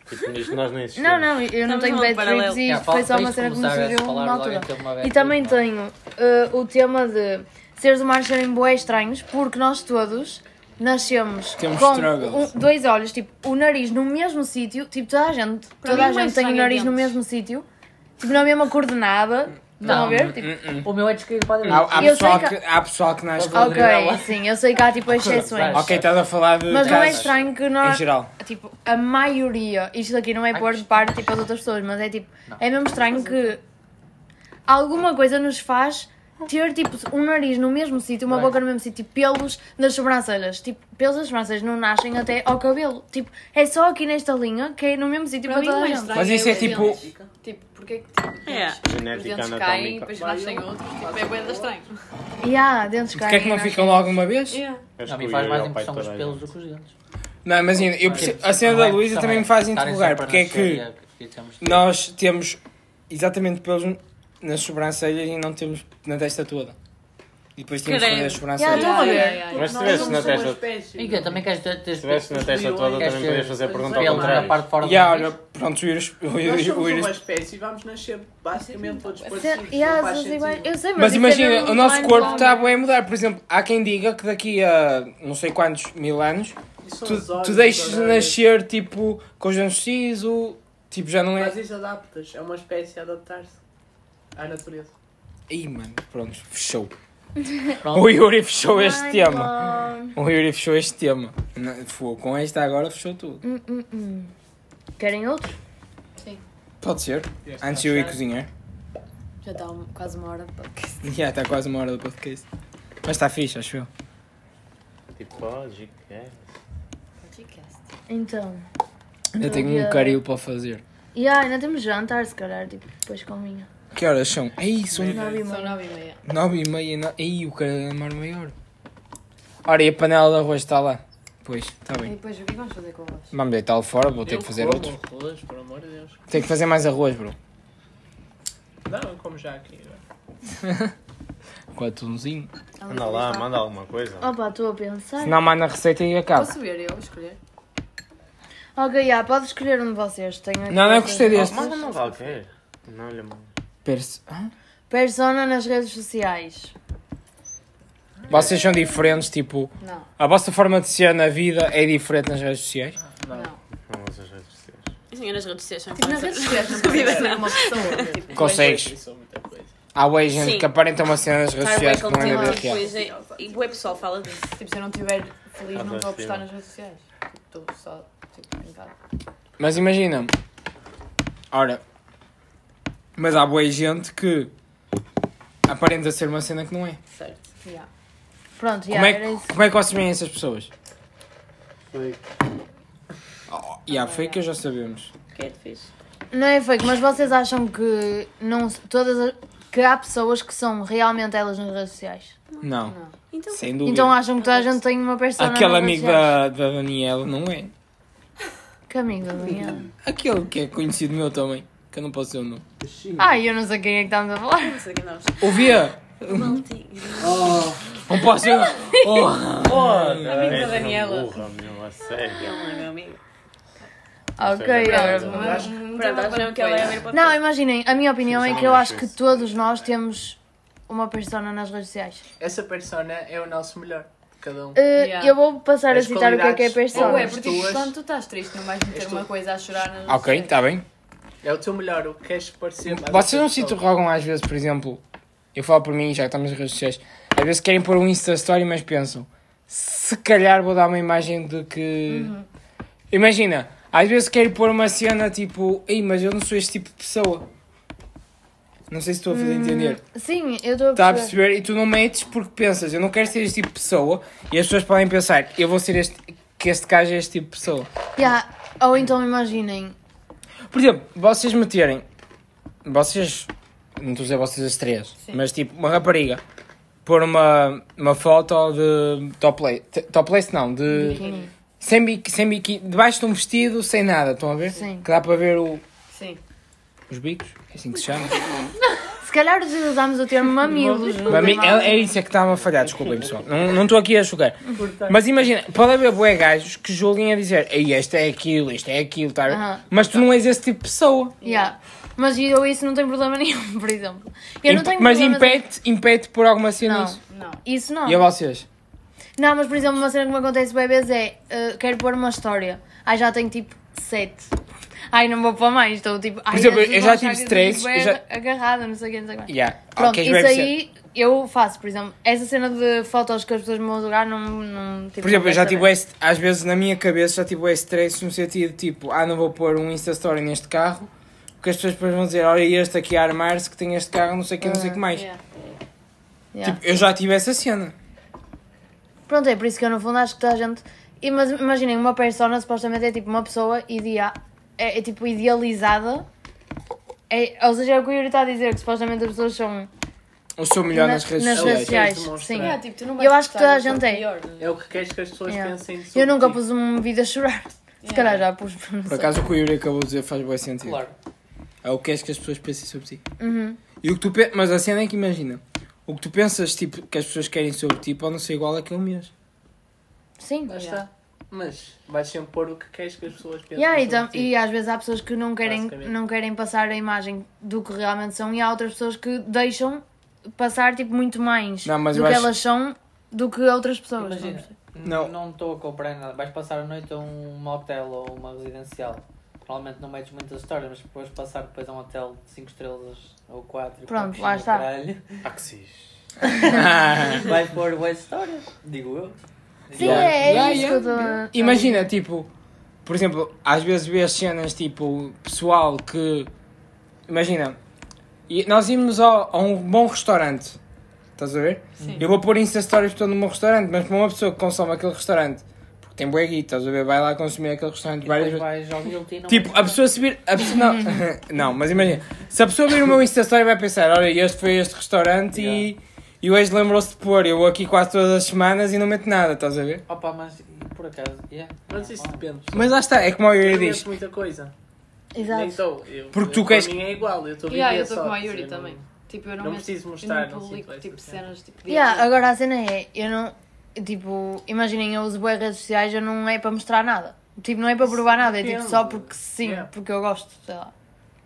[SPEAKER 2] Tipo, nisto nós nem existimos.
[SPEAKER 3] Não, não, eu não
[SPEAKER 7] Estamos
[SPEAKER 3] tenho
[SPEAKER 7] num
[SPEAKER 3] bad
[SPEAKER 7] paralelo.
[SPEAKER 3] trips e
[SPEAKER 4] Yeah,
[SPEAKER 3] isto foi
[SPEAKER 4] É, fala-
[SPEAKER 3] só uma
[SPEAKER 4] tens
[SPEAKER 3] cena
[SPEAKER 4] de
[SPEAKER 3] que me
[SPEAKER 4] começar a
[SPEAKER 3] surgiu
[SPEAKER 4] falar
[SPEAKER 3] na
[SPEAKER 4] logo,
[SPEAKER 3] altura.
[SPEAKER 4] então, uma vez,
[SPEAKER 3] E também
[SPEAKER 4] então.
[SPEAKER 3] tenho eh, o tema de seres humanos serem bué estranhos porque nós todos nascemos
[SPEAKER 1] Temos
[SPEAKER 3] com
[SPEAKER 1] struggles.
[SPEAKER 3] um- dois olhos, tipo, o nariz no mesmo sítio, tipo, toda a gente, toda
[SPEAKER 5] mim
[SPEAKER 3] a
[SPEAKER 5] o
[SPEAKER 3] gente
[SPEAKER 5] mais
[SPEAKER 3] tem o
[SPEAKER 5] estranho é
[SPEAKER 3] nariz no
[SPEAKER 5] dentes.
[SPEAKER 3] mesmo sítio, tipo, na mesma coordenada, estão a ver? Tipo,
[SPEAKER 4] O meu é descrito para mim.
[SPEAKER 1] Há, há
[SPEAKER 3] Eu
[SPEAKER 1] pessoal
[SPEAKER 3] sei
[SPEAKER 1] que,
[SPEAKER 3] que-
[SPEAKER 1] há pessoal que nasce com...
[SPEAKER 3] ok, sim, eu sei que há tipo exceções.
[SPEAKER 1] Ok, estás a falar de
[SPEAKER 3] Mas não é
[SPEAKER 1] casos
[SPEAKER 3] estranho que
[SPEAKER 1] em
[SPEAKER 3] nós,
[SPEAKER 1] geral.
[SPEAKER 3] Tipo, a maioria, isto aqui não é pôr de parte tipo, as outras pessoas, mas é tipo, é mesmo estranho que alguma coisa nos faz ter tipo um nariz no mesmo sítio, uma boca no mesmo sítio, tipo, pelos nas sobrancelhas. Tipo, pelos nas sobrancelhas não nascem até ao cabelo. Tipo, é só aqui nesta linha que é no mesmo sítio para
[SPEAKER 5] Para
[SPEAKER 3] toda
[SPEAKER 5] mim
[SPEAKER 3] a
[SPEAKER 5] é
[SPEAKER 3] gente.
[SPEAKER 5] estranho.
[SPEAKER 1] Mas isso é tipo-
[SPEAKER 5] Tipo, porque é que tipo,
[SPEAKER 7] Yeah.
[SPEAKER 5] os- os
[SPEAKER 2] Genética
[SPEAKER 5] dentes caem e
[SPEAKER 2] anatómica.
[SPEAKER 5] depois nascem outros? Tipo, é bem estranho.
[SPEAKER 3] E há dentes
[SPEAKER 1] Porque é que
[SPEAKER 3] caem,
[SPEAKER 1] não
[SPEAKER 3] nascem.
[SPEAKER 1] ficam logo uma vez?
[SPEAKER 5] Yeah.
[SPEAKER 2] Acho
[SPEAKER 4] Não,
[SPEAKER 2] que
[SPEAKER 4] me
[SPEAKER 2] o
[SPEAKER 4] faz
[SPEAKER 2] Yuri é
[SPEAKER 4] mais
[SPEAKER 2] o pai de
[SPEAKER 4] impressão os
[SPEAKER 2] toda a
[SPEAKER 4] pelos
[SPEAKER 2] gente.
[SPEAKER 4] do que os dentes.
[SPEAKER 1] Não, imagina, eu percebo- a cena da Luísa também me faz interrogar. Porque é que nós temos exatamente pelos nas sobrancelhas e não temos na testa toda. E depois temos que
[SPEAKER 7] Credo.
[SPEAKER 1] fazer as
[SPEAKER 3] Yeah,
[SPEAKER 1] sobrancelhas.
[SPEAKER 3] estão a
[SPEAKER 5] Tipo,
[SPEAKER 3] ver?
[SPEAKER 2] Mas se tivesse na testa
[SPEAKER 4] E que eu também queres ter...
[SPEAKER 2] Se tivesse na testa toda,
[SPEAKER 4] Queres
[SPEAKER 2] também
[SPEAKER 4] ter
[SPEAKER 2] podias fazer a pergunta ao
[SPEAKER 4] pelos na
[SPEAKER 2] contrário.
[SPEAKER 4] parte de fora do
[SPEAKER 1] Yeah,
[SPEAKER 4] nariz?
[SPEAKER 1] olha, pronto, o Iris... o
[SPEAKER 8] Nós
[SPEAKER 1] Iris- o
[SPEAKER 8] somos uma
[SPEAKER 1] Iris-
[SPEAKER 8] espécie e vamos nascer basicamente todos
[SPEAKER 3] Se-
[SPEAKER 8] parecidos.
[SPEAKER 3] e há
[SPEAKER 8] não faz
[SPEAKER 3] as
[SPEAKER 8] sentido.
[SPEAKER 3] iguais- Eu sei, mas
[SPEAKER 1] Mas
[SPEAKER 3] isso é
[SPEAKER 1] imagina,
[SPEAKER 3] mesmo
[SPEAKER 1] o nosso
[SPEAKER 3] muito
[SPEAKER 8] é?
[SPEAKER 1] corpo tá
[SPEAKER 3] mais
[SPEAKER 1] está
[SPEAKER 3] longo.
[SPEAKER 1] bem a mudar. Por exemplo, há quem diga que daqui a não sei quantos mil anos
[SPEAKER 8] Isso são os
[SPEAKER 1] tu,
[SPEAKER 8] olhos,
[SPEAKER 1] tu deixas de
[SPEAKER 8] os olhos.
[SPEAKER 1] nascer tipo com os dentes cisos, tipo já não é.
[SPEAKER 8] Mas isso adaptas, é uma espécie a adaptar-se à natureza.
[SPEAKER 1] Ih, mano, pronto,
[SPEAKER 8] <laughs>
[SPEAKER 1] fechou.
[SPEAKER 4] Pronto.
[SPEAKER 1] O Yuri fechou este
[SPEAKER 3] Mind
[SPEAKER 1] tema.
[SPEAKER 3] blown.
[SPEAKER 1] O Yuri fechou este tema. Não, Foi, com esta agora fechou tudo.
[SPEAKER 3] Hum, hum, hum. Querem outro?
[SPEAKER 1] Pode ser.
[SPEAKER 8] tá
[SPEAKER 1] Antes de eu ir cozinhar.
[SPEAKER 5] Já está um- quase uma hora. pá.
[SPEAKER 1] <laughs> Já está quase uma tá hora do podcast. Mas está fixe, acho eu.
[SPEAKER 2] Tipo, lógico, é.
[SPEAKER 5] Podcast.
[SPEAKER 3] Então.
[SPEAKER 1] Ainda
[SPEAKER 3] Não
[SPEAKER 1] tenho
[SPEAKER 3] havia-
[SPEAKER 1] um carinho para fazer.
[SPEAKER 3] E yeah, ainda temos jantar, se calhar, tipo, depois com a minha.
[SPEAKER 1] Que horas são? É isso,
[SPEAKER 3] Nove e
[SPEAKER 5] São
[SPEAKER 3] meia.
[SPEAKER 5] nove e meia.
[SPEAKER 1] 9 e meia. No... Ih, o cara é mar maior. Ora, e a panela de arroz está lá? Pois, está
[SPEAKER 5] E
[SPEAKER 1] bem.
[SPEAKER 5] depois o que vamos fazer com o arroz?
[SPEAKER 1] Vamos deitá-lo fora, vou ter
[SPEAKER 6] Eu
[SPEAKER 1] que fazer
[SPEAKER 6] como
[SPEAKER 1] outro.
[SPEAKER 6] arroz, por amor de Deus.
[SPEAKER 1] Tenho que fazer mais arroz, bro.
[SPEAKER 6] Não, eu como já aqui. velho.
[SPEAKER 1] Com atunzinho.
[SPEAKER 2] Manda lá, manda alguma coisa.
[SPEAKER 3] Opa, estou a pensar.
[SPEAKER 1] Se não, manda a receita e acaba.
[SPEAKER 5] Posso ver eu escolher?
[SPEAKER 3] Ok, yeah, pode escolher um de vocês. Tenho aqui
[SPEAKER 1] Não, não, eu
[SPEAKER 3] outras
[SPEAKER 1] gostei deste.
[SPEAKER 3] opções.
[SPEAKER 2] Manda-me qualquer. é? Não lhe mando.
[SPEAKER 1] Perce- Hã?
[SPEAKER 3] Persona nas redes sociais.
[SPEAKER 1] Vocês são diferentes, tipo,
[SPEAKER 5] Não.
[SPEAKER 1] a vossa forma de ser na vida é diferente nas redes sociais?
[SPEAKER 2] Não usas redes sociais.
[SPEAKER 7] Assim, eu nas redes sociais são
[SPEAKER 1] Tipo,
[SPEAKER 5] Nas
[SPEAKER 7] influencer.
[SPEAKER 5] redes <laughs> sociais não consigo ser uma pessoa. tipo,
[SPEAKER 1] Consegues.
[SPEAKER 6] Isso é muita coisa.
[SPEAKER 1] Há bué gente
[SPEAKER 7] Sim. Tá
[SPEAKER 1] que aparenta uma cena nas redes
[SPEAKER 7] Estar bem
[SPEAKER 1] sociais que não é
[SPEAKER 7] contigo,
[SPEAKER 1] na vida real.
[SPEAKER 7] depois é- E o pessoal fala disso.
[SPEAKER 5] tipo, se eu não estiver feliz, não
[SPEAKER 2] Ah,
[SPEAKER 5] vou
[SPEAKER 2] vai,
[SPEAKER 5] postar
[SPEAKER 2] sim.
[SPEAKER 5] nas redes sociais. Estou só, tipo, em casa.
[SPEAKER 1] Mas imagina, ora, mas há boa gente que aparenta ser uma cena que não é.
[SPEAKER 5] Certo. Yeah.
[SPEAKER 3] Pronto,
[SPEAKER 1] Como
[SPEAKER 3] yeah, era
[SPEAKER 1] é,
[SPEAKER 3] isso.
[SPEAKER 1] que, como é que vocês veem essas pessoas?
[SPEAKER 2] Foi.
[SPEAKER 1] E há fake, já sabemos.
[SPEAKER 7] Que é difícil.
[SPEAKER 3] Não é fake, mas vocês acham que não todas as- que há pessoas que são realmente elas nas redes sociais?
[SPEAKER 1] Não,
[SPEAKER 7] Então,
[SPEAKER 1] sem dúvida.
[SPEAKER 3] Então acham que toda a gente tem uma persona
[SPEAKER 1] Aquele
[SPEAKER 3] nas
[SPEAKER 1] amigo
[SPEAKER 3] redes sociais?
[SPEAKER 1] da, da Daniela não é.
[SPEAKER 3] Que amigo da Daniela?
[SPEAKER 1] Aquele que é conhecido meu também, que eu não posso dizer o nome.
[SPEAKER 3] Ai, eu não sei quem é que estamos a <laughs> falar.
[SPEAKER 7] não sei o que nós.
[SPEAKER 1] Ouvia!
[SPEAKER 7] Maltinho.
[SPEAKER 1] Não posso
[SPEAKER 3] <laughs>
[SPEAKER 1] dizer. Oh.
[SPEAKER 7] Amigo da
[SPEAKER 2] Ah,
[SPEAKER 7] Daniela.
[SPEAKER 2] é Burra, meu, a sério.
[SPEAKER 7] Ele não é meu amigo.
[SPEAKER 5] é
[SPEAKER 2] é
[SPEAKER 3] Ok, é
[SPEAKER 2] Pronto,
[SPEAKER 3] agora-
[SPEAKER 2] mas-
[SPEAKER 7] Pronto, acho mesmo Então, que ela é meu amigo.
[SPEAKER 3] Não, imaginem, a minha opinião
[SPEAKER 2] Sim,
[SPEAKER 3] é
[SPEAKER 2] sim.
[SPEAKER 3] que eu acho que todos nós temos uma persona nas redes sociais.
[SPEAKER 6] Essa persona é o nosso melhor. Cada um.
[SPEAKER 3] Uh,
[SPEAKER 5] Yeah.
[SPEAKER 3] Eu vou passar a
[SPEAKER 6] As
[SPEAKER 3] citar o que é que é
[SPEAKER 6] qualidades.
[SPEAKER 3] persona.
[SPEAKER 5] Ou é,
[SPEAKER 6] As
[SPEAKER 5] porque
[SPEAKER 6] tuas-
[SPEAKER 5] quando tu estás triste, não vais meter
[SPEAKER 6] As
[SPEAKER 5] uma
[SPEAKER 6] tuas-
[SPEAKER 5] coisa a chorar nas redes
[SPEAKER 1] Ah, Ok, tá.
[SPEAKER 5] sociais.
[SPEAKER 1] está bem.
[SPEAKER 6] É o teu melhor, o que queres parecer mais.
[SPEAKER 1] Vocês não se
[SPEAKER 6] outra pessoa.
[SPEAKER 1] interrogam às vezes, por exemplo, eu falo por mim, já que estamos nas redes sociais, às vezes querem pôr um Insta Story, mas pensam, se calhar vou dar uma imagem de que. Imagina, às vezes querem pôr uma cena tipo, ei, mas eu não sou este tipo de pessoa. Não sei se estou a fazer entender.
[SPEAKER 3] Sim, eu estou a
[SPEAKER 1] Está Tá a
[SPEAKER 3] perceber.
[SPEAKER 1] perceber? E tu não metes porque pensas, eu não quero ser este tipo de pessoa, e as pessoas podem pensar, eu vou ser este. que este gajo é este tipo de pessoa.
[SPEAKER 3] Yeah. Ou então imaginem,
[SPEAKER 1] Por exemplo, vocês meterem. Vocês. Não estou a dizer vocês as três. Mas tipo, uma rapariga. Pôr uma, uma foto de topless. Topless não, de. Sem biquíni. Sem biqui, debaixo de um vestido, sem nada, estão a ver?
[SPEAKER 3] Sim.
[SPEAKER 1] Que dá para ver o,
[SPEAKER 5] Sim.
[SPEAKER 1] os bicos. É assim que se chama.
[SPEAKER 3] se calhar usámos o termo mamilos. não
[SPEAKER 1] Para
[SPEAKER 3] tem
[SPEAKER 1] mim,
[SPEAKER 3] mal.
[SPEAKER 1] é, é isso é que estava a falhar, desculpem pessoal. Não não estou aqui a jogar. Mas imagina, pode haver bué gajos que julguem a dizer Ei, este é aquilo, este é aquilo, tá a ver?
[SPEAKER 3] Aham.
[SPEAKER 1] Mas tu não és esse tipo de pessoa.
[SPEAKER 3] Yeah. Mas eu isso não tenho problema <laughs> nenhum, por exemplo. Eu não
[SPEAKER 1] Imp-
[SPEAKER 3] tenho
[SPEAKER 1] mas
[SPEAKER 3] problema
[SPEAKER 1] impede, impede por alguma cena
[SPEAKER 3] Não.
[SPEAKER 1] isso.
[SPEAKER 5] Não.
[SPEAKER 3] Isso não.
[SPEAKER 1] E a vocês?
[SPEAKER 3] Não, mas por exemplo, uma cena que me acontece bem vezes é uh, quero pôr uma história. Ai, já tenho tipo sete. Ai, não vou pôr mais. Estou tipo. Ai,
[SPEAKER 1] exemplo,
[SPEAKER 3] essas
[SPEAKER 1] eu
[SPEAKER 3] vão
[SPEAKER 1] já
[SPEAKER 3] achar
[SPEAKER 1] tive
[SPEAKER 3] que
[SPEAKER 1] stress,
[SPEAKER 3] estou, tipo,
[SPEAKER 1] eu
[SPEAKER 3] bué Agarrada, não sei o que, não sei o que. mais.
[SPEAKER 1] Yeah.
[SPEAKER 3] Pronto,
[SPEAKER 1] Ok, é
[SPEAKER 3] isso
[SPEAKER 1] vai
[SPEAKER 3] aí eu faço, por exemplo. Essa cena de fotos que as pessoas me vão jogar não. não tipo,
[SPEAKER 1] Por exemplo,
[SPEAKER 3] não
[SPEAKER 1] eu já
[SPEAKER 3] quero
[SPEAKER 1] tive
[SPEAKER 3] saber.
[SPEAKER 1] esse, às vezes na minha cabeça já tive esse stress no sentido tipo, ah, não vou pôr um Insta Story neste carro, porque as pessoas depois vão dizer, olha este aqui a armar-se que tem este carro, não sei o que, não sei o que mais.
[SPEAKER 5] yeah.
[SPEAKER 3] Ah, Yeah.
[SPEAKER 1] Tipo, eu já tive essa cena.
[SPEAKER 3] Pronto, é por isso que eu no fundo acho que toda a gente. E, mas imaginem, uma persona supostamente é tipo uma pessoa idea... é, é, tipo idealizada. É, ou seja, é o que o Yuri está a dizer, que supostamente as pessoas são.
[SPEAKER 1] O sou melhor
[SPEAKER 3] na-
[SPEAKER 1] nas redes
[SPEAKER 3] nas
[SPEAKER 1] sociais.
[SPEAKER 3] redes sociais,
[SPEAKER 6] Demonstrar.
[SPEAKER 3] sim.
[SPEAKER 5] Yeah, tipo, tu não
[SPEAKER 3] É. Eu
[SPEAKER 5] vais
[SPEAKER 3] acho que toda a
[SPEAKER 5] postar
[SPEAKER 3] gente
[SPEAKER 5] o
[SPEAKER 3] é.
[SPEAKER 5] pior.
[SPEAKER 6] É o que queres que as pessoas
[SPEAKER 3] Yeah.
[SPEAKER 6] pensem sobre
[SPEAKER 3] Eu nunca
[SPEAKER 6] ti.
[SPEAKER 3] pus um vídeo a chorar. Se calhar já pus. não
[SPEAKER 1] Por
[SPEAKER 3] sei.
[SPEAKER 1] acaso o que o Yuri acabou de dizer faz bom sentido.
[SPEAKER 4] Claro.
[SPEAKER 1] É o que és que as pessoas pensem sobre ti.
[SPEAKER 3] Uhum.
[SPEAKER 1] E o que tu pe- Mas a cena é que imagina, o que tu pensas tipo, que as pessoas querem sobre ti pode não ser igual àquele <laughs>
[SPEAKER 3] <laughs>
[SPEAKER 1] mesmo.
[SPEAKER 3] Sim.
[SPEAKER 6] Lá está. Mas vais sempre pôr o que queres que as pessoas pensem
[SPEAKER 3] Yeah, e,
[SPEAKER 6] sobre
[SPEAKER 3] tam-
[SPEAKER 6] ti.
[SPEAKER 3] e às vezes há pessoas que não querem,
[SPEAKER 6] Basicamente.
[SPEAKER 3] não querem passar a imagem do que realmente são e há outras pessoas que deixam passar tipo, muito mais
[SPEAKER 1] Não, mas
[SPEAKER 3] do
[SPEAKER 1] eu
[SPEAKER 3] que
[SPEAKER 1] acho-
[SPEAKER 3] elas são do que outras pessoas.
[SPEAKER 4] Imagina,
[SPEAKER 1] Não.
[SPEAKER 4] não estou a comprar nada. Vais passar a noite a um motel ou uma residencial. Provavelmente não metes muitas histórias, mas depois passar depois a um hotel de 5 estrelas ou 4.
[SPEAKER 3] Pronto, lá está.
[SPEAKER 4] <laughs>
[SPEAKER 2] Axis.
[SPEAKER 4] Vai pôr boas histórias, digo eu.
[SPEAKER 3] Sim,
[SPEAKER 1] Yeah.
[SPEAKER 3] é, é
[SPEAKER 1] Yeah,
[SPEAKER 3] isso
[SPEAKER 1] yeah,
[SPEAKER 3] que eu tô-
[SPEAKER 1] Imagina, tipo, por exemplo, às vezes vês cenas tipo pessoal que. Imagina, e nós íamos ao- a um bom restaurante Estás a ver?
[SPEAKER 5] Sim.
[SPEAKER 1] Eu vou pôr Insta Stories todo no meu restaurante, mas para uma pessoa que consome aquele restaurante, porque tem bué guita, estás a ver? Vai lá consumir aquele restaurante várias
[SPEAKER 4] Depois
[SPEAKER 1] vezes.
[SPEAKER 4] vais ao guilty e não
[SPEAKER 1] Tipo, a pessoa se vir. A pessoa, não, <laughs> não, mas imagina, se a pessoa vir o meu Insta Story vai pensar: olha, este foi este restaurante e, e hoje lembrou-se de pôr. Eu vou aqui quase todas as semanas e não meto nada, estás a ver?
[SPEAKER 4] Opa, mas por acaso, yeah.
[SPEAKER 6] Mas isso depende.
[SPEAKER 1] Mas lá está, é como a Yuri
[SPEAKER 6] Eu
[SPEAKER 1] diz:
[SPEAKER 6] conheço muita coisa. Nem
[SPEAKER 3] Exato.
[SPEAKER 6] estou. Eu,
[SPEAKER 1] Porque tu
[SPEAKER 6] eu,
[SPEAKER 1] queres-
[SPEAKER 6] Para mim é igual, eu estou a viver
[SPEAKER 5] Yeah, eu estou
[SPEAKER 6] só,
[SPEAKER 5] como a
[SPEAKER 6] quer
[SPEAKER 5] Yuri
[SPEAKER 6] dizer, não-
[SPEAKER 5] também.
[SPEAKER 1] um-
[SPEAKER 5] Tipo, eu não,
[SPEAKER 6] não
[SPEAKER 5] meto-
[SPEAKER 6] preciso
[SPEAKER 5] eu
[SPEAKER 6] mostrar, não
[SPEAKER 5] não publico
[SPEAKER 6] sinto
[SPEAKER 5] tipo
[SPEAKER 6] essa cena.
[SPEAKER 5] cenas tipo
[SPEAKER 3] Yeah,
[SPEAKER 5] diárias.
[SPEAKER 3] agora a cena é, eu não, tipo, imaginem, eu uso boas redes sociais, eu não é para mostrar nada. Tipo, não é para provar nada, é tipo
[SPEAKER 6] Depende.
[SPEAKER 3] só porque sim,
[SPEAKER 6] Yeah.
[SPEAKER 3] porque eu gosto, sei lá.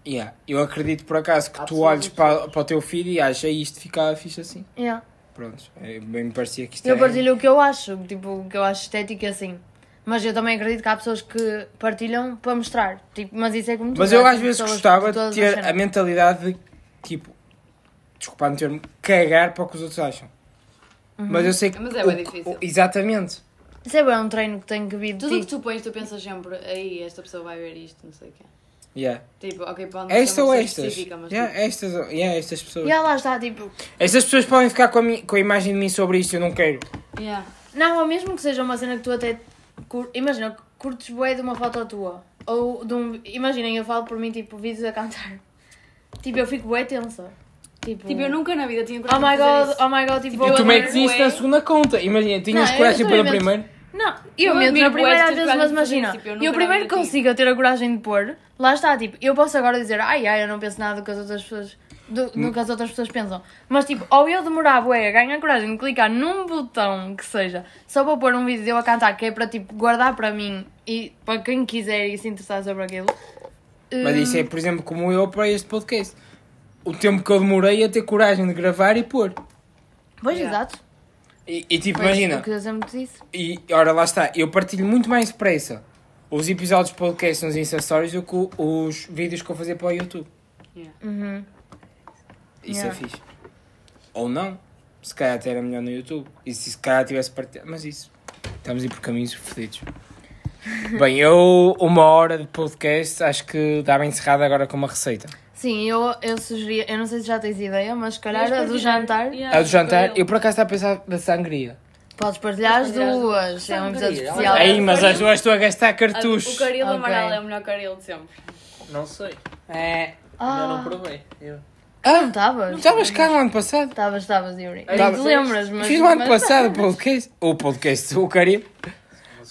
[SPEAKER 1] Yeah, eu acredito por acaso que
[SPEAKER 6] Há
[SPEAKER 1] tu
[SPEAKER 6] pessoas
[SPEAKER 1] olhes para, para o teu filho e acha isto ficava fixe assim.
[SPEAKER 3] Yeah.
[SPEAKER 1] Pronto, é, bem me parecia que isto
[SPEAKER 3] Eu
[SPEAKER 1] é-
[SPEAKER 3] partilho o que eu acho, tipo, o que eu acho estético e assim. Mas eu também acredito que há pessoas que partilham para mostrar. Tipo, mas isso é como tu
[SPEAKER 1] Mas eu
[SPEAKER 3] dizes,
[SPEAKER 1] às vezes
[SPEAKER 3] pessoas
[SPEAKER 1] gostava
[SPEAKER 3] de todas
[SPEAKER 1] de
[SPEAKER 3] as
[SPEAKER 1] ter
[SPEAKER 3] cenas.
[SPEAKER 1] a mentalidade de, tipo, desculpa o termo, cagar para o que os outros acham.
[SPEAKER 3] Uhum.
[SPEAKER 1] Mas eu sei que.
[SPEAKER 5] Mas é
[SPEAKER 1] o-
[SPEAKER 5] bem difícil.
[SPEAKER 1] o- exatamente.
[SPEAKER 3] Isso é bem um treino que tenho que vir de
[SPEAKER 5] Tudo o que
[SPEAKER 3] ti.
[SPEAKER 5] tu pões, tu pensas sempre, aí esta pessoa vai ver isto, não sei o quê.
[SPEAKER 1] Yeah.
[SPEAKER 5] Tipo, ok,
[SPEAKER 3] É
[SPEAKER 5] pode não ser
[SPEAKER 1] Esta ou
[SPEAKER 5] uma pessoa
[SPEAKER 1] estas?
[SPEAKER 5] específica, mas
[SPEAKER 1] Yeah,
[SPEAKER 5] tipo,
[SPEAKER 1] estas, ou- yeah, estas pessoas.
[SPEAKER 3] E ah, lá está, tipo,
[SPEAKER 1] Estas pessoas podem ficar com a, mi- com a imagem de mim sobre isto, eu não quero.
[SPEAKER 5] tipo, yeah.
[SPEAKER 3] não, ou mesmo que seja uma cena que tu até. cur- Imagina, curtes bué de uma foto tua. Ou de um. Imaginem, eu falo por mim, tipo, vídeos a cantar. Tipo, eu fico bué tensa. Tipo,
[SPEAKER 5] Tipo, eu nunca na vida tinha
[SPEAKER 3] Oh
[SPEAKER 5] coragem
[SPEAKER 3] my
[SPEAKER 5] de fazer
[SPEAKER 3] god,
[SPEAKER 5] isso.
[SPEAKER 3] oh my god, tipo,
[SPEAKER 1] e
[SPEAKER 3] eu
[SPEAKER 1] tu metes
[SPEAKER 3] admiro
[SPEAKER 1] isso na segunda conta. Imagina, tinhas
[SPEAKER 3] Não, eu
[SPEAKER 1] coragem
[SPEAKER 3] também
[SPEAKER 1] para
[SPEAKER 3] meto.
[SPEAKER 1] primeiro.
[SPEAKER 3] Não, eu, meto
[SPEAKER 5] Eu
[SPEAKER 3] na
[SPEAKER 5] admiro bué
[SPEAKER 3] primeira
[SPEAKER 5] esta
[SPEAKER 3] às vezes, mas
[SPEAKER 5] coragem de fazer
[SPEAKER 3] imagina.
[SPEAKER 5] isso, tipo, eu
[SPEAKER 3] eu
[SPEAKER 5] nunca
[SPEAKER 3] primeiro
[SPEAKER 5] na vida
[SPEAKER 3] consigo eu ter a coragem de pôr, lá está, tipo, eu posso agora dizer, ai ai, eu não penso nada do que as outras pessoas. Do, do
[SPEAKER 1] Hum.
[SPEAKER 3] que as outras pessoas pensam. Mas tipo, ou eu demorava é, a ganhar coragem de clicar num botão que seja, só para pôr um vídeo de eu a cantar, que é para tipo guardar para mim e para quem quiser e se interessar sobre aquilo.
[SPEAKER 1] Mas isso é, por exemplo, como eu para este podcast. O tempo que eu demorei a ter coragem de gravar e pôr.
[SPEAKER 3] hum, Pois
[SPEAKER 5] Yeah.
[SPEAKER 3] exato.
[SPEAKER 1] E, e tipo,
[SPEAKER 3] Pois,
[SPEAKER 1] imagina.
[SPEAKER 3] O que eu sempre disse.
[SPEAKER 1] E ora lá está, eu partilho muito mais depressa os episódios de podcast nos Insta Stories do que o- os vídeos que eu fazia para o YouTube.
[SPEAKER 3] Uhum.
[SPEAKER 1] Isso é
[SPEAKER 3] Yeah.
[SPEAKER 1] fixe. Ou não. Se calhar até era melhor no YouTube. E se, se calhar tivesse partilhado. Mas isso. Estamos a ir por caminhos
[SPEAKER 3] <laughs>
[SPEAKER 1] fodidos. Bem, eu uma hora de podcast acho que dá bem encerrada agora com uma receita.
[SPEAKER 3] Sim, eu, eu sugeria, eu não sei se já tens ideia, mas se calhar
[SPEAKER 5] Mas
[SPEAKER 3] a do
[SPEAKER 5] partilhar,
[SPEAKER 3] jantar.
[SPEAKER 5] yeah,
[SPEAKER 1] A do jantar,
[SPEAKER 5] com ele.
[SPEAKER 1] eu por acaso estava a pensar da sangria.
[SPEAKER 3] Podes partilhar as
[SPEAKER 5] Podes partilhar as
[SPEAKER 3] duas, é um episódio
[SPEAKER 4] Sangria,
[SPEAKER 3] especial.
[SPEAKER 1] Aí, mas as duas estou a gastar
[SPEAKER 5] A-
[SPEAKER 1] cartucho.
[SPEAKER 5] O caril
[SPEAKER 3] Ok.
[SPEAKER 5] amarelo é o melhor caril de sempre.
[SPEAKER 6] Não sei.
[SPEAKER 4] É,
[SPEAKER 3] Ah,
[SPEAKER 6] Ainda não provei. Eu.
[SPEAKER 3] não
[SPEAKER 1] Ah,
[SPEAKER 3] estavas?
[SPEAKER 1] estavas cá no ano passado?
[SPEAKER 3] Estavas, estavas, Yuri.
[SPEAKER 6] Ei,
[SPEAKER 3] Não te
[SPEAKER 6] mas-
[SPEAKER 3] lembras, mas...
[SPEAKER 1] Fiz o ano
[SPEAKER 3] mas-
[SPEAKER 1] passado o podcast. O podcast, o Caril.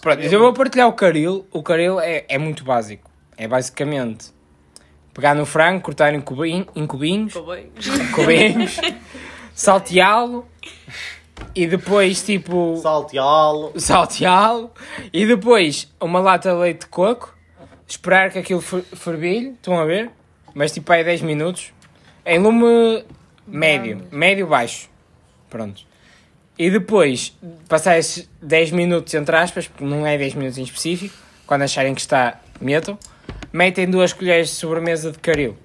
[SPEAKER 1] Pronto, eu vou partilhar o Caril. O Caril é, é muito básico. É basicamente pegar no frango, cortar em, cubinho, em cubinhos, cubinhos, salteá-lo e depois tipo.
[SPEAKER 2] Salteá-lo.
[SPEAKER 1] <laughs> Salteá-lo e depois uma lata de leite de coco, esperar que aquilo fer- fervilhe, estão a ver? Mas tipo aí 10 minutos, em lume médio, médio-baixo. Pronto. E depois, passar esses 10 minutos entre aspas, porque não é 10 minutos em específico, quando acharem que está, metam, metem duas colheres de sobremesa de caril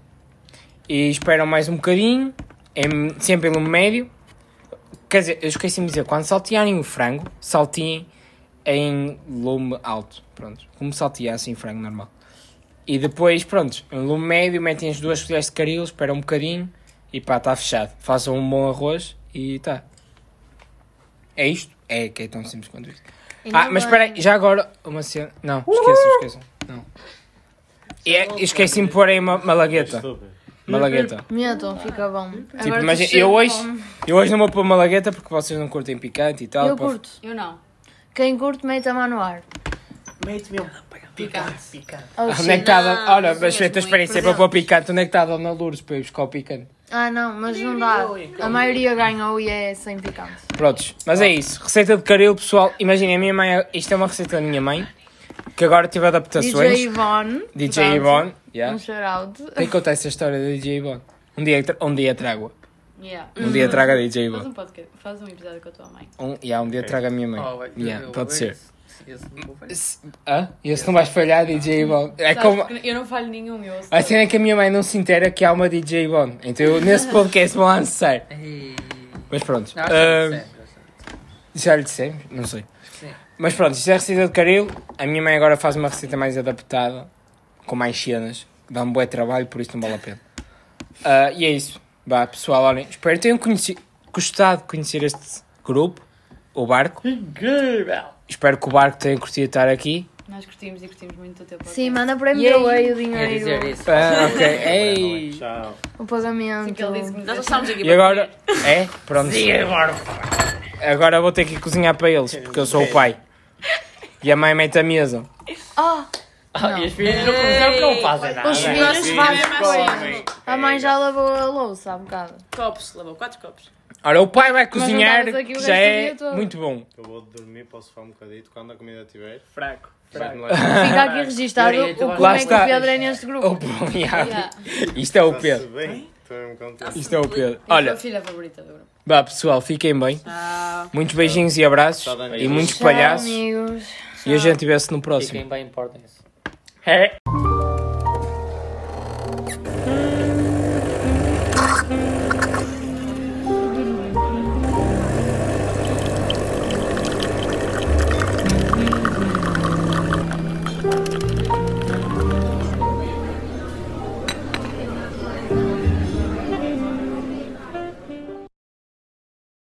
[SPEAKER 1] e esperam mais um bocadinho, em- sempre em lume médio. Quer dizer, eu esqueci-me de dizer, quando saltearem o frango, salteiem em lume alto, pronto, como salteassem frango normal. E depois, pronto, em lume médio, metem as duas colheres de caril, esperam um bocadinho e pá, está fechado. Façam um bom arroz e tá. É isto? É, que é tão simples quanto isto.
[SPEAKER 3] Ainda
[SPEAKER 1] Ah, mas
[SPEAKER 3] bem.
[SPEAKER 1] espera aí, já agora uma cena... Não, esqueçam, esqueçam. Não. E é- esqueci-me de pôr aí uma malagueta.
[SPEAKER 2] Estúpido.
[SPEAKER 1] Malagueta.
[SPEAKER 3] Metam, fica bom. Agora
[SPEAKER 1] Tipo,
[SPEAKER 3] tô
[SPEAKER 1] imagina,
[SPEAKER 3] cheia
[SPEAKER 1] eu
[SPEAKER 3] de
[SPEAKER 1] hoje,
[SPEAKER 3] fome.
[SPEAKER 1] eu hoje não vou pôr malagueta porque vocês não curtem picante e tal.
[SPEAKER 3] Eu
[SPEAKER 1] Tá, posso-
[SPEAKER 3] curto.
[SPEAKER 5] Eu não.
[SPEAKER 3] Quem curte, mete a mão no ar.
[SPEAKER 6] Mete mesmo. Picante. Picante.
[SPEAKER 3] Oh,
[SPEAKER 1] onde é que
[SPEAKER 3] shit.
[SPEAKER 1] está
[SPEAKER 7] Não,
[SPEAKER 1] a... Olha,
[SPEAKER 7] mas
[SPEAKER 1] mas
[SPEAKER 7] é
[SPEAKER 1] foi a tua
[SPEAKER 7] muito
[SPEAKER 1] experiência para pôr picante. Onde é que está a Dona Lourdes para ir buscar o picante?
[SPEAKER 3] Ah, não, mas não dá. A maioria ganhou e é sem picante.
[SPEAKER 1] Prontos, mas é isso. Receita de caril, pessoal. Imaginem, a minha mãe... Isto é uma receita da minha mãe, que agora teve adaptações.
[SPEAKER 3] DJ Ivone.
[SPEAKER 1] DJ
[SPEAKER 3] pronto.
[SPEAKER 1] Ivon. Yeah.
[SPEAKER 3] Um shout-out.
[SPEAKER 1] Tem que contar essa história da DJ Ivon. Um dia, tra- um dia trago
[SPEAKER 5] Yeah.
[SPEAKER 1] Um
[SPEAKER 3] Hum.
[SPEAKER 1] dia trago a DJ
[SPEAKER 5] Faz
[SPEAKER 1] Ivon.
[SPEAKER 5] um podcast, faz um episódio com a tua mãe.
[SPEAKER 1] Um, yeah, um dia trago a minha mãe.
[SPEAKER 4] é?
[SPEAKER 6] Oh, vai-
[SPEAKER 1] Yeah,
[SPEAKER 6] eu-
[SPEAKER 1] pode
[SPEAKER 6] eu-
[SPEAKER 1] ser.
[SPEAKER 6] esse- esse não vou fazer.
[SPEAKER 1] Se- Hã? Esse não vais falhar, DJ Ivon. É
[SPEAKER 5] Sabes
[SPEAKER 1] como...
[SPEAKER 5] que Eu não falho nenhum, eu ouço
[SPEAKER 1] A
[SPEAKER 5] todos.
[SPEAKER 1] cena é que a minha mãe não se entera que há uma DJ Bon. Então eu nesse podcast vou lá necessário.
[SPEAKER 6] Ei.
[SPEAKER 1] Mas pronto.
[SPEAKER 6] Não, acho que é
[SPEAKER 1] ahm,
[SPEAKER 6] sério, acho que
[SPEAKER 1] já lhe dissemos? Não sei.
[SPEAKER 6] sim.
[SPEAKER 1] Mas pronto, isto é a receita de caril. A minha mãe agora faz uma receita mais adaptada, com mais cenas. Dá um bué trabalho, por isso não vale a pena. Ah, e é isso. Vá, pessoal, olhem. Espero que tenham conhecido. gostado de conhecer este grupo, o barco. Espero que o barco tenha curtido estar aqui.
[SPEAKER 5] Nós curtimos e curtimos muito o teu podcast.
[SPEAKER 3] Sim, manda para mim
[SPEAKER 5] E aí?
[SPEAKER 3] away o
[SPEAKER 4] Quer dizer
[SPEAKER 3] dinheiro,
[SPEAKER 4] isso.
[SPEAKER 6] <laughs>
[SPEAKER 1] Ah, ok. Ei.
[SPEAKER 2] Tchau.
[SPEAKER 3] o
[SPEAKER 5] Assim
[SPEAKER 3] pagamento.
[SPEAKER 5] que ele disse que me
[SPEAKER 7] Nós
[SPEAKER 5] <laughs>
[SPEAKER 7] não estamos aqui
[SPEAKER 1] E agora? É? Pronto. Agora vou ter que cozinhar para eles, porque eu sou o pai. E a mãe mete a mesa.
[SPEAKER 4] Ah, e os filhos não começaram porque não fazem nada.
[SPEAKER 3] Os
[SPEAKER 1] Ah,
[SPEAKER 4] né?
[SPEAKER 3] filhos fazem
[SPEAKER 7] comem.
[SPEAKER 3] coisas. A mãe já lavou a louça há bocado.
[SPEAKER 7] copos, lavou quatro copos.
[SPEAKER 1] Ora, o pai vai
[SPEAKER 3] não
[SPEAKER 1] cozinhar,
[SPEAKER 3] estavas aqui o
[SPEAKER 1] que
[SPEAKER 3] resto
[SPEAKER 1] já
[SPEAKER 3] do
[SPEAKER 1] é
[SPEAKER 3] dia todo.
[SPEAKER 1] muito bom.
[SPEAKER 2] Eu vou dormir, posso falar um bocadito. Quando a comida estiver,
[SPEAKER 6] Fraco.
[SPEAKER 2] vai-me
[SPEAKER 6] fraco.
[SPEAKER 2] lá.
[SPEAKER 3] <laughs> Fica aqui registado
[SPEAKER 4] Maria,
[SPEAKER 3] o
[SPEAKER 4] então
[SPEAKER 3] como é que o
[SPEAKER 1] está.
[SPEAKER 3] Pedro é neste
[SPEAKER 1] Oh,
[SPEAKER 3] grupo.
[SPEAKER 1] bom, <laughs> yeah.
[SPEAKER 5] Yeah.
[SPEAKER 1] Isto é o
[SPEAKER 2] Está-se
[SPEAKER 1] Pedro.
[SPEAKER 2] bem? Estou mesmo contente.
[SPEAKER 1] Isto é o Pedro.
[SPEAKER 5] É a tua
[SPEAKER 1] Olha,
[SPEAKER 5] filha favorita do grupo.
[SPEAKER 1] vá pessoal, fiquem bem. Muitos beijinhos e abraços.
[SPEAKER 2] Tchau, Dani.
[SPEAKER 1] E muitos
[SPEAKER 3] Tchau,
[SPEAKER 1] palhaços.
[SPEAKER 3] amigos.
[SPEAKER 1] E a gente vê-se no próximo. É.
[SPEAKER 4] Fiquem bem, importem-se.